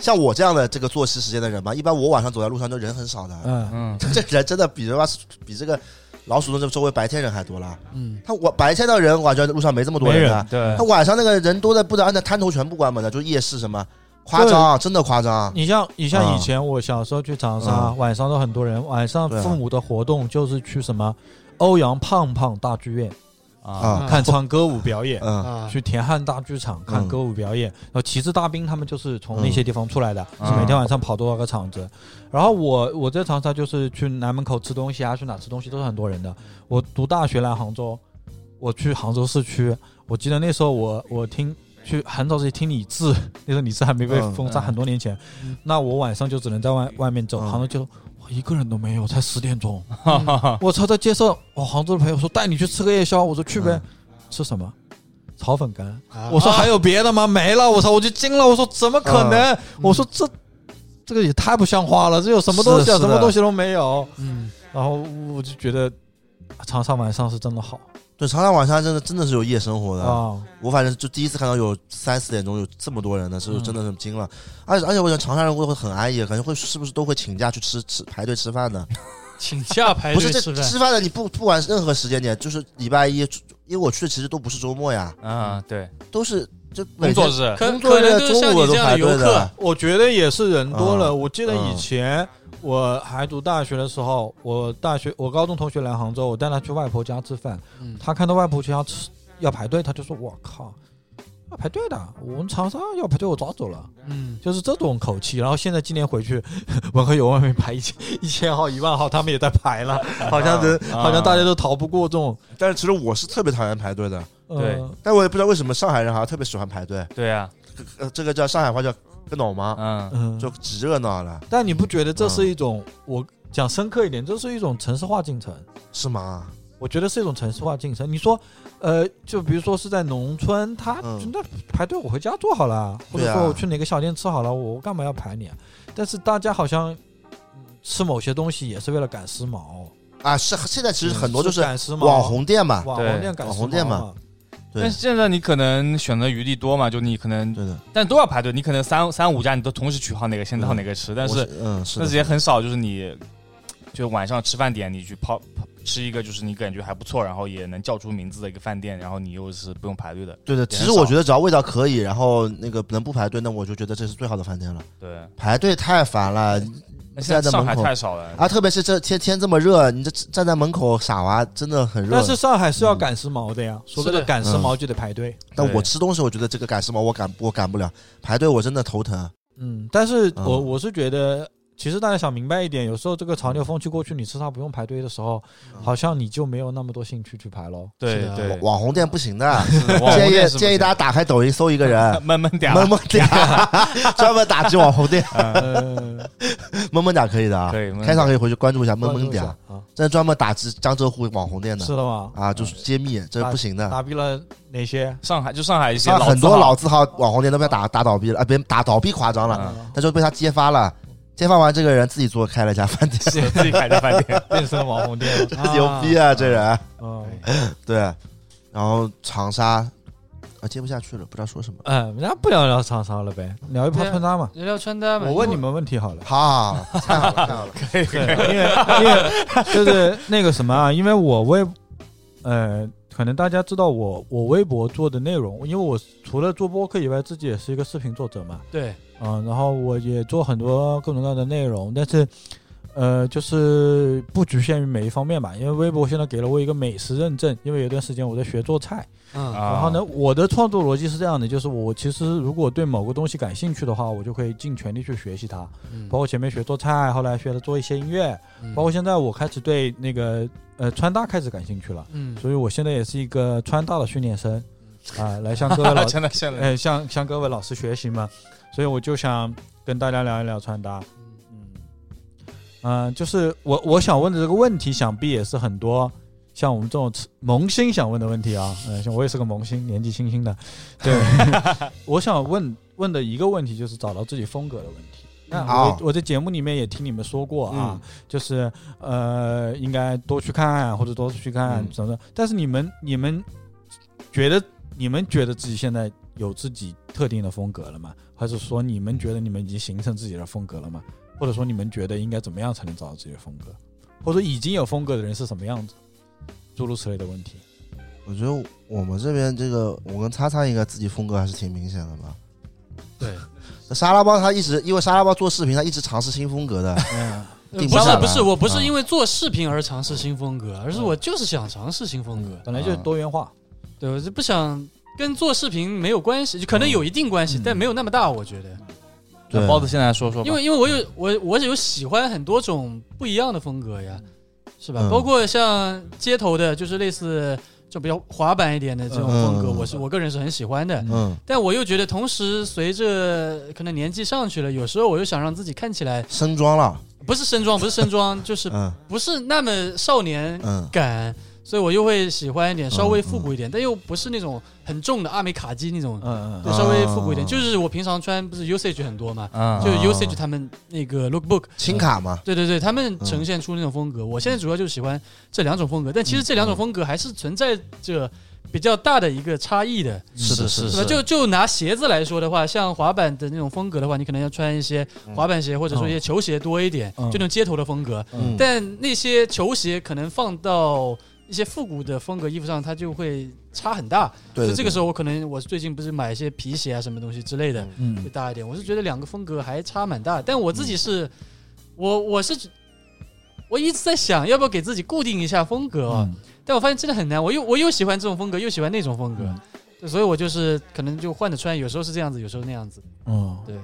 Speaker 1: 像我这样的这个作息时间的人嘛，一般我晚上走在路上就人很少的，
Speaker 4: 嗯，
Speaker 3: 嗯
Speaker 1: 这人真的比他妈比这个老鼠洞这周围白天人还多了。
Speaker 2: 嗯
Speaker 1: 他我白天的人，我感觉路上没这么多
Speaker 4: 没
Speaker 1: 人
Speaker 4: 人
Speaker 1: 的。
Speaker 3: 对
Speaker 1: 啊他晚上那个人多的不得，按照摊头全部关门的，就夜市什么，夸张啊，真的夸张啊。
Speaker 4: 你像你像
Speaker 1: 啊
Speaker 4: 以前我小时候去长沙，
Speaker 1: 嗯
Speaker 4: 晚上都很多人，晚上
Speaker 1: 对啊
Speaker 4: 父母的活动就是去什么欧阳胖胖大剧院
Speaker 1: 啊
Speaker 2: 嗯
Speaker 4: 看唱歌舞表演。
Speaker 1: 嗯
Speaker 2: 啊，
Speaker 4: 去田汉大剧场看
Speaker 1: 嗯
Speaker 4: 歌舞表演，然后旗帜大兵他们就是从那些地方出来的，
Speaker 3: 嗯
Speaker 4: 是每天晚上跑多少个场子。然后我我在长沙就是去南门口吃东西啊，去哪吃东西都是很多人的。我读大学来杭州，我去杭州市区，我记得那时候我我听
Speaker 6: 去很早之前听李 志，那时候李志还没被封杀，
Speaker 4: 嗯
Speaker 6: 很多年前。那我晚上就只能在外外面走，
Speaker 1: 嗯
Speaker 6: 杭州街头我一个人都没有，才十点 钟。
Speaker 2: 嗯
Speaker 6: 我操，在街上，我杭州的朋友说带你去吃个夜宵，我说去
Speaker 1: 嗯
Speaker 6: 呗，吃什么？炒粉干。
Speaker 2: 啊
Speaker 6: 我说还有别的吗？没了。我操，我就惊了。我说怎么可
Speaker 1: 啊
Speaker 6: 能？
Speaker 1: 嗯
Speaker 6: 我说这这个也太不像话了，这有什么东西
Speaker 1: 是
Speaker 6: 啊？
Speaker 1: 的
Speaker 6: 什么东西都没有。
Speaker 2: 嗯，
Speaker 6: 然后我就觉得长沙晚上是真的好
Speaker 1: 对，长沙晚上真的真的是有夜生活的。
Speaker 6: 啊，
Speaker 1: 我反正就第一次看到有三四点钟有这么多人的时候，真的是惊了。而且而且，我想长沙人会会很安逸，啊感觉会是不是都会请假去吃吃排队吃饭的？
Speaker 2: 请假排
Speaker 1: 不是这
Speaker 2: 队吃饭，
Speaker 1: 吃饭的，你不不管任何时间点，就是礼拜一，因为我去的其实都不是周末呀，
Speaker 3: 啊，对，
Speaker 1: 都是就每
Speaker 3: 工作
Speaker 1: 天
Speaker 3: 日，
Speaker 2: 可
Speaker 1: 工作
Speaker 2: 可能
Speaker 1: 日
Speaker 2: 就是
Speaker 1: 中
Speaker 2: 像
Speaker 1: 午
Speaker 2: 你这
Speaker 1: 都
Speaker 2: 样
Speaker 1: 排
Speaker 2: 的游
Speaker 1: 队
Speaker 2: 客
Speaker 1: 的，。
Speaker 4: 我觉得也是人多
Speaker 3: 啊
Speaker 4: 了。
Speaker 1: 嗯
Speaker 4: 我记得以前我还读大学的时候，我大学我高中同学来杭州，我带他去外婆家吃饭，
Speaker 2: 嗯
Speaker 4: 他看到外婆家吃要排队，他就说：“我靠，要排队的，我们长沙要排队，我早走了。”
Speaker 2: 嗯，
Speaker 4: 就是这种口气。然后现在今年回去， 文和友外面排一千一千号、一万号，他们也在排了，好像人、
Speaker 3: 啊
Speaker 4: 好像大家都逃不过这种。
Speaker 1: 但是其实我是特别讨厌排队的，
Speaker 4: 呃、
Speaker 3: 对啊
Speaker 1: 但我也不知道为什么上海人好像特别喜欢排队。
Speaker 3: 对啊，
Speaker 1: 呃，这个叫上海话叫“跟懂吗
Speaker 3: 嗯”，
Speaker 4: 嗯，
Speaker 1: 就只热闹了，
Speaker 4: 但你不觉得这
Speaker 3: 啊
Speaker 4: 是一种、我讲深刻一点，这是一种城市化进程？
Speaker 1: 是吗？
Speaker 4: 我觉得是一种城市化进程。你说，呃，就比如说是在农村，他、
Speaker 1: 嗯
Speaker 4: 那排队我回家做好了，或
Speaker 1: 对
Speaker 4: 者
Speaker 1: 啊
Speaker 4: 说我去哪个小店吃好了，我干嘛要排你啊？但是大家好像嗯吃某些东西也是为了赶时髦，
Speaker 1: 啊，是现在其实很多
Speaker 4: 嗯
Speaker 1: 就是
Speaker 4: 赶时髦
Speaker 1: 网红店嘛，
Speaker 4: 网
Speaker 3: 对
Speaker 4: 红店赶时
Speaker 1: 网
Speaker 4: 髦啊
Speaker 1: 红店嘛
Speaker 4: 嘛。
Speaker 1: 对
Speaker 3: 但是现在你可能选择余地多嘛，就你可能，
Speaker 1: 对的。
Speaker 3: 但都要排队，你可能三三五家你都同时取好哪个先
Speaker 1: 嗯
Speaker 3: 到哪个吃，但
Speaker 1: 我
Speaker 3: 是
Speaker 1: 嗯，是
Speaker 3: 但
Speaker 1: 的
Speaker 3: 是也很少，就是你就晚上吃饭点你去泡泡吃一个，就是你感觉还不错，然后也能叫出名字的一个饭店，然后你又是不用排队的，
Speaker 1: 对的。
Speaker 3: 也
Speaker 1: 其
Speaker 3: 很
Speaker 1: 实我
Speaker 3: 少
Speaker 1: 觉得只要味道可以，然后那个能不排队，那我就觉得这是最好的饭店了。
Speaker 3: 对。
Speaker 1: 排队太烦了
Speaker 3: 那
Speaker 1: 现在在
Speaker 3: 上
Speaker 1: 门
Speaker 3: 海
Speaker 1: 口
Speaker 3: 太少了，
Speaker 1: 啊！特别是这天天这么热，你这站在门口傻娃真的很热嗯
Speaker 4: 但。是上海是要赶时髦的呀，所谓
Speaker 2: 是
Speaker 4: 的
Speaker 2: 的
Speaker 4: 赶时髦就得排队。
Speaker 1: 但我
Speaker 3: 对
Speaker 1: 吃东西，我觉得这个赶时髦我赶我赶不了，排队我真的头疼。
Speaker 4: 嗯，但是
Speaker 1: 嗯
Speaker 4: 我我是觉得，其实大家想明白一点，有时候这个潮流风气过去，你吃它不用排队的时候，
Speaker 1: 嗯
Speaker 4: 好像你就没有那么多兴趣去排喽。
Speaker 3: 对
Speaker 2: 是的
Speaker 3: 对，
Speaker 1: 网红店不行的，
Speaker 3: 网红
Speaker 1: 建
Speaker 3: 店
Speaker 1: 议
Speaker 3: 是不
Speaker 1: 建议
Speaker 3: 行。
Speaker 1: 大家打开抖音搜一个人
Speaker 3: 闷闷点儿，啊
Speaker 1: 萌萌点， 专门打击网红 店，
Speaker 4: 呃，
Speaker 1: 萌萌点可以的啊
Speaker 3: 可，以闷闷
Speaker 1: 开场可以回去关注一下萌萌
Speaker 4: 关注一
Speaker 1: 点
Speaker 4: 下，啊，
Speaker 1: 这是专门打击江浙沪网红店的
Speaker 4: 是的吗？
Speaker 1: 啊，
Speaker 3: 嗯
Speaker 1: 就是揭秘，这是不行的。
Speaker 4: 打毙了哪 些？
Speaker 3: 上海就上海一啊些
Speaker 1: 啊，很
Speaker 3: 字
Speaker 1: 多
Speaker 3: 号
Speaker 1: 老字号网红店都被打打倒闭了啊，别打倒闭夸张了，
Speaker 3: 嗯
Speaker 1: 他就被他揭发了。揭发完，这个人自己做开了一家饭店，，
Speaker 3: 是自己开的饭店，
Speaker 4: 变身网红店
Speaker 1: 牛逼啊！这人
Speaker 4: 嗯，
Speaker 1: 对，然后长沙啊接不下去了，不知道说什么。
Speaker 4: 哎，那不聊聊长沙了呗，聊一趴
Speaker 2: 对啊
Speaker 4: 穿搭嘛。
Speaker 2: 聊聊穿搭嘛。
Speaker 1: 哎
Speaker 4: 我问你
Speaker 2: 因为，
Speaker 4: 们问题 好了，
Speaker 1: 好，太好了，太好了。
Speaker 3: 可以可以
Speaker 4: 对，因为 因为就是那个什么啊，因为我微，呃，可能大家知道我我微博做的内容，因为我除了做播客以外，自己也是一个视频作者嘛，
Speaker 2: 对，
Speaker 4: 嗯，然后我也做很多各种各样的内容，但是，呃，就是不局限于每一方面吧，因为微博现在给了我一个美食认证，因为有段时间我在学做菜，
Speaker 2: 嗯
Speaker 3: 啊
Speaker 4: 然后呢，我的创作逻辑是这样的，就是我其实如果对某个东西感兴趣的话，我就可以尽全力去学习它，
Speaker 2: 嗯
Speaker 4: 包括前面学做菜，后来学了做一些音乐，包括现在我开始对那个呃穿搭开始感兴趣了，
Speaker 2: 嗯
Speaker 4: 所以我现在也是一个穿搭的训练生啊、来向 各位老
Speaker 3: 真的现在
Speaker 4: 呃向向各位老师学习嘛，所以我就想跟大家聊一聊穿搭。嗯，嗯、就是我我想问的这个问题，想必也是很多像我们这种萌新想问的问题啊。嗯、像我也是个萌新，年纪轻轻的。对，我想问问的一个问题就是找到自己风格的问题。那我、
Speaker 1: 哦
Speaker 4: 我在节目里面也听你们说过啊，就是呃，应该多去看或者多去看
Speaker 1: 嗯
Speaker 4: 什么的。但是你们你们觉得你们觉得自己现在有自己特定的风格了吗？还是说你们觉得你们已经形成自己的风格了吗？或者说你们觉得应该怎么样才能找到自己的风格？或者说已经有风格的人是什么样子？诸如此类的问题。
Speaker 1: 我觉得我们这边这个，我跟擦擦应该自己风格还是挺明显的吧。
Speaker 2: 对，
Speaker 1: 那沙拉包他一直因为沙拉包做视频，他一直尝试新风格的，
Speaker 4: 嗯，
Speaker 1: 顶
Speaker 2: 不
Speaker 1: 下
Speaker 2: 是
Speaker 1: 来
Speaker 2: 不是，我不是
Speaker 1: 啊
Speaker 2: 因为做视频而尝试新风格，而是我就是想尝试新风格。
Speaker 4: 本来就是多元化。
Speaker 2: 对，我就不想跟做视频没有关系，就可能有一定关系，
Speaker 4: 嗯
Speaker 2: 但没有那么大，我觉得。
Speaker 1: 对
Speaker 3: 包子现在说说吧，
Speaker 2: 因为因为我有我我有喜欢很多种不一样的风格呀，是吧？
Speaker 1: 嗯
Speaker 2: 包括像街头的，就是类似这种比较滑板一点的这种风格，
Speaker 1: 嗯
Speaker 2: 我是我个人是很喜欢的。
Speaker 1: 嗯，
Speaker 2: 但我又觉得，同时随着可能年纪上去了，有时候我又想让自己看起来
Speaker 1: 升装了，
Speaker 2: 不是身装，不是 身装，就是
Speaker 1: 嗯
Speaker 2: 不是那么少年
Speaker 1: 嗯
Speaker 2: 感，所以我又会喜欢一点，稍微复古一点，但又不是那种很重的阿美卡基那种，
Speaker 4: 嗯嗯
Speaker 2: 对，稍微复古一点。
Speaker 1: 啊
Speaker 2: 就是我平常穿不是 Usage 很多嘛，
Speaker 3: 嗯
Speaker 2: 就
Speaker 1: 啊
Speaker 2: 是 Usage 他们那个 Lookbook，
Speaker 1: 轻卡嘛，
Speaker 2: 对对对，他们
Speaker 1: 嗯
Speaker 2: 呈现出那种风格。我现在主要就喜欢这两种风格，但其实这
Speaker 1: 嗯
Speaker 2: 两种风格还是存在着比较大的一个差异嗯的。
Speaker 1: 是的是
Speaker 2: 对吧？就就拿鞋子来说的话，像滑板的那种风格的话，你可能要穿一些滑板鞋，或者说一些球鞋多一点，
Speaker 4: 嗯
Speaker 2: 就那种街头的风格。
Speaker 1: 嗯
Speaker 2: 但那些球鞋可能放到一些复古的风格衣服上，它就会差很大。
Speaker 1: 对
Speaker 2: 就
Speaker 1: 对，
Speaker 2: 这个时
Speaker 1: 候
Speaker 2: 候，我可能我最近不是买一些皮鞋啊什么东西之类的，
Speaker 4: 嗯
Speaker 2: 会大一点。我是觉得两个风格还差蛮大，但我自己
Speaker 4: 嗯
Speaker 2: 是，我我是我一直在想要不要给自己固定一下风格啊、
Speaker 4: 嗯
Speaker 2: 但我发现真的很难，我又我又喜欢这种风格，又喜欢那种风
Speaker 4: 嗯
Speaker 2: 格，对所以我就是可能就换着穿，有时候是这样子，有时候那样子。
Speaker 4: 嗯，
Speaker 2: 对，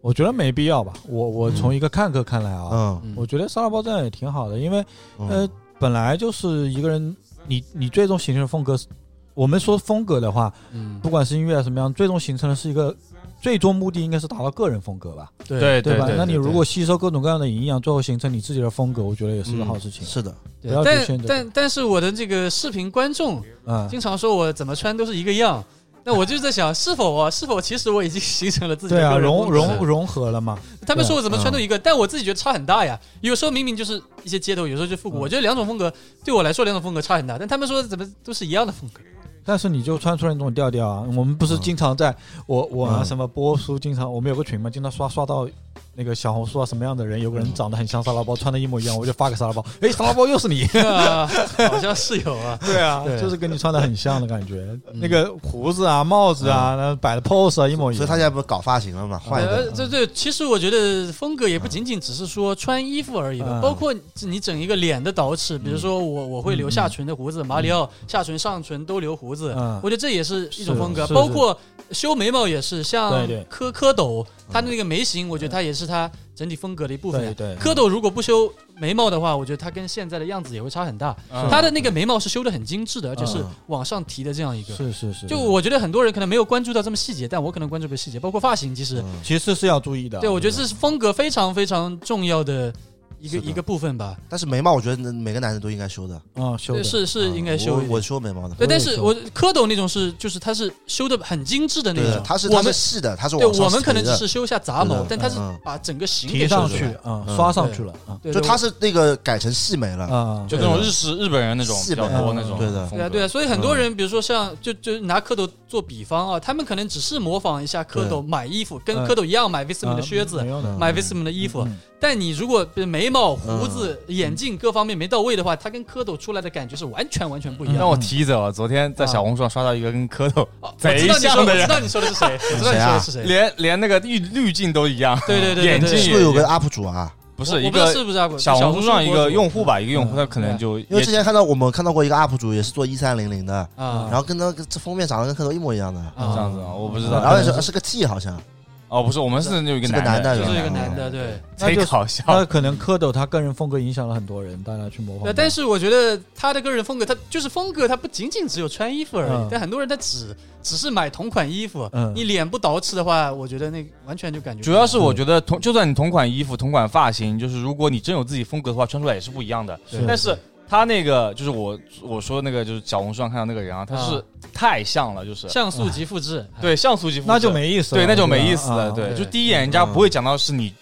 Speaker 4: 我觉得没必要吧。我我从一个看客看来啊，
Speaker 1: 嗯
Speaker 2: 嗯
Speaker 4: 我觉得沙拉包这样也挺好的，因为
Speaker 1: 嗯
Speaker 4: 呃，本来就是一个人，你你最终形成的风格是，我们说风格的话，
Speaker 2: 嗯，
Speaker 4: 不管是音乐啊什么样，最终形成的是一个，最终目的应该是达到个人风格吧，
Speaker 2: 对
Speaker 3: 对
Speaker 4: 吧？
Speaker 3: 对，
Speaker 4: 那你
Speaker 3: 对
Speaker 4: 如果吸收各种各样的营养，最后形成你自己的风格，我觉得也是一个好事情。
Speaker 1: 是的，
Speaker 2: 对
Speaker 4: 不要局限
Speaker 2: 但
Speaker 4: 着
Speaker 2: 但但是我的这个视频观众
Speaker 4: 嗯，
Speaker 2: 经常说我怎么穿都是一个样，那我就在想，是否啊，是否其实我已经形成了自己的
Speaker 4: 对啊，
Speaker 2: 个人
Speaker 4: 融
Speaker 2: 风格
Speaker 4: 融融合了嘛，
Speaker 2: 他们说我怎么穿都一个，但我自己觉得差很大呀。有时候明明就是一些街头，有时候就复古。
Speaker 4: 嗯
Speaker 2: 我觉得两种风格对我来说两种风格差很大，但他们说怎么都是一样的风 格。
Speaker 4: 但是你就穿出来那种调调啊。我们不是经常在我我啊
Speaker 1: 嗯
Speaker 4: 什么波叔，经常我们有个群嘛，经常刷刷到那个小红书啊什么样的人，有个人长得很像沙拉包，穿的一模一样，我就发给沙拉包，哎，沙拉包又是你。
Speaker 2: 啊，好像是有 啊。
Speaker 4: 对啊
Speaker 2: 对
Speaker 4: 就是跟你穿的很像的感觉，那个胡子啊、帽子啊、那摆的 pose 啊一模一
Speaker 1: 所以
Speaker 4: 样。
Speaker 1: 他现在不是搞发型了嘛，换一个，
Speaker 2: 呃，这这其实我觉得风格也不仅仅只是说穿衣服而已吧，
Speaker 4: 嗯
Speaker 2: 包括你整一个脸的捯饬，比如说我我会留下唇的胡子，马里奥下唇上唇都留胡子，
Speaker 4: 嗯
Speaker 2: 我觉得这也是一种风格，
Speaker 4: 是是
Speaker 2: 包括修眉毛也是，像
Speaker 4: 对对嗯
Speaker 2: 柯柯斗他的那个眉形，我觉得他也是他整体风格的一部分
Speaker 4: 对
Speaker 2: 呀。蝌
Speaker 4: 对，
Speaker 2: 蚪如果不修眉毛的话，我觉得他跟现在的样子也会差很大。
Speaker 3: 嗯
Speaker 2: 他的那个眉毛是修的很精致的，而且是
Speaker 1: 嗯
Speaker 2: 往上提的这样一个。
Speaker 4: 是是是，
Speaker 2: 就我觉得很多人可能没有关注到这么细节，但我可能关注到细节，包括发型，其实
Speaker 1: 嗯
Speaker 4: 其实是要注意的。
Speaker 2: 对我觉得这是风格非常非常重要的一个
Speaker 1: 是的
Speaker 2: 一个部分吧。
Speaker 1: 但是眉毛我觉得每个男人都应该修的，
Speaker 4: 啊，修
Speaker 2: 对，
Speaker 4: 的
Speaker 2: 是是
Speaker 1: 嗯
Speaker 2: 应该修
Speaker 1: 我
Speaker 2: 一点。
Speaker 1: 我修眉毛的，
Speaker 2: 对，但
Speaker 4: 我也
Speaker 2: 是
Speaker 4: 修
Speaker 2: 我蝌蚪那种是就是它是修的很精致的那
Speaker 1: 对
Speaker 2: 种，
Speaker 1: 他是
Speaker 2: 我
Speaker 1: 他是
Speaker 2: 们
Speaker 1: 细的，他是
Speaker 2: 对
Speaker 1: 往上
Speaker 2: 我们可能
Speaker 1: 提
Speaker 2: 只
Speaker 1: 的
Speaker 2: 是修一下杂毛
Speaker 1: 对的，
Speaker 2: 但他是
Speaker 1: 嗯
Speaker 2: 把整个型
Speaker 4: 提
Speaker 2: 给
Speaker 4: 上
Speaker 2: 修出
Speaker 4: 去
Speaker 2: 来
Speaker 4: 啊，
Speaker 1: 嗯
Speaker 4: 刷上去了啊
Speaker 2: 对
Speaker 1: 就
Speaker 2: 对
Speaker 1: 他是那个改成细眉了，
Speaker 4: 啊，
Speaker 3: 就那种日式日本人那种比
Speaker 1: 是
Speaker 3: 较
Speaker 1: 的
Speaker 3: 多那种
Speaker 1: 对的
Speaker 3: 风
Speaker 2: 对
Speaker 3: 格，
Speaker 2: 啊，对啊，所以很多人，比如说像就就拿蝌蚪做比方啊，他们可能只是模仿一下蝌蚪买衣服，跟
Speaker 4: 嗯
Speaker 2: 蝌蚪一样买 Vism 的靴子
Speaker 4: 啊没，有的
Speaker 1: 嗯
Speaker 2: 买 Vism 的衣服。但你如果比如眉毛、胡子、眼镜各方面没到位的话，它跟蝌蚪出来的感觉是完全完全不一样
Speaker 3: 让
Speaker 2: 的。
Speaker 3: 我提一嘴啊，昨天在小红书上刷到一个跟蝌蚪
Speaker 2: 哦嗯我
Speaker 3: 贼
Speaker 2: 知道你说，
Speaker 3: 像
Speaker 2: 我
Speaker 3: 的
Speaker 2: 知
Speaker 3: 人，
Speaker 2: 道你说的是谁，我知道你说的是谁。啊
Speaker 3: 连连那个滤滤镜都一样，
Speaker 2: 对对呃对对
Speaker 3: 眼镜
Speaker 2: 对，
Speaker 1: 是不是有个 UP 主啊？
Speaker 3: 不
Speaker 2: 我
Speaker 3: 是
Speaker 2: 我
Speaker 3: 一
Speaker 2: 不知道是
Speaker 3: 个
Speaker 2: 不是啊？
Speaker 3: 小红书上一个用
Speaker 2: 户
Speaker 3: 户吧，一个用户他可能就
Speaker 1: 因为
Speaker 3: 也
Speaker 1: 之前看到我们看到过一个 UP 主也是做一三零零的，
Speaker 2: 啊
Speaker 1: 然后跟那个这封面长得跟蝌蚪一模一样的，
Speaker 3: 这样
Speaker 2: 啊，
Speaker 3: 子啊，我不知
Speaker 1: 嗯然后
Speaker 3: 道
Speaker 1: 也是是个 T 好像，
Speaker 3: 哦，不是，我们是有一
Speaker 1: 是个男的
Speaker 2: 就
Speaker 3: 的，
Speaker 2: 是一个
Speaker 1: 嗯
Speaker 2: 男的，对。
Speaker 4: 那
Speaker 3: 贼
Speaker 4: 就是
Speaker 3: 搞笑，
Speaker 4: 那可能蝌蚪他个人风格影响了很多人，大家去模仿
Speaker 2: 对，
Speaker 4: 他。
Speaker 2: 但是我觉得他的个人风格，他就是风格，他不仅仅只有穿衣服而已。
Speaker 4: 嗯
Speaker 2: 但很多人他只只是买同款衣服，
Speaker 4: 嗯
Speaker 2: 你脸不捯饬的话，我觉得那完全就感觉
Speaker 3: 主要是我觉得同，就算你同款衣服、同款发型，就是如果你真有自己风格的话，穿出来也是不一样的。
Speaker 4: 是
Speaker 3: 但是他那个就是我我说那个就是小红书上看到那个人啊，他是
Speaker 2: 啊
Speaker 3: 太像了，就是
Speaker 2: 像素级复制，
Speaker 3: 对像素级复制，
Speaker 4: 那就没意思了，
Speaker 3: 对那就没意思
Speaker 4: 我觉得
Speaker 3: 了。
Speaker 4: 啊
Speaker 3: 对，
Speaker 2: 对
Speaker 3: 就第一眼人家不会讲到是你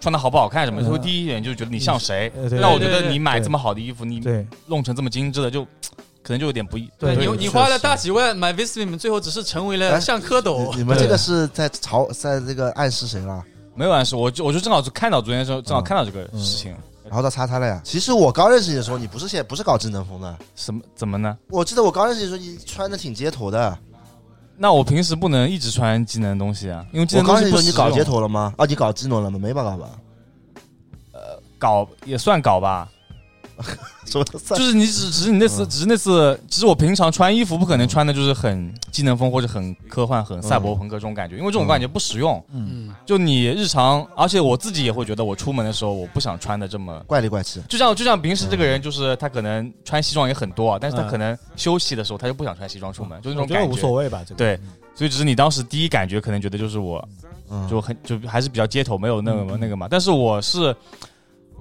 Speaker 3: 穿的好不好看什么，
Speaker 4: 嗯
Speaker 3: 就会第一眼就觉得你像谁。
Speaker 4: 呃对
Speaker 3: 那我觉
Speaker 2: 对对
Speaker 3: 得
Speaker 2: 对
Speaker 3: 你买这么好的衣服，你
Speaker 4: 对
Speaker 3: 弄成这么精致的，就可能就有点不一。
Speaker 4: 对
Speaker 2: 你
Speaker 4: 对
Speaker 2: 你
Speaker 4: 是
Speaker 2: 花了
Speaker 4: 是
Speaker 2: 大几万买 Vism，最后只是成为了
Speaker 1: 哎
Speaker 2: 像蝌
Speaker 3: 哦
Speaker 1: 你
Speaker 2: 蚪。
Speaker 1: 你们这个是在嘲在这个暗示谁了？
Speaker 3: 没完事，我就我就正好就看到昨天的时候正好看到这个
Speaker 4: 嗯
Speaker 3: 事情，
Speaker 1: 然后到擦擦了呀。其实我刚认识你的时候，你不是现不是搞智能风的，
Speaker 3: 什
Speaker 4: 嗯
Speaker 3: 么怎么呢？
Speaker 1: 我记得我刚认识你的时候，你穿的挺街头的。
Speaker 3: 那我平时不能一直穿机能东西啊，因为机
Speaker 1: 我
Speaker 3: 能
Speaker 1: 刚
Speaker 3: 东
Speaker 1: 认识
Speaker 3: 西
Speaker 1: 你
Speaker 3: 不
Speaker 1: 的时候，你
Speaker 3: 实
Speaker 1: 搞街
Speaker 3: 用
Speaker 1: 头了
Speaker 3: 呃
Speaker 1: 吗？啊，你搞智能了吗？没吧，搞吧。
Speaker 3: 搞也算搞吧，
Speaker 1: 什么菜
Speaker 3: 就是你只只是你那次，
Speaker 1: 嗯
Speaker 3: 只是那次，只是我平常穿衣服不可能穿的就是很技能风或者很科幻、
Speaker 6: 嗯
Speaker 3: 很赛博朋克这种感觉，因为这种感觉不实用。
Speaker 2: 嗯，
Speaker 3: 就你日常，而且我自己也会觉得，我出门的时候我不想穿的这么。
Speaker 1: 怪里怪气，
Speaker 3: 就像就像平时这个人，就是他可能穿西装也很多啊，但是他
Speaker 6: 嗯
Speaker 3: 可能休息的时候他就不想穿西装出门，就那
Speaker 6: 我
Speaker 3: 种
Speaker 6: 觉得
Speaker 3: 感
Speaker 6: 无
Speaker 3: 觉。
Speaker 6: 所谓吧，这个
Speaker 3: 对，所以只是你当时第一感觉可能觉得就是我
Speaker 1: 嗯，
Speaker 3: 就很就还是比较街头，没有那么那个嘛。但是我是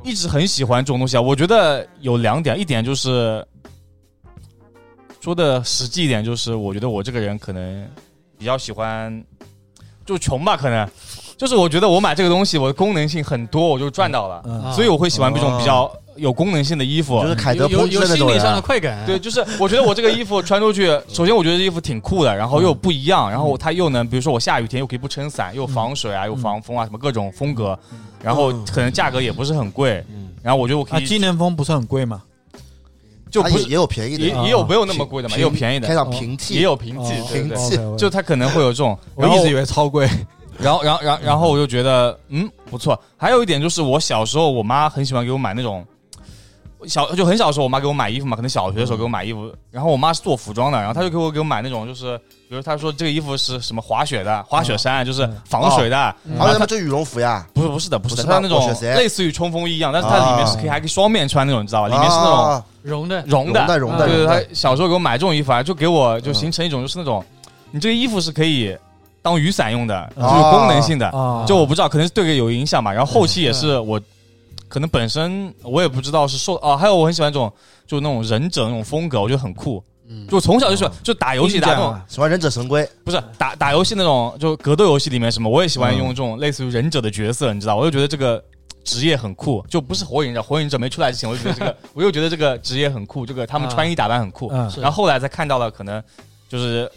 Speaker 3: 一直很喜欢这种东西啊。我觉得有两点，一点就是说的实际一点，就是我觉得我这个人可能比较喜欢就穷吧，可能就是我觉得我买这个东西，我的功能性很多，我就赚到了，
Speaker 6: 嗯，
Speaker 3: 所以我会喜欢这种比较有功能性的衣服
Speaker 1: 就。是凯德
Speaker 2: 有有
Speaker 1: 彭斯
Speaker 2: 有
Speaker 1: 的那
Speaker 2: 心
Speaker 1: 种
Speaker 2: 理
Speaker 1: 人
Speaker 2: 上的
Speaker 1: 啊，
Speaker 2: 快感，
Speaker 3: 对，，就是我觉得我这个衣服穿出去，首先我觉得这衣服挺酷的，然后
Speaker 6: 嗯
Speaker 3: 又不一样，然后它又能，比如说我下雨天又可以不撑伞，又
Speaker 6: 嗯
Speaker 3: 防水啊，又防风啊，什么各种风格，然后可能价格也不是很贵，
Speaker 1: 嗯，
Speaker 3: 然后我觉得我可
Speaker 6: 啊，机
Speaker 3: 以
Speaker 6: 能风不是很贵嘛，
Speaker 3: 就
Speaker 1: 他
Speaker 3: 不
Speaker 1: 也
Speaker 3: 是
Speaker 1: 也有便宜的
Speaker 3: 也
Speaker 1: 呀，
Speaker 3: 也有没有那么贵的嘛，也有便宜
Speaker 1: 开
Speaker 3: 的，哦
Speaker 1: 场平替，
Speaker 3: 也有平替，
Speaker 4: 哦
Speaker 3: 对
Speaker 1: 平
Speaker 3: 对
Speaker 1: 替，
Speaker 3: 对就它可能会有这种，
Speaker 6: 哦我
Speaker 3: 然后
Speaker 6: 一直以为超贵，
Speaker 3: 然后然后然后然后我就觉得嗯不错，还有一点就是我小时候我妈很喜欢给我买那种。小就很小的时候，我妈给我买衣服嘛，可能小学的时候给我买衣服，然后我妈是做服装的，然后她就给我给我买那种，就是比如她说这个衣服是什么滑雪的，滑
Speaker 1: 嗯
Speaker 3: 雪衫，就是防水的，
Speaker 1: 然
Speaker 3: 嗯
Speaker 1: 后他们就羽绒服呀，
Speaker 3: 不是不是的，不是
Speaker 1: 哦嗯不
Speaker 3: 的，
Speaker 1: 是吗
Speaker 3: 它那种
Speaker 1: 暴雪鞋
Speaker 3: 类似于冲锋衣一样，但是它里面是可以还可以双面穿那种，你知道吧？里面是那种
Speaker 1: 啊
Speaker 2: 融的，
Speaker 3: 绒的，
Speaker 1: 绒的绒
Speaker 2: 的
Speaker 3: 对对，
Speaker 1: 绒的嗯
Speaker 3: 他小时候给我买这种衣服啊，就给我就形成一种就是那种，你这个衣服是可以当雨伞用的，就是有功能性的。
Speaker 6: 啊
Speaker 3: 就我不知道，可能是对这个有影响吧。然后后期也是我，可能本身我也不知道是受啊，还有我很喜欢这种就那种忍者那种风格，我觉得很酷。
Speaker 2: 嗯，
Speaker 3: 就从小就喜欢就打游戏打那种
Speaker 1: 喜欢忍者神龟，
Speaker 3: 不是打打游戏那种，就格斗游戏里面什么，我也喜欢用这种类似于忍者的角色，你知道，我就觉得这个职业很酷，就不是火影忍者，火影忍者没出来之前，我就觉得这个，我又觉得这个职业很酷，这个他们
Speaker 2: 啊
Speaker 3: 穿衣打扮很酷，
Speaker 6: 嗯
Speaker 2: 是
Speaker 3: 然后后来才看到了可能就是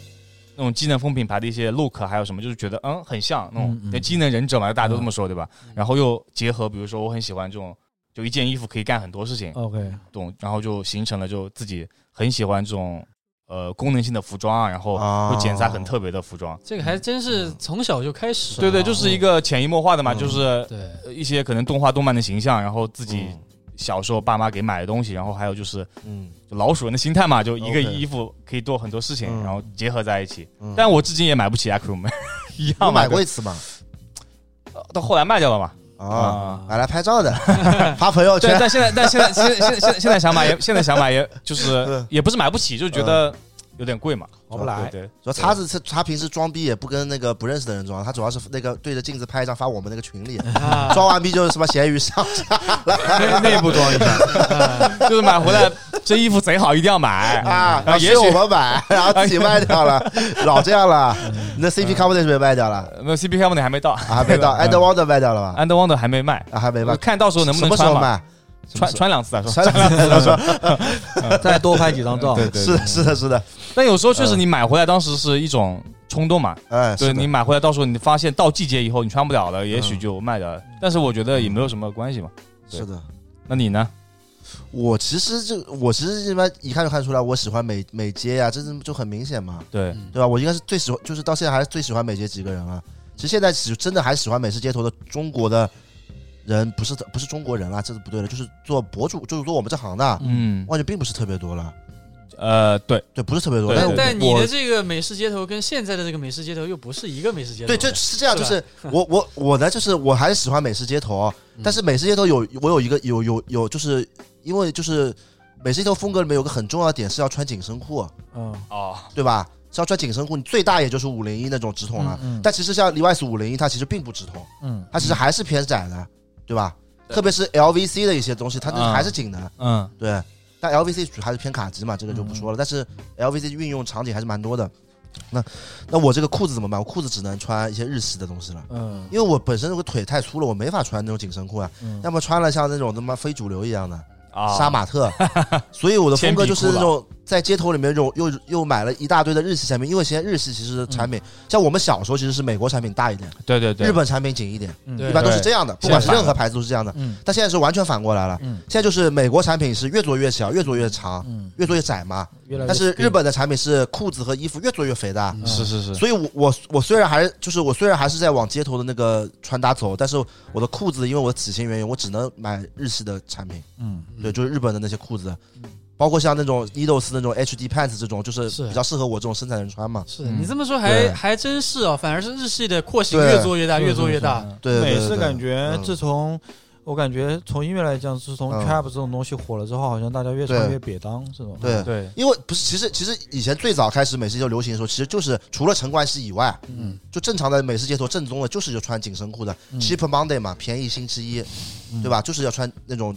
Speaker 3: 那种机能风品牌的一些 look，还有什么，就是觉得嗯很像那种
Speaker 6: 嗯、嗯
Speaker 3: 对机能忍者嘛，大家都这么说对吧？然后又结合，比如说我很喜欢这种，就一件衣服可以干很多事
Speaker 4: 嗯
Speaker 3: 情，
Speaker 6: ，OK，
Speaker 3: 懂，然后就形成了就自己很喜欢这种呃功能性的服装啊，然后
Speaker 1: 哦
Speaker 3: 会剪裁很特别的服装。
Speaker 2: 这个还真是从小就开始了，
Speaker 3: 对对，就是一个潜移默化的嘛，
Speaker 1: 嗯
Speaker 3: 就是
Speaker 2: 对，
Speaker 3: 一些可能动画、动漫的形象，然后自己小时候爸妈给买的东西，然后还有就是
Speaker 1: 嗯，
Speaker 3: 就老鼠人的心态嘛，就一个
Speaker 1: OK
Speaker 3: 衣服可以做很多事情，
Speaker 1: 嗯
Speaker 3: 然后结合在一起。
Speaker 1: 嗯
Speaker 3: 但我至今也买不起 Acroom，一
Speaker 1: 我
Speaker 3: 样
Speaker 1: 买过
Speaker 3: 对
Speaker 1: 一次嘛，哦
Speaker 3: 到后来卖掉了嘛。
Speaker 1: 啊，
Speaker 3: 啊，
Speaker 1: 买来拍照的， 发朋友
Speaker 3: 对，
Speaker 1: 圈，
Speaker 3: 但现在但现在现在现在现在现在想买也现在想买也就是
Speaker 1: 嗯
Speaker 3: 也不是买不起，就觉得有点贵嘛。
Speaker 6: 划不来，
Speaker 3: 对，
Speaker 1: 主要他是他平时装逼也不跟那个不认识的人装，他主要是那个对着镜子拍一张发我们那个群里，
Speaker 2: 啊，
Speaker 1: 装完逼就是什么闲鱼上，
Speaker 3: 内部装 一下，就是买回来这衣服贼好，一定要买。
Speaker 1: 啊，
Speaker 3: 啊
Speaker 1: 然后
Speaker 3: 也
Speaker 1: 是
Speaker 3: 许
Speaker 1: 我们买，然后自己卖掉 了，老这样了。
Speaker 3: 嗯
Speaker 1: 你的 CP Company 是被卖掉了
Speaker 3: 没有 CP 开幕的还没到
Speaker 1: 啊？还没到，And
Speaker 3: 嗯
Speaker 1: Wonder 卖掉了吧？
Speaker 3: ，And Wonder 还没卖，
Speaker 1: 啊，还没吧？
Speaker 3: 看到时候哎能不
Speaker 1: 什
Speaker 3: 能
Speaker 1: 么时
Speaker 3: 穿
Speaker 1: 候
Speaker 3: 嘛？
Speaker 1: 卖？
Speaker 3: 穿穿两次啊，说。
Speaker 1: 穿 了
Speaker 6: 再多拍几张照，
Speaker 1: 是的，是的，是的，
Speaker 3: 但有时候确
Speaker 1: 嗯
Speaker 3: 实你买回来当时是一种冲动嘛，
Speaker 1: 哎，
Speaker 3: 对
Speaker 1: 是的
Speaker 3: 你买回来到时候你发现到季节以后你穿不了了，也许就卖掉了。但是我觉得也没有什么关系嘛。
Speaker 1: 是的。
Speaker 3: 那你呢？
Speaker 1: 我其实就我其实一般一看就看出来，我喜欢美美街呀、这是就很明显嘛，
Speaker 3: 对，
Speaker 1: 对吧？我应该是最喜欢，就是到现在还是最喜欢美街几个人了。其实现在喜真的还喜欢美食街头的中国的人，不是不是中国人啦，这是不对的，就是做博主，就是做我们这行的，
Speaker 3: 嗯，
Speaker 1: 我感觉并不是特别多了，
Speaker 3: 呃，对，
Speaker 1: 对，不是特别多。
Speaker 3: 对
Speaker 1: 但
Speaker 2: 但
Speaker 1: 是
Speaker 2: 但你
Speaker 1: 我
Speaker 2: 的这个美式街头跟现在的这个美式街头又不是一个美式街头
Speaker 1: 对，
Speaker 2: 了，
Speaker 1: 就是这样，就是是我我我呢，就是我还是喜欢美食街头，但是美食街头有我有一个有有有，就是因为就是美食街头风格里面有个很重要的点是要穿紧身裤，
Speaker 6: 嗯
Speaker 3: 哦，
Speaker 1: 对吧？是要穿紧身裤，你最大也就是五零一那种直筒了。
Speaker 6: 嗯
Speaker 1: 但其实像 Levi's 五零一，它其实并不直筒，
Speaker 6: 嗯，
Speaker 1: 它其实还是偏窄的，对吧？
Speaker 3: 对
Speaker 1: 特别是 LVC 的一些东西，它那
Speaker 3: 嗯
Speaker 1: 还是紧的，
Speaker 3: 嗯
Speaker 1: 对。但 LVC 主还是偏卡机嘛，这个就不说了。但是 LVC 运用场景还是蛮多的。那那我这个裤子怎么办？我裤子只能穿一些日系的东西了。
Speaker 6: 嗯
Speaker 1: 因为我本身这个腿太粗了，我没法穿那种紧身裤啊，
Speaker 6: 嗯
Speaker 1: 要么穿了像那种他妈非主流一样的
Speaker 3: 啊，
Speaker 1: 杀马特，所以我的风格就是那种在街头里面又又又买了一大堆的日系产品，因为现在日系其实产品，像我们小时候其实是美国产品大一点，
Speaker 3: 对嗯对对，
Speaker 1: 日本产品紧一点，
Speaker 2: 对
Speaker 1: 一般都是这样的，不管是任何牌子都是这样的
Speaker 4: 嗯。
Speaker 1: 但现在是完全反过来了，
Speaker 4: 嗯
Speaker 1: 现在就是美国产品是越做越小，越做越长，
Speaker 4: 嗯，
Speaker 1: 越做越窄嘛。
Speaker 4: 越来越
Speaker 1: 但是
Speaker 4: skinny
Speaker 1: 日本的产品是裤子和衣服越做越肥
Speaker 2: 嗯
Speaker 1: 的，
Speaker 3: 是是是，
Speaker 1: 所以我我我虽然还是就是我虽然还是在往街头的那个穿搭走，但是我的裤子因为我的体型原因，我只能买日系的产品，
Speaker 4: 嗯
Speaker 1: 对，就是日本的那些裤子，包括像那种 Needles 那种 HD pants 这种，就是
Speaker 2: 是
Speaker 1: 比较适合我这种身材的人穿嘛。
Speaker 2: 是
Speaker 4: 嗯
Speaker 2: 你这么说还
Speaker 1: 对
Speaker 2: 还真是哦，反而是日系的廓形
Speaker 1: 对
Speaker 2: 越做越大，越做越大。
Speaker 1: 对对
Speaker 4: 美
Speaker 1: 对
Speaker 4: 式
Speaker 1: 对
Speaker 4: 感觉
Speaker 1: 嗯
Speaker 4: 自从。我感觉从音乐来讲，自从
Speaker 1: 嗯
Speaker 4: trap 这种东西火了之后，好像大家越唱
Speaker 1: 对
Speaker 4: 越瘪裆这种。
Speaker 1: 对，
Speaker 3: 对
Speaker 1: 因为不是，其实其实以前最早开始美式街头流行的时候，其实就是除了陈冠希以外，
Speaker 4: 嗯，
Speaker 1: 就正常的美式街头正宗的，就是有穿紧身裤的、
Speaker 4: 嗯
Speaker 1: cheap Monday 嘛，便宜星期一，
Speaker 4: 嗯
Speaker 1: 对吧？就是要穿那种，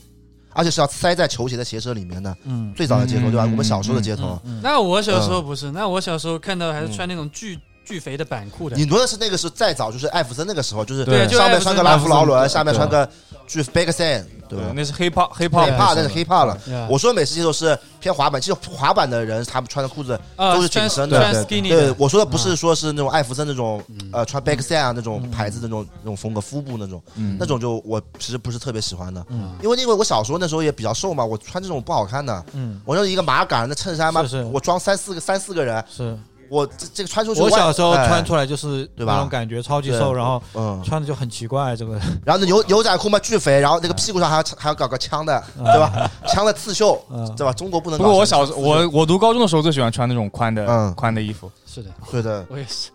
Speaker 1: 而且是要塞在球鞋的鞋舌里面的。
Speaker 4: 嗯，
Speaker 1: 最早的街头，
Speaker 3: 嗯
Speaker 1: 对吧？
Speaker 3: 嗯
Speaker 1: 我们小时候的街头
Speaker 4: 嗯，嗯
Speaker 2: 那我小时候不是，那我小时候看到还是
Speaker 1: 嗯
Speaker 2: 穿那种巨巨肥的板裤的，
Speaker 1: 你说的是那个时候再早，就是艾弗森那个时候，就是
Speaker 2: 对就
Speaker 1: 上面
Speaker 2: 艾弗森
Speaker 1: 穿个拉夫劳
Speaker 3: 艾
Speaker 1: 伦，
Speaker 3: 弗森
Speaker 1: 下面穿个巨 Big Sam，对
Speaker 3: 啊对
Speaker 1: 吧，？
Speaker 3: 那是 hip hop
Speaker 1: 黑
Speaker 3: hip hop
Speaker 1: 怕那是黑怕了。
Speaker 2: Yeah
Speaker 1: 我说美式街头是偏滑板，其实滑板的人他们穿的裤子
Speaker 2: 啊
Speaker 1: 都是
Speaker 2: 穿
Speaker 1: 紧身的
Speaker 2: 穿
Speaker 1: 对
Speaker 2: skinny
Speaker 1: 对
Speaker 2: 的，
Speaker 1: 我说的不
Speaker 4: 嗯
Speaker 1: 是说是那种艾弗森那种，呃，穿 Big Sam 啊那种牌子的那种那种风格，腹部那种，
Speaker 3: 嗯
Speaker 1: 那种就我其实不是特别喜欢的，
Speaker 4: 嗯
Speaker 1: 因为因为我小时候那时候也比较瘦嘛，我穿这种不好看的，
Speaker 4: 嗯
Speaker 1: 我就一个马杆的衬衫嘛
Speaker 4: 是是，
Speaker 1: 我装三四个三四个人，
Speaker 4: 是
Speaker 1: 我这这个穿出去
Speaker 4: 我
Speaker 1: 外
Speaker 4: 小时候
Speaker 1: 哎
Speaker 4: 穿出来就是
Speaker 1: 对吧
Speaker 4: 那种感觉，超级
Speaker 1: 对
Speaker 4: 瘦，然后
Speaker 1: 嗯，
Speaker 4: 穿的就很奇怪，这个
Speaker 1: 然后那牛牛仔裤嘛巨肥，然后那个屁股上还要还要搞个枪的，对 吧？枪的刺绣
Speaker 4: 嗯，
Speaker 1: 对吧？中国不能
Speaker 3: 不
Speaker 1: 搞。
Speaker 3: 过我小时我我读高中的时候最喜欢穿那种宽的、
Speaker 1: 嗯
Speaker 3: 宽的衣服，
Speaker 2: 是的，
Speaker 1: 对的，
Speaker 2: 我也是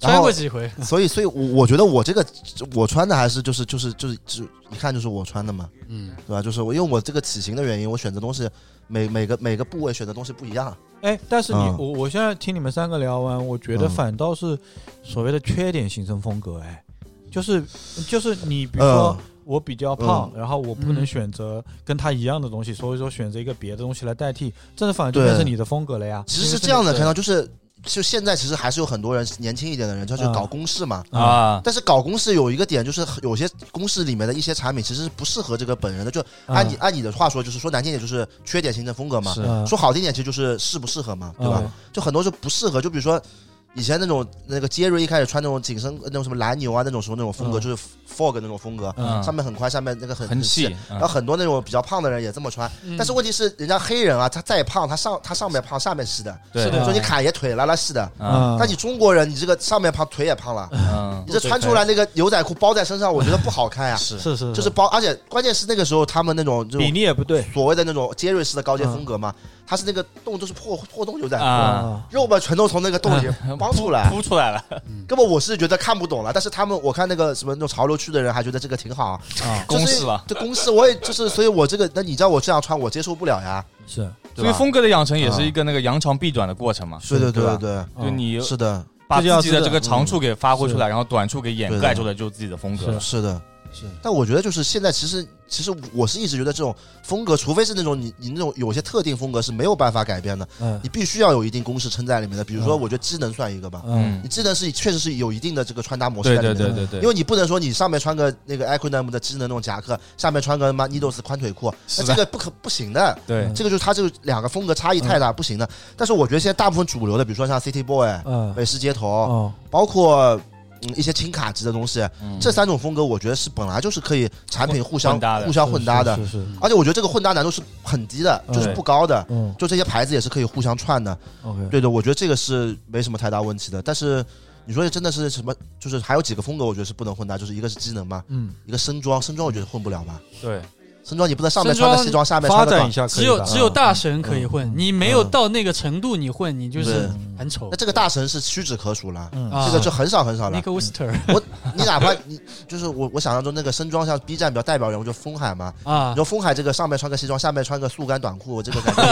Speaker 1: 然后
Speaker 2: 穿过几回。
Speaker 1: 所以所以，我我觉得我这个我穿的还是就是就是就是就一看就是我穿的嘛，
Speaker 2: 嗯，
Speaker 1: 对吧？就是我因为我这个体型的原因，我选择东西每每个每个部位选择东西不一样。啊
Speaker 4: 哎，但是你、
Speaker 1: 嗯
Speaker 4: 我我现在听你们三个聊完，我觉得
Speaker 1: 嗯
Speaker 4: 反倒是所谓的缺点形成风格，哎，就是就是你比如说
Speaker 1: 嗯
Speaker 4: 我比较胖，然后我不能选择跟他一样的东西，所以说选择一个别的东西来代替，这反而就
Speaker 1: 对
Speaker 4: 变成你的风格了呀。
Speaker 1: 其实是这样的，
Speaker 4: 对
Speaker 1: 看到就是就现在其实还是有很多人年轻一点的人，他去搞公式嘛。
Speaker 4: 嗯
Speaker 3: 啊，
Speaker 1: 但是搞公式有一个点，就是有些公式里面的一些产品其实是不适合这个本人的。就按你、按你的话说，就是说难听点就是缺点形成风格嘛。
Speaker 3: 是
Speaker 4: 嗯
Speaker 1: 说好听点，其实就是适不适合嘛，对吧？
Speaker 4: 嗯
Speaker 1: 就很多就不适合，就比如说以前那种那个杰瑞一开始穿那种紧身那种什么蓝牛啊那种时候那种风格，
Speaker 4: 嗯
Speaker 1: 就是 fog 那种风格，
Speaker 3: 嗯
Speaker 1: 上面很宽，下面那个很
Speaker 3: 很细，，嗯
Speaker 1: 然后很多那种比较胖的人也这么穿，
Speaker 2: 嗯
Speaker 1: 但是问题是人家黑人啊，他再胖，他上他上面胖，下面细的，
Speaker 3: 对
Speaker 2: 是的
Speaker 1: 说你侃爷腿拉拉细的，
Speaker 3: 嗯
Speaker 1: 啊但你中国人你这个上面胖腿也 胖了，
Speaker 3: 嗯
Speaker 1: 你这穿出来那个牛仔裤包在身上，我觉得不好看呀。
Speaker 3: 是
Speaker 4: 是是
Speaker 1: 就是包，而且关键是那个时候他们那种就
Speaker 4: 比例也不对
Speaker 1: 所谓的那种杰瑞式的高阶风格嘛，他是那个洞都是破破洞牛仔裤，
Speaker 3: 啊，
Speaker 1: 肉嘛全都从那个洞里帮出来，
Speaker 3: 凸出来了，
Speaker 1: 根本我是觉得看不懂了。但是他们，我看那个什么那种潮流区的人还觉得这个挺好，
Speaker 4: 啊，
Speaker 1: 就是
Speaker 3: 公式了。
Speaker 1: 这公式我也就是，所以我这个，那你叫我这样穿，我接受不了呀，
Speaker 4: 是
Speaker 1: 对
Speaker 3: 所以
Speaker 1: 吧？
Speaker 3: 风格的养成也是一个那个扬长避短的过程嘛，
Speaker 1: 对对对
Speaker 3: 吧
Speaker 1: 对对，
Speaker 3: 嗯就你
Speaker 1: 是的，
Speaker 3: 把
Speaker 4: 这就要
Speaker 3: 自己的嗯
Speaker 4: 是
Speaker 3: 这个长处给发挥出
Speaker 4: 是
Speaker 3: 来，然后短处给掩盖住了，就是自己的风格。
Speaker 1: 是的。
Speaker 4: 是
Speaker 1: 但我觉得就是现在，其实其实我是一直觉得这种风格，除非是那种你你那种有些特定风格是没有办法改变的，
Speaker 4: 嗯
Speaker 1: 你必须要有一定公式撑在里面的。比如说，
Speaker 4: 嗯
Speaker 1: 我觉得机能算一个吧，
Speaker 4: 嗯
Speaker 1: 你技能是确实是有一定的这个穿搭模式
Speaker 3: 对
Speaker 1: 在里
Speaker 3: 对
Speaker 1: 面的，
Speaker 3: 对对对
Speaker 1: 因，为你不能说你上面穿个那个 Equinum 的机能那种夹克，下面穿个他妈 Needles 宽腿裤，
Speaker 3: 是
Speaker 1: 那
Speaker 3: 的
Speaker 1: 这个不可不行的。
Speaker 3: 对
Speaker 4: 嗯
Speaker 1: 这个就是它这个两个风格差异太
Speaker 3: 嗯
Speaker 1: 大，不行的。但是我觉得现在大部分主流的，比如说像 City Boy、
Speaker 4: 嗯
Speaker 1: 美式街头，
Speaker 4: 哦
Speaker 1: 包括嗯一些轻卡级的东西，
Speaker 3: 嗯
Speaker 1: 这三种风格，我觉得是本来就是可以产品互相
Speaker 3: 混搭的
Speaker 1: 互相混搭的，
Speaker 4: 是是是
Speaker 1: 而且我觉得这个混搭难度是很低的，
Speaker 4: 嗯
Speaker 1: 就是不高的。
Speaker 4: 嗯
Speaker 1: 就这些牌子也是可以互相串的，
Speaker 4: OK
Speaker 1: 对的，我觉得这个是没什么太大问题的。但是你说真的是什么？就是还有几个风格，我觉得是不能混搭，就是一个是机能嘛，
Speaker 4: 嗯
Speaker 1: 一个身装，身装我觉得混不了吧。
Speaker 3: 对，
Speaker 1: 身装你不能上面穿个西装，下面
Speaker 4: 发
Speaker 1: 穿个
Speaker 4: 展一
Speaker 1: 短。
Speaker 4: 下
Speaker 2: 只
Speaker 4: 可以
Speaker 2: 有
Speaker 4: 吧
Speaker 2: 只有大神可以
Speaker 4: 嗯
Speaker 2: 混
Speaker 4: 嗯，
Speaker 2: 你没有到那个程度，你混你就是
Speaker 1: 对
Speaker 2: 很丑
Speaker 1: 那。这个大神是屈指可数了，
Speaker 4: 嗯
Speaker 2: 啊
Speaker 1: 这个就很少很少
Speaker 2: n
Speaker 1: 了嗯
Speaker 2: i。c o Wooster
Speaker 1: 你哪怕你就是我，我想象中那个身装像 B 站比较代表人物就是风海嘛。
Speaker 2: 啊
Speaker 1: 你，说风海这个上面穿个西装，下面穿个速干短裤，这个感觉，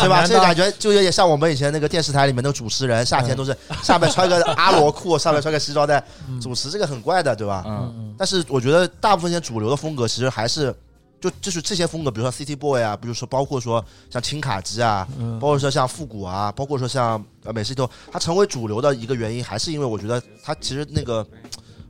Speaker 1: 对吧？这个感觉就有点像我们以前那个电视台里面的主持人，夏天都是下面穿个阿罗裤，上面穿个西装在主持，这个很怪的，对吧？
Speaker 3: 嗯，
Speaker 1: 但是我觉得大部分现在主流的风格其实还是就就是这些风格，比如说 City Boy 啊，比如说包括说像轻卡机啊，包括说像复古啊，包括说像呃美式头，它成为主流的一个原因，还是因为我觉得它其实那个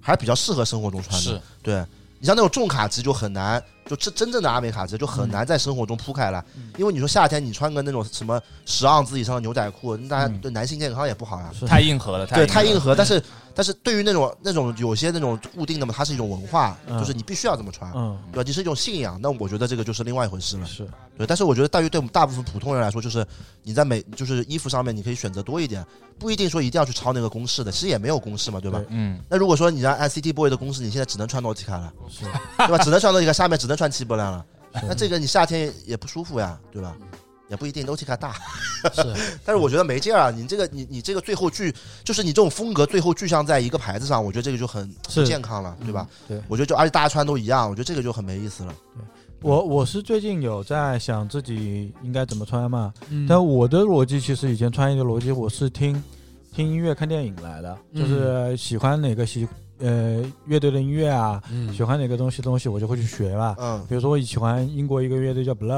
Speaker 1: 还是比较适合生活中穿的。
Speaker 3: 是
Speaker 1: 对你像那种重卡机就很难就真真正的阿美卡兹就很难在生活中铺开来，因为你说夏天你穿个那种什么十盎司以上的牛仔裤，那大家对男性健康也不好啊呀。
Speaker 3: 太硬核了，嗯
Speaker 1: 对，
Speaker 3: 太
Speaker 1: 太
Speaker 3: 硬
Speaker 1: 硬
Speaker 3: 核
Speaker 1: 核。但是但是对于那种那种有些那种固定的嘛，它是一种文化，
Speaker 3: 嗯
Speaker 1: 就是你必须要这么穿，
Speaker 4: 嗯，
Speaker 1: 对吧？你是一种信仰，那我觉得这个就是另外一回事了。
Speaker 4: 是，
Speaker 1: 对，但是我觉得大于对我们大部分普通人来说，就是你在每就是衣服上面你可以选择多一点，不一定说一定要去抄那个公式的，其实也没有公式嘛，对吧？
Speaker 4: 对
Speaker 3: 嗯，
Speaker 1: 那如果说你让 ICT boy 的公司，你现在只能穿诺基卡了，对吧？只能穿诺基卡，下面只能穿齐柏林了。那这个你夏天也不舒服呀，对吧？也不一定，诺基卡大。
Speaker 2: 是，
Speaker 1: 但是我觉得没劲儿啊，你这个你你这个最后聚，就是你这种风格最后聚向在一个牌子上，我觉得这个就很
Speaker 4: 是
Speaker 1: 不健康了，对吧？
Speaker 4: 对
Speaker 1: 我觉得就而且大家穿都一样，我觉得这个就很没意思了。
Speaker 4: 我我是最近有在想自己应该怎么穿嘛，
Speaker 2: 嗯
Speaker 4: 但我的逻辑其实以前穿衣的逻辑，我是听听音乐、看电影来的，
Speaker 2: 嗯
Speaker 4: 就是喜欢哪个喜呃乐队的音乐啊，
Speaker 2: 嗯
Speaker 4: 喜欢哪个东西东西，我就会去学嘛。
Speaker 1: 嗯
Speaker 4: 比如说我喜欢英国一个乐队叫 Blur，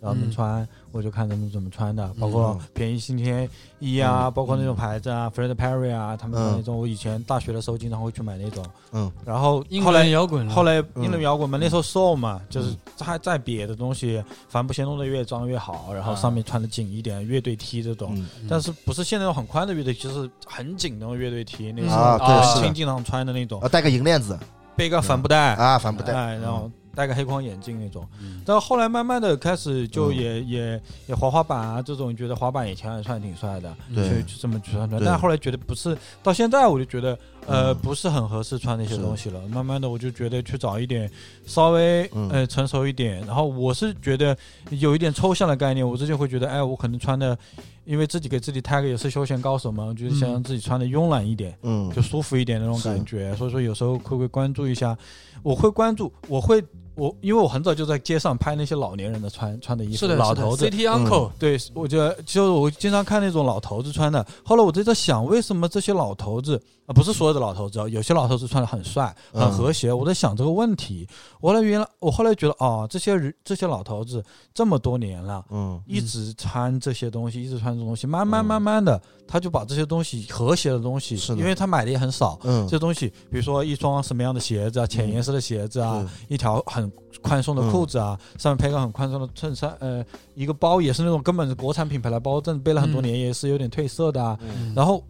Speaker 4: 然后他们
Speaker 2: 嗯
Speaker 4: 穿、我就看他们怎么穿的，包括
Speaker 1: 嗯
Speaker 4: 便宜星期一啊，
Speaker 1: 嗯
Speaker 4: 包括那种牌子啊、f r e d Perry 啊，他们
Speaker 1: 嗯
Speaker 4: 那种、我以前大学的时候经常会去买那种，
Speaker 1: 嗯
Speaker 4: 然后
Speaker 2: 英
Speaker 4: 后
Speaker 2: 伦
Speaker 4: 来。
Speaker 2: 摇滚了，
Speaker 4: 后
Speaker 2: 来
Speaker 4: 来
Speaker 1: 嗯
Speaker 4: 英伦摇滚嘛，那时候 soul 嘛，就是再再瘪的东西，帆布鞋弄得越脏越好，然后
Speaker 3: 啊
Speaker 4: 上面穿的紧一点，乐队 T 这种，
Speaker 1: 嗯
Speaker 4: 但是不是现在那种很宽的乐队，就是很紧的那种乐队 T，那
Speaker 2: 嗯
Speaker 4: 种
Speaker 1: 啊，
Speaker 3: 啊
Speaker 1: 对，是
Speaker 4: 亲
Speaker 1: 的，
Speaker 4: 经常穿的那种
Speaker 1: 啊，，带个银链子
Speaker 4: 背个帆布袋，
Speaker 1: 啊，帆布袋，
Speaker 4: 哎，然后戴个黑框眼镜那种。
Speaker 2: 嗯
Speaker 4: 到后来慢慢的开始就
Speaker 1: 嗯
Speaker 4: 也、也也滑滑板啊这种，觉得滑板以前也穿得挺帅的，
Speaker 2: 嗯
Speaker 4: 就
Speaker 1: 对
Speaker 4: 就这么去穿穿。
Speaker 1: 对
Speaker 4: 但后来觉得不是，到现在我就觉得呃、
Speaker 1: 嗯
Speaker 4: 不是很合适穿那些
Speaker 1: 是
Speaker 4: 东西了。慢慢的我就觉得去找一点稍微、
Speaker 1: 嗯
Speaker 4: 呃成熟一点。然后我是觉得有一点抽象的概念，我之前会觉得哎我可能穿的，因为自己给自己 tag 也是休闲高手嘛，我觉得想让自己穿的慵懒一点。
Speaker 1: 嗯，
Speaker 4: 就舒服一点的那种
Speaker 1: 是
Speaker 4: 感觉。所以说有时候会会关注一下，我会关注，我会我因为我很早就在街上拍那些老年人的穿穿的衣服，
Speaker 2: 是的
Speaker 4: 老头子。
Speaker 2: ，City Uncle，
Speaker 4: 对，我觉得就是我经常看那种老头子穿的。后来我就在想，为什么这些老头子啊、不是所有的老头子，啊，有些老头子穿的很帅、很
Speaker 1: 嗯
Speaker 4: 和谐。我在想这个问题。我后来原来，我后来觉得，哦，这些人这些老头子这么多年了，
Speaker 1: 嗯
Speaker 4: 一直穿这些东西，一直穿这种东西，慢
Speaker 1: 嗯
Speaker 4: 慢慢慢的，他就把这些东西和谐的东西，
Speaker 1: 是的
Speaker 4: 因为他买的也很少，
Speaker 1: 嗯，
Speaker 4: 这东西，比如说一双什么样的鞋子啊，浅颜色的鞋子
Speaker 1: 嗯
Speaker 4: 啊，一条很宽松的裤子啊，上面配个很宽松的衬衫，呃，一个包也是那种根本是国产品牌的包，但背了很多年也是有点褪色的啊。
Speaker 2: 嗯
Speaker 4: 然后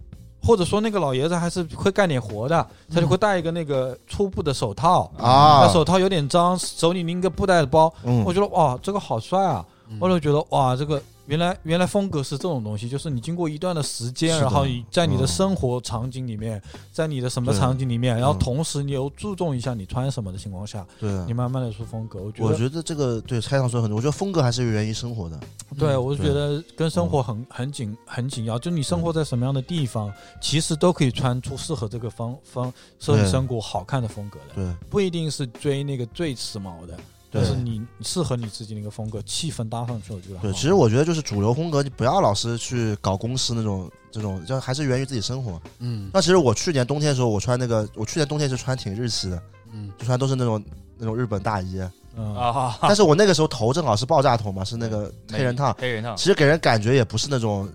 Speaker 4: 或者说那个老爷子还是会干点活的，他就会戴一个那个粗布的手套，
Speaker 1: 对嗯啊
Speaker 4: 那，手套有点脏，手里拎个布袋的包，
Speaker 1: 嗯
Speaker 4: 我觉得哇，这个好帅啊！
Speaker 2: 嗯
Speaker 4: 我就觉得哇，这个原来原来风格是这种东西，就是你经过一段的时间，
Speaker 1: 是的
Speaker 4: 然后你在你的
Speaker 1: 嗯
Speaker 4: 生活场景里面，在你的什么
Speaker 1: 对
Speaker 4: 场景里面，然后
Speaker 1: 嗯
Speaker 4: 同时你又注重一下你穿什么的情况下，
Speaker 1: 对，
Speaker 4: 你慢慢的出风格。我觉
Speaker 1: 啊我
Speaker 4: 得，
Speaker 1: 觉得这个对拆上说很多，我觉得风格还是源于生活的。
Speaker 4: 对我就
Speaker 1: 对嗯
Speaker 4: 觉得跟生活很很紧很紧要，就你生活在什么样的地方，其实都可以穿出适合这个方方适合你
Speaker 1: 对
Speaker 4: 生活好看的风格的，
Speaker 1: 对
Speaker 4: 不一定是追那个最时髦的。但是你你适合你自己那个风格，气氛搭上去，我觉得
Speaker 1: 对，
Speaker 4: 好
Speaker 1: 其实我觉得就是主流风格，你不要老是去搞公式那种这种，就还是源于自己生活。
Speaker 2: 嗯
Speaker 1: 那其实我去年冬天的时候，我穿那个，我去年冬天是穿挺日系的，
Speaker 2: 嗯
Speaker 1: 就穿都是那种那种日本大衣，
Speaker 4: 嗯
Speaker 3: 啊，
Speaker 1: 但是我那个时候头正好是爆炸头嘛，是那个黑人
Speaker 4: 啊
Speaker 1: 烫，
Speaker 3: 黑人烫
Speaker 1: 其实给人感觉也不是那种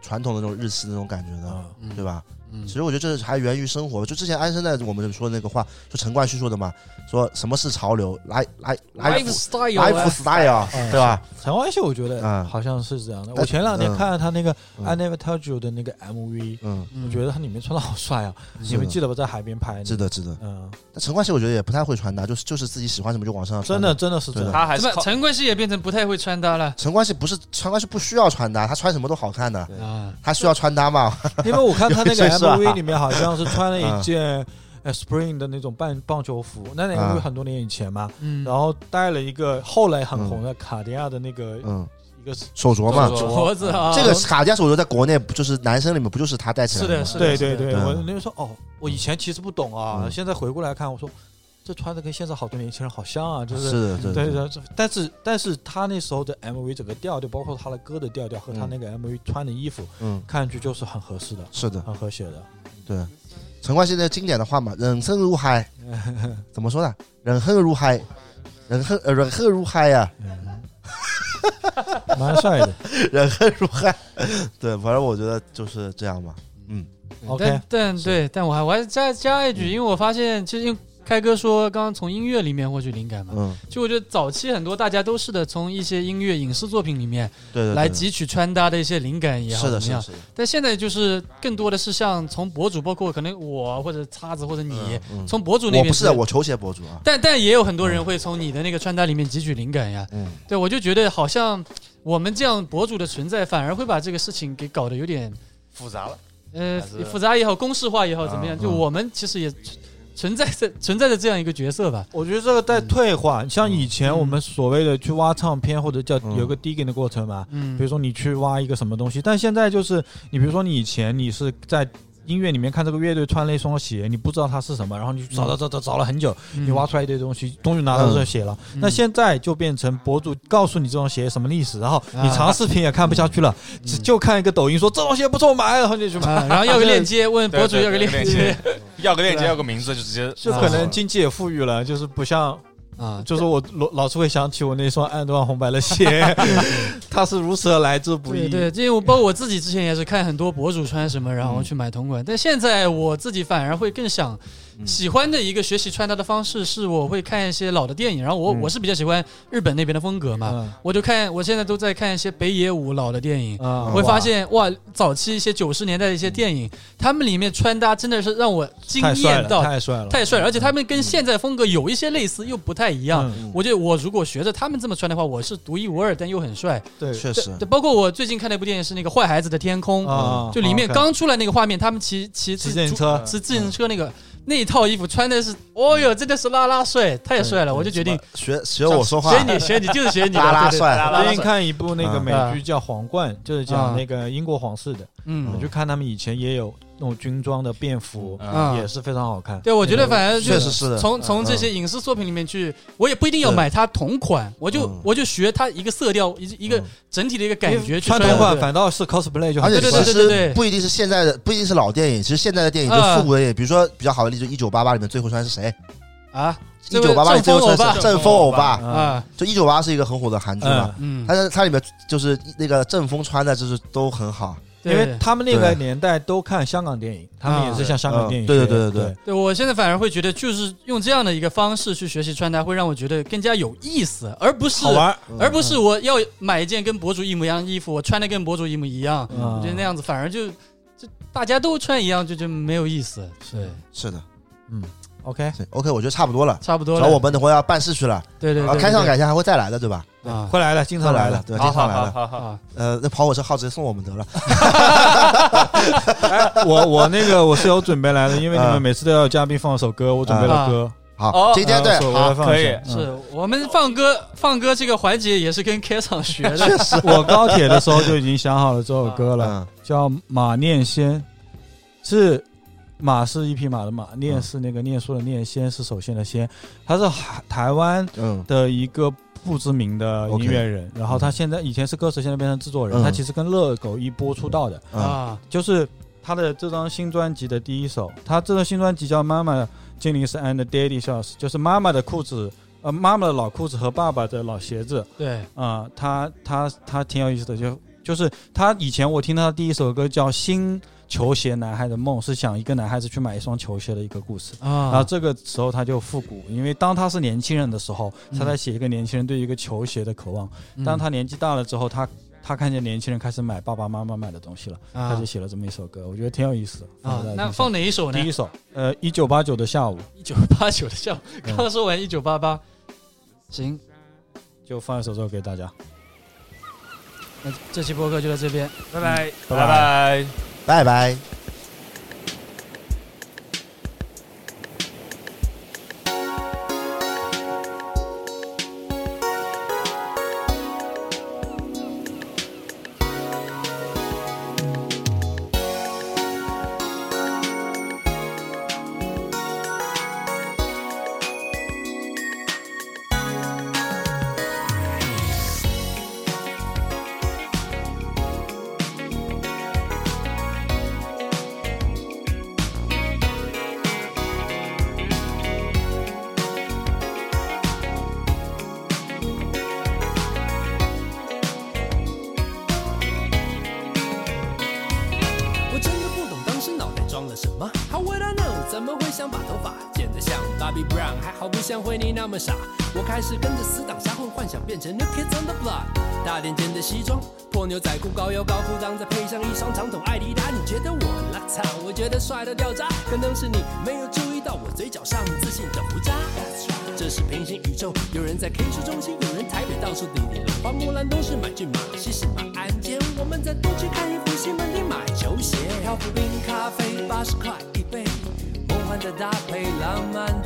Speaker 1: 传统的那种日系那种感觉的，
Speaker 4: 啊
Speaker 1: 对吧？
Speaker 2: 嗯
Speaker 1: 其实我觉得这是还源于生活。就之前安生在我们说的那个话，就陈冠希说的嘛，说什么是潮流来来来福
Speaker 2: ，Lifestyle，
Speaker 1: life style，啊
Speaker 4: 嗯
Speaker 1: 对吧？
Speaker 4: 陈冠希，我觉得
Speaker 1: 嗯
Speaker 4: 好像是这样的。
Speaker 1: 但
Speaker 4: 我前两天
Speaker 1: 嗯
Speaker 4: 看了他那个《
Speaker 1: 嗯
Speaker 4: I Never Told You》的那个 MV，
Speaker 1: 嗯，
Speaker 2: 嗯
Speaker 4: 我觉得他里面穿的好帅啊！你们记得吧？在海边拍
Speaker 1: 值
Speaker 4: 的，
Speaker 1: 得值得。
Speaker 4: 嗯，
Speaker 1: 但陈冠希我觉得也不太会穿搭，就是就是自己喜欢什么就往身上穿。
Speaker 4: 真的，真的是这
Speaker 1: 对
Speaker 4: 样。
Speaker 3: 他还
Speaker 2: 怎
Speaker 3: 是
Speaker 2: 么
Speaker 3: 靠
Speaker 2: 陈冠希也变成不太会穿搭了
Speaker 1: 陈冠希不是陈冠希不需要穿搭，他穿什么都好看的，
Speaker 2: 啊？
Speaker 1: 他需要穿搭嘛？
Speaker 4: 因为我看他那
Speaker 1: 有
Speaker 4: 个
Speaker 1: 一些是啊
Speaker 4: MV 里面好像是穿了一
Speaker 1: 嗯
Speaker 4: 件呃 Spring 的那种棒棒球服，那那 MV
Speaker 1: 嗯
Speaker 4: 很多年以前嘛，
Speaker 2: 嗯，
Speaker 4: 然后戴了一个后来很红的卡地亚的那个
Speaker 1: 嗯，
Speaker 4: 一个
Speaker 1: 手镯嘛
Speaker 3: 手，镯
Speaker 2: 脖子啊，
Speaker 1: 这个卡地亚手镯在国内不就是男生里面不就是他戴起来
Speaker 2: 是
Speaker 1: 的
Speaker 2: 的，
Speaker 1: 吗？
Speaker 2: 是的，
Speaker 4: 对
Speaker 2: 是
Speaker 4: 对
Speaker 2: 的
Speaker 4: 对，
Speaker 1: 对
Speaker 4: 我那个时候哦，我以前其实不懂啊，
Speaker 1: 嗯
Speaker 4: 现在回过来看，我说这穿的跟现在好多年轻人好像啊，就是
Speaker 1: 是的，
Speaker 4: 对
Speaker 1: 对
Speaker 4: 对，但是但是他那时候的 MV 整个调调，包括他的歌的调调和他那个 MV 穿的衣服，
Speaker 1: 嗯，
Speaker 4: 看上去就是很合适的，
Speaker 1: 是的，
Speaker 4: 很和谐的。
Speaker 1: 对。陈冠希的经典的话嘛，人生如海，怎么说呢？人生如海，人生呃人生如海呀、
Speaker 4: 蛮帅 的。
Speaker 1: 人生如海。 对，反正我觉得就是这样吧。
Speaker 2: 但
Speaker 4: OK，
Speaker 1: 嗯
Speaker 2: 但对，但我还我还再加一句，因为我发现，其实因为开哥说刚刚从音乐里面获取灵感嘛，
Speaker 1: 嗯，
Speaker 2: 就我觉得早期很多大家都是的，从一些音乐、影视作品里面
Speaker 1: 对对，
Speaker 2: 来
Speaker 1: 对
Speaker 2: 汲取穿搭的一些灵感也好，
Speaker 1: 是的，
Speaker 2: 怎
Speaker 1: 是的，
Speaker 2: 么样？
Speaker 1: 是的，
Speaker 2: 但现在就是更多的是像从博主，包括可能我或者叉子或者你，
Speaker 1: 嗯嗯
Speaker 2: 从博主那
Speaker 1: 我
Speaker 2: 边
Speaker 1: 不是
Speaker 2: 直接
Speaker 1: 我球鞋博主啊，
Speaker 2: 但但也有很多人会从你的那个穿搭里面汲取灵感呀。
Speaker 1: 嗯，
Speaker 2: 对，我就觉得好像我们这样博主的存在，反而会把这个事情给搞得有点
Speaker 3: 复杂了。
Speaker 2: 呃
Speaker 3: 还是
Speaker 2: 复杂也好，公式化也好，怎么样？
Speaker 1: 嗯
Speaker 2: 就我们其实也存存在着存在着这样一个角色吧。
Speaker 4: 我觉得这个在退化，像以前
Speaker 2: 嗯
Speaker 4: 我们所谓的去挖唱片或者叫
Speaker 1: 嗯
Speaker 4: 有个 digging 的过程嘛，
Speaker 2: 嗯，
Speaker 4: 比如说你去挖一个什么东西，但现在就是你比如说你以前你是在音乐里面看这个乐队穿了一双鞋，你不知道它是什么，然后你找找找找找了很久，
Speaker 2: 嗯
Speaker 4: 你挖出来一堆东西，终于拿到这双鞋了。
Speaker 2: 嗯
Speaker 4: 那现在就变成博主告诉你这双鞋什么历史，然后你
Speaker 2: 啊嗯
Speaker 4: 长视频也看不下去了，只就看一个抖音说这双鞋不错，我买了，然后你就去买。
Speaker 2: 啊，然后要个链接，问
Speaker 3: 对
Speaker 2: 博主
Speaker 3: 对
Speaker 2: 要个
Speaker 3: 对
Speaker 2: 链
Speaker 3: 链接
Speaker 2: 接
Speaker 3: 要个链接，
Speaker 2: 对啊
Speaker 3: 要个名字，就直接
Speaker 4: 就可能经济也富裕了，就是不像，
Speaker 2: 啊。
Speaker 4: 就是我老老是会想起我那双安德万红白的鞋，它是如此的来之不易
Speaker 2: 对。对，这因为我包括我自己之前也是看很多博主穿什么，然后去买同款。但现在我自己反而会更想
Speaker 1: 嗯
Speaker 2: 喜欢的一个学习穿搭的方式是，我会看一些老的电影，然后我、
Speaker 1: 嗯
Speaker 2: 我是比较喜欢日本那边的风格嘛，
Speaker 4: 嗯
Speaker 2: 我就看我现在都在看一些北野武老的电影，
Speaker 4: 啊
Speaker 2: 我会发现哇，早期一些九十年代的一些电影，他们里面穿搭真的是让我惊
Speaker 4: 太帅
Speaker 2: 艳
Speaker 4: 了，
Speaker 2: 到，
Speaker 4: 太帅了，
Speaker 2: 太帅了，而且他们跟现在风格有一些类似，又不太一样。
Speaker 4: 嗯
Speaker 2: 我觉得我如果学着他们这么穿的话，我是独一无二，但又很帅。
Speaker 4: 对
Speaker 1: 确
Speaker 2: 对
Speaker 1: 实，
Speaker 2: 对包括我最近看那部电影是那个《坏孩子的天空》，
Speaker 4: 啊，
Speaker 2: 就里面
Speaker 4: 好看
Speaker 2: 刚出来那个画面，他们骑骑
Speaker 4: 骑
Speaker 2: 自
Speaker 4: 自行车，
Speaker 2: 骑自行车那个那一套衣服穿的是，哦哟，真的是拉拉帅，太帅了！我就决定
Speaker 1: 学学我说话，
Speaker 2: 学你学你就是学你的，
Speaker 1: 拉拉
Speaker 2: 对，
Speaker 1: 帅，
Speaker 3: 拉
Speaker 4: 最
Speaker 3: 拉
Speaker 4: 近看一部那个美
Speaker 2: 啊
Speaker 4: 剧叫《皇冠》，就是
Speaker 2: 啊
Speaker 4: 讲那个英国皇室的，
Speaker 2: 对嗯
Speaker 4: 我就看他们以前也有那种军装的便服，
Speaker 3: 嗯
Speaker 2: 啊
Speaker 4: 也是非常好看。
Speaker 2: 对，我觉得反正就
Speaker 1: 确实是的，嗯
Speaker 2: 从从这些影视作品里面去，我也不一定要买它同款，我就
Speaker 1: 嗯
Speaker 2: 我就学它一个色调，一一个
Speaker 1: 嗯
Speaker 2: 整体的一个感觉去
Speaker 4: 穿同款
Speaker 2: 对
Speaker 4: 反倒是 cosplay 就
Speaker 1: 而
Speaker 4: 很
Speaker 1: 且
Speaker 2: 对对
Speaker 1: 其
Speaker 2: 对对对
Speaker 1: 实不一定是现在的，不一定是老电影，其实现在的电影就
Speaker 2: 嗯
Speaker 1: 复古的电影，比如说比较好的例子，就《一九八八》里面最后穿是谁？
Speaker 2: 啊
Speaker 1: 一
Speaker 2: 这位
Speaker 1: 九八八里最后
Speaker 2: 正风
Speaker 1: 穿是
Speaker 2: 欧
Speaker 1: 嗯
Speaker 2: 巴
Speaker 1: 正风欧巴，
Speaker 4: 啊，
Speaker 2: 啊
Speaker 1: 就《一九八八》是一个很火的韩剧嘛，
Speaker 2: 嗯，
Speaker 1: 它它里面就是那个正风穿的就是都很好，
Speaker 4: 因为
Speaker 2: 对啊
Speaker 4: 他们那个
Speaker 1: 对
Speaker 4: 年代都看香港电影，他们也是向香港电影
Speaker 1: 嗯
Speaker 4: 学
Speaker 1: 对
Speaker 4: 的。
Speaker 1: 对对对
Speaker 4: 对
Speaker 1: 对
Speaker 2: 对我现在反而会觉得，就是用这样的一个方式去学习穿搭，会让我觉得更加有意思，而不是
Speaker 4: 好玩。
Speaker 2: 而不
Speaker 1: 嗯
Speaker 2: 是我要买一件跟博主一模一样的衣服，我穿的跟博主一模一样，
Speaker 4: 嗯
Speaker 2: 我觉得那样子反而就就大家都穿一样，就就没有意思。对，
Speaker 1: 是的，
Speaker 4: OK，
Speaker 1: 是 OK，我觉得差不多了。
Speaker 2: 差不多
Speaker 1: 然
Speaker 2: 了。
Speaker 1: 后我们等会儿要办事去了，
Speaker 2: 对对
Speaker 1: 然后
Speaker 2: 对对
Speaker 1: 开场改天还会再来的，对吧？
Speaker 2: 对啊
Speaker 4: 会来的，经常来的。
Speaker 1: 对，
Speaker 3: 好
Speaker 1: 经常
Speaker 3: 好
Speaker 1: 来
Speaker 3: 好
Speaker 1: 了。
Speaker 3: 好好，
Speaker 2: 啊
Speaker 1: 呃，那跑火车号直接送我们得了。
Speaker 4: 我我那个我是有准备来的，因为你
Speaker 1: 啊
Speaker 4: 们每次都要有嘉宾放首歌，我准备了歌。
Speaker 1: 好，
Speaker 3: 哦
Speaker 1: 今天对
Speaker 4: 啊，所以
Speaker 3: 好
Speaker 4: 我要放
Speaker 3: 可
Speaker 4: 一
Speaker 3: 以
Speaker 4: 首嗯
Speaker 2: 是我们放歌放歌这个环节也是跟开场学的，
Speaker 4: 我高铁的时候就已经想好了这首歌
Speaker 3: 啊
Speaker 4: 了，
Speaker 1: 嗯
Speaker 4: 叫《马念先》，是马是一匹马的马，念是那个念书的念，先是首先的先，他是海台湾
Speaker 1: 嗯
Speaker 4: 的一个不知名的音
Speaker 1: OK
Speaker 4: 乐人，然后他现在以前是歌手，现在变成制作人，
Speaker 1: 嗯
Speaker 4: 他其实跟乐狗一波出道的，
Speaker 1: 嗯
Speaker 2: 啊
Speaker 4: 就是他的这张新专辑的第一首，他这张新专辑叫《妈妈精灵是 and daddy shorts》，就是妈妈的裤子，呃，妈妈的老裤子和爸爸的老鞋子，
Speaker 2: 对
Speaker 4: 啊、他他他挺有意思的，就就是他以前我听他的第一首歌叫《新球鞋男孩的梦》，是讲一个男孩子去买一双球鞋的一个故事。然后
Speaker 2: 啊
Speaker 4: 这个时候他就复古，因为当他是年轻人的时候，他在写一个年轻人对一个球鞋的渴望。
Speaker 2: 嗯
Speaker 4: 当他年纪大了之后，他他看见年轻人开始买爸爸妈妈买的东西了，他
Speaker 2: 啊
Speaker 4: 就写了这么一首歌，我觉得挺有意思的。
Speaker 2: 啊
Speaker 4: 大家，
Speaker 2: 那
Speaker 4: 听
Speaker 2: 放哪一首呢
Speaker 4: 第？一首，呃，一九八九的下午
Speaker 2: 一九八九的笑，刚刚说完一九八八，行，
Speaker 4: 就放一首这首给大家。
Speaker 2: 那这期播客就到这边。
Speaker 3: 拜拜
Speaker 4: 拜
Speaker 3: 拜拜。
Speaker 1: 拜拜。
Speaker 7: 我真的不懂当时脑袋装了什么。How would I know？怎么会想把头发剪得像 Bobby Brown？好不像惠妮那么傻。我开始跟着死党瞎混，幻想变成 New Kids on the Block。大点肩的西装，破牛仔裤，高腰高裤裆，再配上一双长筒艾迪达，你觉得我很邋遢？我觉得帅到掉渣，可能是你没有注意到我嘴角上自信的胡渣。这是平行宇宙，有人在 K 市中心，有人台北到处地里，龙花木兰东市买骏马，西市买鞍鞯。我们在东区看一幅西门町买球鞋，漂浮冰咖啡八十块一杯，梦幻的搭配，浪漫